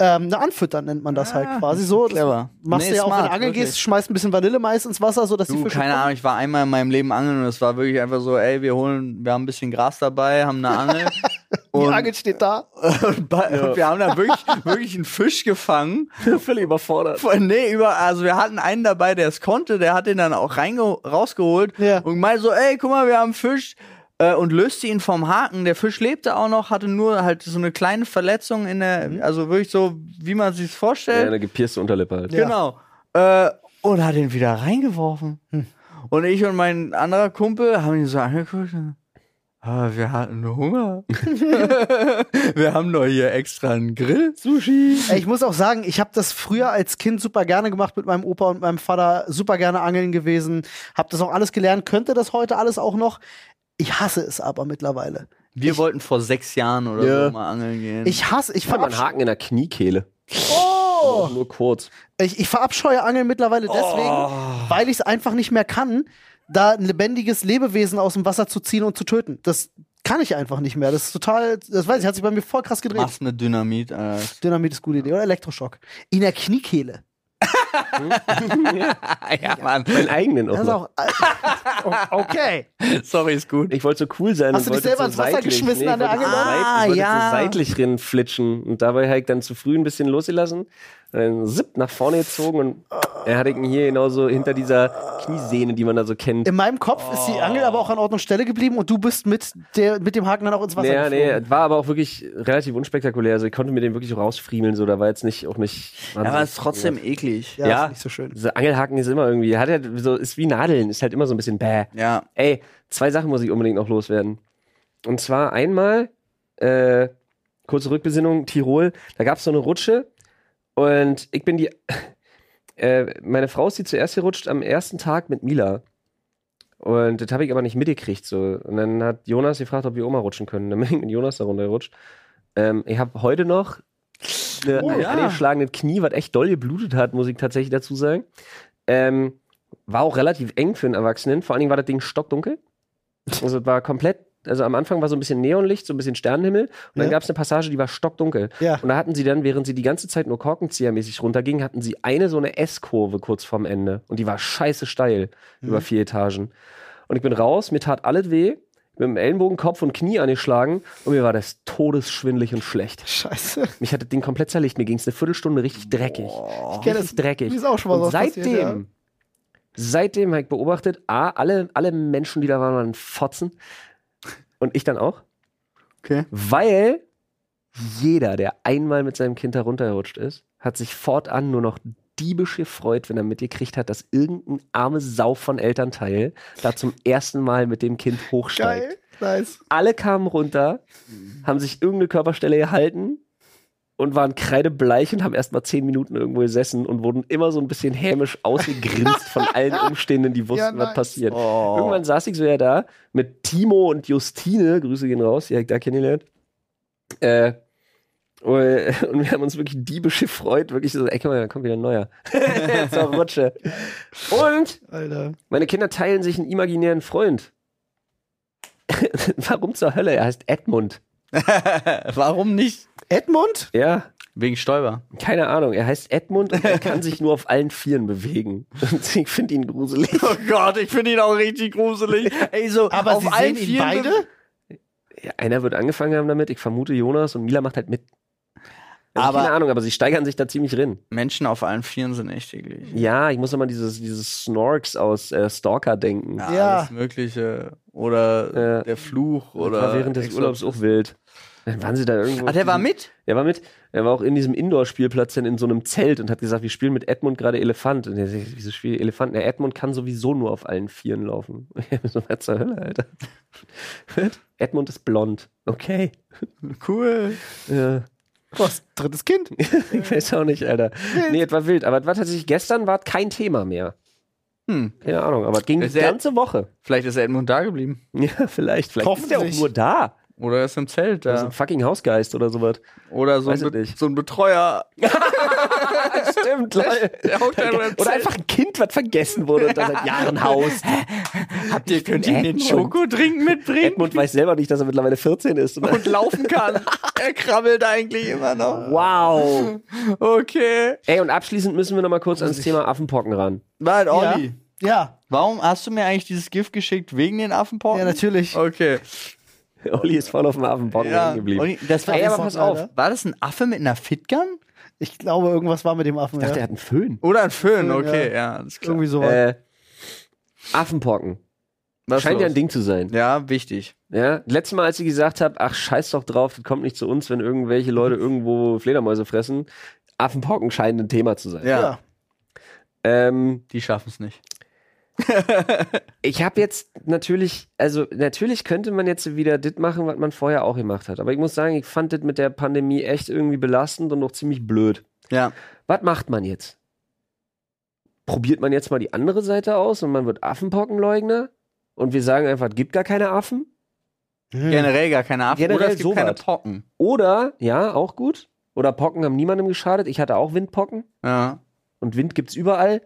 [SPEAKER 2] Ähm, ne, anfüttern nennt man das halt quasi so. Das
[SPEAKER 1] clever.
[SPEAKER 2] Machst
[SPEAKER 1] Nee,
[SPEAKER 2] du ja auch, wenn
[SPEAKER 1] smart,
[SPEAKER 2] du angeln
[SPEAKER 1] wirklich.
[SPEAKER 2] gehst, schmeißt ein bisschen Vanillemais ins Wasser, so dass die
[SPEAKER 1] Du,
[SPEAKER 2] Fische
[SPEAKER 1] keine
[SPEAKER 2] kommen.
[SPEAKER 1] Ahnung, ich war einmal in meinem Leben angeln und es war wirklich einfach so, ey, wir holen, wir haben ein bisschen Gras dabei, haben eine Angel.
[SPEAKER 2] Die
[SPEAKER 1] und,
[SPEAKER 2] Angel steht da.
[SPEAKER 1] und, ba- und wir haben da wirklich, wirklich einen Fisch gefangen.
[SPEAKER 3] Völlig überfordert.
[SPEAKER 1] Von- Nee, über, also wir hatten einen dabei, der es konnte, der hat den dann auch reinge rausgeholt
[SPEAKER 2] Ja.
[SPEAKER 1] und meinte so, ey, guck mal, wir haben einen Fisch äh, und löste ihn vom Haken. Der Fisch lebte auch noch, hatte nur halt so eine kleine Verletzung in der,
[SPEAKER 2] Mhm.
[SPEAKER 1] also wirklich so, wie man sich
[SPEAKER 3] Ja,
[SPEAKER 1] vorstellt.
[SPEAKER 3] eine gepierste Unterlippe halt.
[SPEAKER 2] Ähm. Ja.
[SPEAKER 1] Genau. Äh, und hat ihn wieder reingeworfen. Und ich und mein anderer Kumpel haben ihn so angeguckt. und, Ah, wir hatten Hunger. wir haben doch hier extra einen Grill. Sushi.
[SPEAKER 2] Ey, Ich muss auch sagen, ich habe das früher als Kind super gerne gemacht mit meinem Opa und meinem Vater, super gerne angeln gewesen, habe das auch alles gelernt, könnte das heute alles auch noch. Ich hasse es aber mittlerweile.
[SPEAKER 1] Wir wollten vor sechs Jahren oder
[SPEAKER 3] Ja.
[SPEAKER 1] so mal angeln gehen.
[SPEAKER 2] Ich hasse, ich,
[SPEAKER 3] Ich fand mal einen
[SPEAKER 2] verabsch
[SPEAKER 3] Haken in der Kniekehle.
[SPEAKER 2] oh,
[SPEAKER 3] Auch nur kurz.
[SPEAKER 2] ich, ich verabscheue Angeln mittlerweile deswegen, weil ich es einfach nicht mehr kann, da ein lebendiges Lebewesen aus dem Wasser zu ziehen und zu töten. Das kann ich einfach nicht mehr. Das ist total, das weiß ich, hat sich bei mir voll krass gedreht.
[SPEAKER 1] Mach's mit Dynamit. Äh.
[SPEAKER 2] Dynamit ist gute Idee oder Elektroschock. In der Kniekehle.
[SPEAKER 1] ja, Mann.
[SPEAKER 3] Meinen eigenen oh
[SPEAKER 2] Das
[SPEAKER 3] auch.
[SPEAKER 2] ist
[SPEAKER 3] Noch.
[SPEAKER 2] auch. äh, Okay.
[SPEAKER 1] Sorry, ist gut.
[SPEAKER 3] Ich wollte so cool sein.
[SPEAKER 2] Hast
[SPEAKER 3] und
[SPEAKER 2] du dich
[SPEAKER 3] wollte
[SPEAKER 2] selber
[SPEAKER 3] so
[SPEAKER 2] ins Wasser
[SPEAKER 3] seitlich-
[SPEAKER 2] geschmissen
[SPEAKER 3] nee,
[SPEAKER 2] an der
[SPEAKER 3] ich wollte
[SPEAKER 2] Angel?
[SPEAKER 3] so
[SPEAKER 1] Ah,
[SPEAKER 3] seit- ich wollte
[SPEAKER 1] ja.
[SPEAKER 3] so seitlich rin flitschen. Und dabei habe ich halt dann zu früh ein bisschen losgelassen. Dann zipp nach vorne gezogen und er hatte ihn hier genauso hinter dieser Kniesehne, die man da so kennt.
[SPEAKER 2] In meinem Kopf ist die Angel aber auch an Ort und Stelle geblieben und du bist mit, der, mit dem Haken dann auch ins Wasser
[SPEAKER 3] Ja,
[SPEAKER 2] geflogen.
[SPEAKER 3] nee, war aber auch wirklich relativ unspektakulär. Also ich konnte mir den wirklich rausfriemeln, so da war jetzt nicht auch nicht.
[SPEAKER 1] Ja, aber es ist trotzdem eklig.
[SPEAKER 2] Ja,
[SPEAKER 3] Ja.
[SPEAKER 2] Ist nicht so schön.
[SPEAKER 3] Diese Angelhaken ist immer irgendwie, hat ja so, ist wie Nadeln, ist halt immer so ein bisschen bäh.
[SPEAKER 1] Ja.
[SPEAKER 3] Ey, zwei Sachen muss ich unbedingt noch loswerden. Und zwar einmal, äh, kurze Rückbesinnung, Tirol, da gab es so eine Rutsche und ich bin die, äh, meine Frau ist die zuerst gerutscht am ersten Tag mit Mila. Und das habe ich aber nicht mitgekriegt. So. Und dann hat Jonas gefragt, ob wir Oma rutschen können. Dann bin ich mit Jonas da runtergerutscht. Ähm, ich habe heute noch eine,
[SPEAKER 2] Oh,
[SPEAKER 3] ein
[SPEAKER 2] ja.
[SPEAKER 3] angeschlagenes Knie, was echt doll geblutet hat, muss ich tatsächlich dazu sagen. Ähm, war auch relativ eng für einen Erwachsenen. Vor allen Dingen war das Ding stockdunkel. Also es war komplett, also am Anfang war so ein bisschen Neonlicht, so ein bisschen Sternenhimmel. Und dann
[SPEAKER 2] Ja.
[SPEAKER 3] gab es eine Passage, die war stockdunkel.
[SPEAKER 2] Ja.
[SPEAKER 3] Und da hatten sie dann, während sie die ganze Zeit nur korkenziehermäßig runterging, hatten sie eine so eine S-Kurve kurz vorm Ende. Und die war scheiße steil
[SPEAKER 2] Mhm.
[SPEAKER 3] über vier Etagen. Und ich bin raus, mir tat alles weh, mit dem Ellenbogen, Kopf und Knie angeschlagen und mir war das todesschwindelig und schlecht.
[SPEAKER 2] Scheiße.
[SPEAKER 3] Mich hatte das Ding komplett zerlegt, mir ging es eine Viertelstunde richtig dreckig.
[SPEAKER 1] Oh.
[SPEAKER 2] kenn
[SPEAKER 3] Richtig
[SPEAKER 2] das.
[SPEAKER 3] dreckig.
[SPEAKER 2] Mir ist auch schon mal sowas
[SPEAKER 3] und seitdem,
[SPEAKER 2] passiert,
[SPEAKER 3] seitdem habe ich beobachtet, A, alle, alle Menschen, die da waren, waren Fotzen. Und ich dann auch.
[SPEAKER 1] Okay.
[SPEAKER 3] Weil jeder, der einmal mit seinem Kind heruntergerutscht ist, hat sich fortan nur noch diebisch gefreut, wenn er mitgekriegt hat, dass irgendein armes Sau von Elternteil da zum ersten Mal mit dem Kind hochsteigt.
[SPEAKER 2] Geil. Nice.
[SPEAKER 3] Alle kamen runter,
[SPEAKER 2] Mhm.
[SPEAKER 3] haben sich irgendeine Körperstelle gehalten und waren kreidebleich und haben erstmal zehn Minuten irgendwo gesessen und wurden immer so ein bisschen hämisch ausgegrinst von allen Umstehenden, die wussten,
[SPEAKER 2] Ja,
[SPEAKER 3] was
[SPEAKER 2] nice.
[SPEAKER 3] passiert.
[SPEAKER 1] Oh.
[SPEAKER 3] Irgendwann saß ich so ja da mit Timo und Justine, Grüße gehen raus, die hab ich da kennengelernt. Äh, und und wir haben uns wirklich diebisch gefreut, wirklich so, ey, guck mal, da kommt wieder ein neuer. Jetzt auch Rutsche. Und
[SPEAKER 2] Alter.
[SPEAKER 3] meine Kinder teilen sich einen imaginären Freund. Warum zur Hölle? Er heißt Edmund.
[SPEAKER 1] Warum nicht?
[SPEAKER 2] Edmund?
[SPEAKER 3] Ja,
[SPEAKER 1] Wegen Stäuber.
[SPEAKER 3] keine Ahnung. Er heißt Edmund und er kann sich nur auf allen Vieren bewegen. Und ich finde ihn gruselig.
[SPEAKER 1] Oh Gott, ich finde ihn auch richtig gruselig. Ey, so
[SPEAKER 2] Aber
[SPEAKER 1] auf
[SPEAKER 2] sie
[SPEAKER 1] allen
[SPEAKER 2] sehen ihn
[SPEAKER 1] Vieren
[SPEAKER 2] beide?
[SPEAKER 1] be-
[SPEAKER 3] Ja, einer wird angefangen haben damit. Ich vermute Jonas und Mila macht halt mit. Also
[SPEAKER 1] Aber-
[SPEAKER 3] keine Ahnung, aber sie steigern sich da ziemlich rin.
[SPEAKER 1] Menschen auf allen Vieren sind echt eklig.
[SPEAKER 3] Ja, ich muss immer dieses, dieses Snorks aus äh, Stalker denken.
[SPEAKER 2] Ja.
[SPEAKER 1] Alles Mögliche. Oder
[SPEAKER 3] Ja.
[SPEAKER 1] der Fluch.
[SPEAKER 3] Das
[SPEAKER 1] Oder
[SPEAKER 3] war während des Urlaubs auch wild. Dann waren sie da irgendwo.
[SPEAKER 1] Ah, der war mit?
[SPEAKER 3] Er war mit, er war auch in diesem Indoor-Spielplatz dann in so einem Zelt und hat gesagt, wir spielen mit Edmund gerade Elefant. Und er sagt, wieso spielt ihr Elefant? Na, Edmund kann sowieso nur auf allen Vieren laufen. so, was zur Hölle, Alter. Edmund ist blond. Okay.
[SPEAKER 1] Cool.
[SPEAKER 3] Ja.
[SPEAKER 2] Was? Drittes Kind?
[SPEAKER 3] Ich weiß auch nicht, Alter. Nee, es war wild. Aber es war tatsächlich, gestern war es kein Thema mehr.
[SPEAKER 1] Hm.
[SPEAKER 3] Keine Ahnung, aber es ging die
[SPEAKER 1] Ist er-
[SPEAKER 3] ganze Woche.
[SPEAKER 1] Vielleicht ist Edmund da geblieben.
[SPEAKER 3] Ja, vielleicht. Vielleicht ist er auch
[SPEAKER 2] Hoffentlich.
[SPEAKER 3] nur da.
[SPEAKER 1] Oder er ist im Zelt
[SPEAKER 3] So
[SPEAKER 1] da.
[SPEAKER 3] ein fucking Hausgeist oder sowas.
[SPEAKER 1] Oder so
[SPEAKER 3] Also, Weiß
[SPEAKER 1] ein,
[SPEAKER 3] ich
[SPEAKER 1] Be
[SPEAKER 3] nicht.
[SPEAKER 1] so ein Betreuer.
[SPEAKER 3] Stimmt, lol.
[SPEAKER 1] Der hockt da immer im
[SPEAKER 3] Oder
[SPEAKER 1] Zelt.
[SPEAKER 3] einfach ein Kind, was vergessen wurde und da seit Jahren haust.
[SPEAKER 1] Habt ihr, könnt ihr den
[SPEAKER 3] Edmund.
[SPEAKER 1] Schokodrink mitbringen?
[SPEAKER 3] Edmund weiß selber nicht, dass er mittlerweile 14 ist.
[SPEAKER 1] Und laufen kann. er krabbelt eigentlich immer noch.
[SPEAKER 3] wow.
[SPEAKER 1] Okay.
[SPEAKER 3] Ey, und abschließend müssen wir nochmal kurz ans Thema Affenpocken ran.
[SPEAKER 1] Nein,
[SPEAKER 2] Ja.
[SPEAKER 1] Olli.
[SPEAKER 2] Ja.
[SPEAKER 1] Warum hast du mir eigentlich dieses Gift geschickt? Wegen den Affenpocken?
[SPEAKER 2] Ja, natürlich.
[SPEAKER 1] Okay.
[SPEAKER 3] Olli ist voll auf dem Affenpocken
[SPEAKER 1] Ja,
[SPEAKER 3] hängen geblieben.
[SPEAKER 1] Olli, das war,
[SPEAKER 3] Ey, aber
[SPEAKER 2] Affenpocken,
[SPEAKER 3] pass auf.
[SPEAKER 2] Alter.
[SPEAKER 1] war das ein Affe mit einer Fitgun?
[SPEAKER 2] Ich glaube, irgendwas war mit dem Affen.
[SPEAKER 3] Ich dachte, er
[SPEAKER 2] ja.
[SPEAKER 3] hat einen Föhn.
[SPEAKER 1] Oder ein Föhn,
[SPEAKER 2] Föhn,
[SPEAKER 1] okay, ja,
[SPEAKER 2] ja.
[SPEAKER 1] alles klar.
[SPEAKER 2] Irgendwie sowas.
[SPEAKER 3] Äh, Affenpocken.
[SPEAKER 1] Was
[SPEAKER 3] Scheint ja
[SPEAKER 1] los?
[SPEAKER 3] ein Ding zu sein.
[SPEAKER 1] Ja, wichtig.
[SPEAKER 3] Ja? Letztes Mal, als ich gesagt habe, ach, scheiß doch drauf, das kommt nicht zu uns, wenn irgendwelche Leute irgendwo Fledermäuse fressen. Affenpocken scheint ein Thema zu sein.
[SPEAKER 1] Ja,
[SPEAKER 2] ja.
[SPEAKER 3] Ähm,
[SPEAKER 1] die schaffen es nicht.
[SPEAKER 3] Ich habe jetzt natürlich, also natürlich könnte man jetzt wieder das machen, was man vorher auch gemacht hat. Aber ich muss sagen, ich fand das mit der Pandemie echt irgendwie belastend und auch ziemlich blöd.
[SPEAKER 1] Ja,
[SPEAKER 3] Was macht man jetzt? Probiert man jetzt mal die andere Seite aus und man wird Affenpockenleugner? Und wir sagen einfach, es gibt gar keine Affen?
[SPEAKER 2] Hm.
[SPEAKER 1] generell gar keine Affen
[SPEAKER 3] Generell
[SPEAKER 1] oder es gibt
[SPEAKER 3] sowas.
[SPEAKER 1] keine Pocken.
[SPEAKER 3] Oder, ja, auch gut. Oder Pocken haben niemandem geschadet. Ich hatte auch Windpocken.
[SPEAKER 1] Ja.
[SPEAKER 3] Und Wind gibt's überall.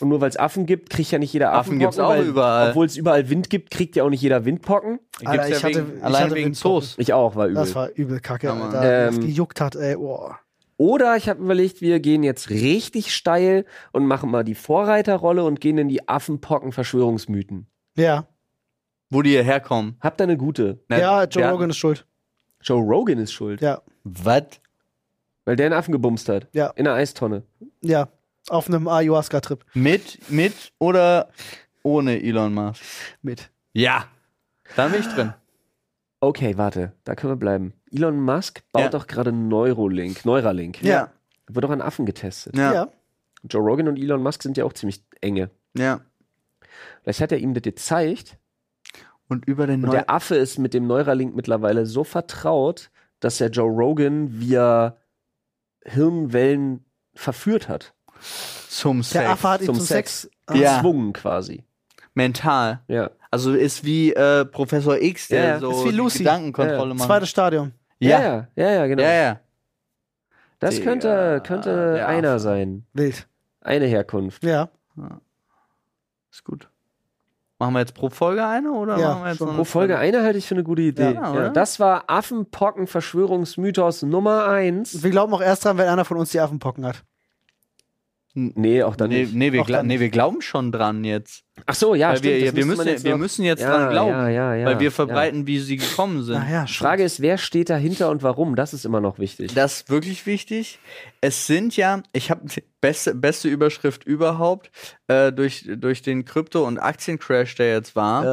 [SPEAKER 3] Und nur weil es Affen gibt, kriegt ja nicht jeder
[SPEAKER 1] Affen
[SPEAKER 3] Affenpocken.
[SPEAKER 1] gibt's auch
[SPEAKER 3] weil-
[SPEAKER 1] überall.
[SPEAKER 3] Obwohl es überall Wind gibt, kriegt ja auch nicht jeder Windpocken.
[SPEAKER 2] Alter,
[SPEAKER 1] Gibt's
[SPEAKER 2] ich hatte-
[SPEAKER 1] wegen,
[SPEAKER 2] ich
[SPEAKER 1] allein
[SPEAKER 2] hatte
[SPEAKER 1] wegen
[SPEAKER 2] Windpocken.
[SPEAKER 1] Zoos.
[SPEAKER 3] Ich auch, war übel.
[SPEAKER 2] Das war übel kacke,
[SPEAKER 1] Ja, Mann.
[SPEAKER 2] Alter.
[SPEAKER 3] Ähm,
[SPEAKER 2] das gejuckt hat, ey. Oh.
[SPEAKER 3] Oder ich habe überlegt, wir gehen jetzt richtig steil und machen mal die Vorreiterrolle und gehen in die Affenpocken-Verschwörungsmythen.
[SPEAKER 2] Ja.
[SPEAKER 1] Wo die hierher kommen. Ne?
[SPEAKER 3] Habt da eine gute.
[SPEAKER 1] Na,
[SPEAKER 2] ja, Joe
[SPEAKER 1] wir-
[SPEAKER 2] Rogan ist schuld.
[SPEAKER 3] Joe Rogan ist schuld,
[SPEAKER 2] Ja,
[SPEAKER 1] Was?
[SPEAKER 3] weil der einen Affen gebumst hat.
[SPEAKER 2] Ja.
[SPEAKER 3] In einer Eistonne.
[SPEAKER 2] ja. Auf einem Ayahuasca-Trip
[SPEAKER 1] Mit, mit oder ohne Elon Musk?
[SPEAKER 2] mit.
[SPEAKER 1] Ja. Da bin ich drin.
[SPEAKER 3] Okay, warte, da können wir bleiben. Elon Musk baut
[SPEAKER 1] Ja.
[SPEAKER 3] doch gerade Neurolink, Neuralink.
[SPEAKER 1] Ja.
[SPEAKER 3] Wird doch an Affen getestet.
[SPEAKER 2] Ja.
[SPEAKER 1] Ja.
[SPEAKER 3] Joe Rogan und Elon Musk sind ja auch ziemlich enge.
[SPEAKER 1] ja.
[SPEAKER 3] Vielleicht hat er ihm das gezeigt.
[SPEAKER 1] Und über den
[SPEAKER 3] Und
[SPEAKER 1] neuen.
[SPEAKER 3] der Affe ist mit dem Neuralink mittlerweile so vertraut, dass er Joe Rogan via Hirnwellen verführt hat.
[SPEAKER 1] Zum Sex.
[SPEAKER 2] Der Affe hat ihn
[SPEAKER 3] Zum
[SPEAKER 2] zum Sex.
[SPEAKER 1] Ja.
[SPEAKER 3] Gezwungen quasi.
[SPEAKER 1] Mental.
[SPEAKER 3] Ja.
[SPEAKER 1] Also ist wie äh, Professor X, der
[SPEAKER 3] Ja, ja.
[SPEAKER 1] so
[SPEAKER 2] Ist wie
[SPEAKER 1] die
[SPEAKER 2] Lucy.
[SPEAKER 1] Gedankenkontrolle macht.
[SPEAKER 2] äh, Zweites Stadion.
[SPEAKER 1] Ja.
[SPEAKER 3] ja, ja, ja, genau.
[SPEAKER 1] Ja, ja.
[SPEAKER 3] Das
[SPEAKER 1] Digga,
[SPEAKER 3] könnte, könnte
[SPEAKER 1] der
[SPEAKER 3] einer
[SPEAKER 1] Affe.
[SPEAKER 3] sein.
[SPEAKER 2] Wild.
[SPEAKER 3] Eine Herkunft.
[SPEAKER 2] Ja.
[SPEAKER 1] Ist gut. Machen wir jetzt pro Folge eine oder
[SPEAKER 2] Ja,
[SPEAKER 1] machen wir jetzt
[SPEAKER 2] schon.
[SPEAKER 1] noch eine
[SPEAKER 3] Pro Oh, Folge eine halte ich für eine gute Idee.
[SPEAKER 1] Ja,
[SPEAKER 3] Ja,
[SPEAKER 1] oder?
[SPEAKER 3] Das war Affenpocken-Verschwörungsmythos Nummer 1.
[SPEAKER 2] Wir glauben auch erst dran, wenn einer von uns die Affenpocken hat.
[SPEAKER 3] Nee, auch dann
[SPEAKER 1] Nee,
[SPEAKER 3] nicht.
[SPEAKER 1] nee, wir
[SPEAKER 2] Auch dann
[SPEAKER 1] gla- nee, wir glauben schon dran jetzt.
[SPEAKER 3] Ach so, ja,
[SPEAKER 1] weil
[SPEAKER 3] stimmt,
[SPEAKER 1] wir,
[SPEAKER 3] das
[SPEAKER 1] ja, wir,
[SPEAKER 3] müsste man
[SPEAKER 1] müssen, jetzt wir
[SPEAKER 3] noch-
[SPEAKER 1] müssen jetzt
[SPEAKER 3] Ja,
[SPEAKER 1] dran glauben.
[SPEAKER 3] ja, ja, ja,
[SPEAKER 1] weil wir
[SPEAKER 3] ja.
[SPEAKER 1] verbreiten, wie sie gekommen sind.
[SPEAKER 2] Naja, schon.
[SPEAKER 3] Frage ist, wer steht dahinter und warum? Das ist immer noch wichtig.
[SPEAKER 1] Das ist wirklich wichtig. Es sind ja, ich habe beste, beste Überschrift überhaupt äh, durch, durch den Krypto- und Aktiencrash, der jetzt war,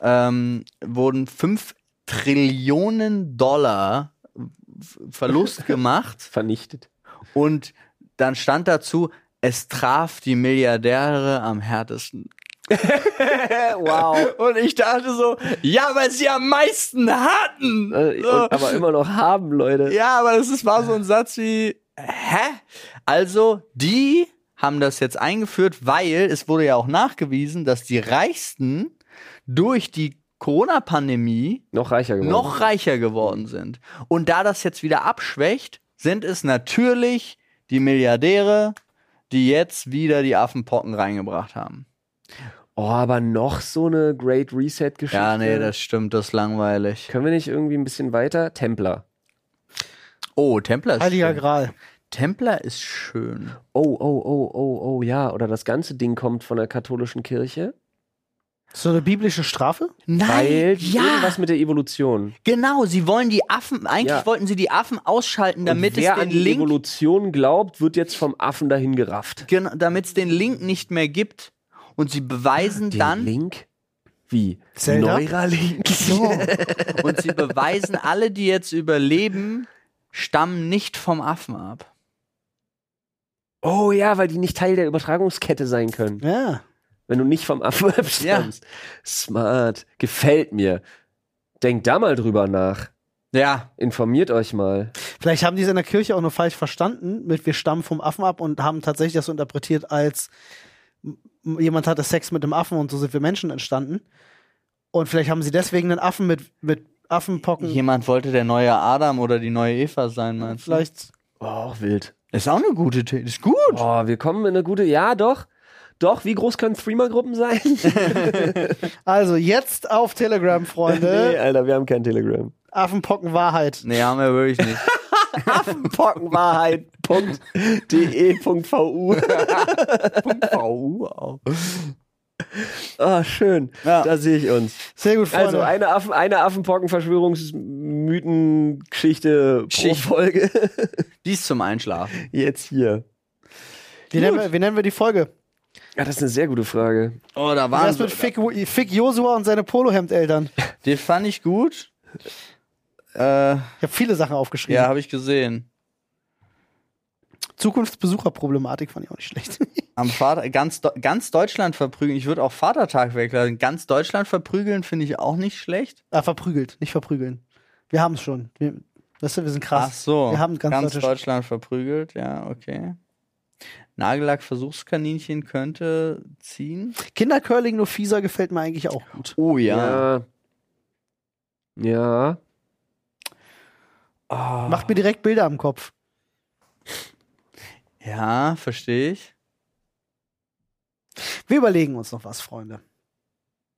[SPEAKER 3] Ja.
[SPEAKER 1] ähm, wurden 5 Trillionen Dollar F- Verlust gemacht
[SPEAKER 3] Vernichtet.
[SPEAKER 1] und dann stand dazu, es traf die Milliardäre am härtesten. Äh,
[SPEAKER 3] wow.
[SPEAKER 1] Und ich dachte so, ja, weil sie am meisten hatten.
[SPEAKER 3] Äh, und,
[SPEAKER 1] so.
[SPEAKER 3] aber immer noch haben, Leute.
[SPEAKER 1] Ja, aber das ist, war so ein Satz wie, hä? Also, die haben das jetzt eingeführt, weil es wurde ja auch nachgewiesen, dass die Reichsten durch die Corona-Pandemie
[SPEAKER 3] Noch reicher geworden.
[SPEAKER 1] noch reicher geworden sind. Und da das jetzt wieder abschwächt, sind es natürlich die Milliardäre, die jetzt wieder die Affenpocken reingebracht haben.
[SPEAKER 3] Oh, aber noch so eine Great Reset-Geschichte.
[SPEAKER 1] Ja, nee, das stimmt, das ist langweilig.
[SPEAKER 3] Können wir nicht irgendwie ein bisschen weiter? Templer.
[SPEAKER 1] Oh, Templer ist
[SPEAKER 2] Heiliger
[SPEAKER 1] schön.
[SPEAKER 2] Gral.
[SPEAKER 1] Templer ist schön.
[SPEAKER 3] Oh, oh, oh, oh, oh, ja. Oder das ganze Ding kommt von der katholischen Kirche.
[SPEAKER 2] So eine biblische Strafe?
[SPEAKER 1] Nein,
[SPEAKER 3] Weil irgendwas mit der Evolution.
[SPEAKER 1] Genau, sie wollen die Affen, eigentlich
[SPEAKER 3] Ja.
[SPEAKER 1] wollten sie die Affen ausschalten, damit
[SPEAKER 3] Und
[SPEAKER 1] es
[SPEAKER 3] wer
[SPEAKER 1] den
[SPEAKER 3] an die
[SPEAKER 1] Link,
[SPEAKER 3] Evolution glaubt, wird jetzt vom Affen dahin gerafft.
[SPEAKER 1] gena- damit es den Link nicht mehr gibt. Und sie beweisen
[SPEAKER 3] Den
[SPEAKER 1] dann,
[SPEAKER 3] Link? Wie?
[SPEAKER 2] Zelda?
[SPEAKER 3] Neuralink.
[SPEAKER 1] und sie beweisen, alle, die jetzt überleben, stammen nicht vom Affen ab.
[SPEAKER 3] Oh ja, weil die nicht Teil der Übertragungskette sein können.
[SPEAKER 2] Ja.
[SPEAKER 3] Wenn du nicht vom Affen abstammst. Smart. Gefällt mir. Denkt da mal drüber nach.
[SPEAKER 1] Ja,
[SPEAKER 3] Informiert euch mal.
[SPEAKER 2] Vielleicht haben die es in der Kirche auch nur falsch verstanden, mit wir stammen vom Affen ab und haben tatsächlich das so interpretiert als m- jemand hatte Sex mit einem Affen und so sind wir Menschen entstanden. Und vielleicht haben sie deswegen einen Affen mit, mit Affenpocken.
[SPEAKER 1] jemand wollte der neue Adam oder die neue Eva sein, meinst du?
[SPEAKER 2] vielleicht.
[SPEAKER 3] Oh, auch wild.
[SPEAKER 1] Ist auch eine gute Theorie, ist gut.
[SPEAKER 3] Oh, wir kommen in eine gute. Ja, doch. Doch, wie groß können Threema-Gruppen sein?
[SPEAKER 2] Also jetzt auf Telegram, Freunde.
[SPEAKER 3] Alter, wir haben kein Telegram.
[SPEAKER 2] Affenpocken Wahrheit.
[SPEAKER 1] Nee, haben wir wirklich nicht.
[SPEAKER 3] E Pockenwahrheit.de.vu.
[SPEAKER 1] VU auch.
[SPEAKER 3] Ah, schön.
[SPEAKER 1] Ja.
[SPEAKER 3] Da sehe ich uns.
[SPEAKER 2] Sehr gut, Freunde.
[SPEAKER 3] Also eine, Affen, eine Affenpocken-Verschwörungsmythen-Geschichte pro
[SPEAKER 1] Geschichte.
[SPEAKER 3] Folge.
[SPEAKER 1] Dies zum Einschlafen.
[SPEAKER 3] Jetzt hier.
[SPEAKER 2] wie, nennen wir, wie nennen wir die Folge?
[SPEAKER 3] Ja, das ist eine sehr gute Frage.
[SPEAKER 1] Oh, da waren
[SPEAKER 2] Erst
[SPEAKER 1] so,
[SPEAKER 2] mit Fick, Fick Josua und seine Polohemdeltern. Ich
[SPEAKER 1] Die fand ich gut. Äh,
[SPEAKER 2] habe viele Sachen aufgeschrieben.
[SPEAKER 1] ja, habe ich gesehen.
[SPEAKER 2] Zukunftsbesucherproblematik fand ich auch nicht schlecht.
[SPEAKER 1] Am Vater, ganz, Do- ganz Deutschland verprügeln. Ich würde auch Vatertag weglassen. Ganz Deutschland verprügeln finde ich auch nicht schlecht.
[SPEAKER 2] Ah, verprügelt, nicht verprügeln. Wir haben es schon. Wir, weißt du, wir sind krass.
[SPEAKER 1] Ach so.
[SPEAKER 2] Wir haben ganz, deutsche-
[SPEAKER 1] Deutschland verprügelt. Ja, okay. Nagellack-Versuchskaninchen könnte ziehen.
[SPEAKER 2] Kindercurling nur fieser gefällt mir eigentlich auch gut.
[SPEAKER 1] Oh ja.
[SPEAKER 3] Ja. ja. Ah.
[SPEAKER 1] Oh.
[SPEAKER 2] Macht mir direkt Bilder am Kopf.
[SPEAKER 1] Ja, verstehe ich.
[SPEAKER 2] Wir überlegen uns noch was, Freunde.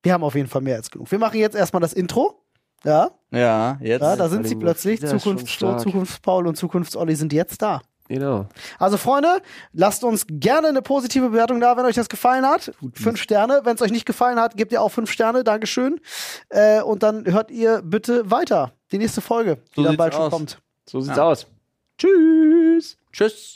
[SPEAKER 2] Wir haben auf jeden Fall mehr als genug. Wir machen jetzt erstmal das Intro. Ja.
[SPEAKER 1] Ja, jetzt.
[SPEAKER 2] Ja, da sind sie
[SPEAKER 3] Berlin-
[SPEAKER 2] plötzlich.
[SPEAKER 3] Ja, ist schon
[SPEAKER 2] Zukunftsflo,
[SPEAKER 3] stark.
[SPEAKER 2] Zukunftspaul und Zukunftsolli sind jetzt da.
[SPEAKER 3] Genau.
[SPEAKER 2] Also Freunde, lasst uns gerne eine positive Bewertung da, wenn euch das gefallen hat. Fünf Sterne. Wenn es euch nicht gefallen hat, gebt ihr auch fünf Sterne. Dankeschön. Äh, und dann hört ihr bitte weiter. Die nächste Folge, die
[SPEAKER 1] So
[SPEAKER 2] dann
[SPEAKER 1] sieht's
[SPEAKER 2] bald schon
[SPEAKER 1] aus.
[SPEAKER 2] kommt.
[SPEAKER 3] So sieht's
[SPEAKER 1] Ja.
[SPEAKER 3] aus. Tschüss.
[SPEAKER 1] Tschüss.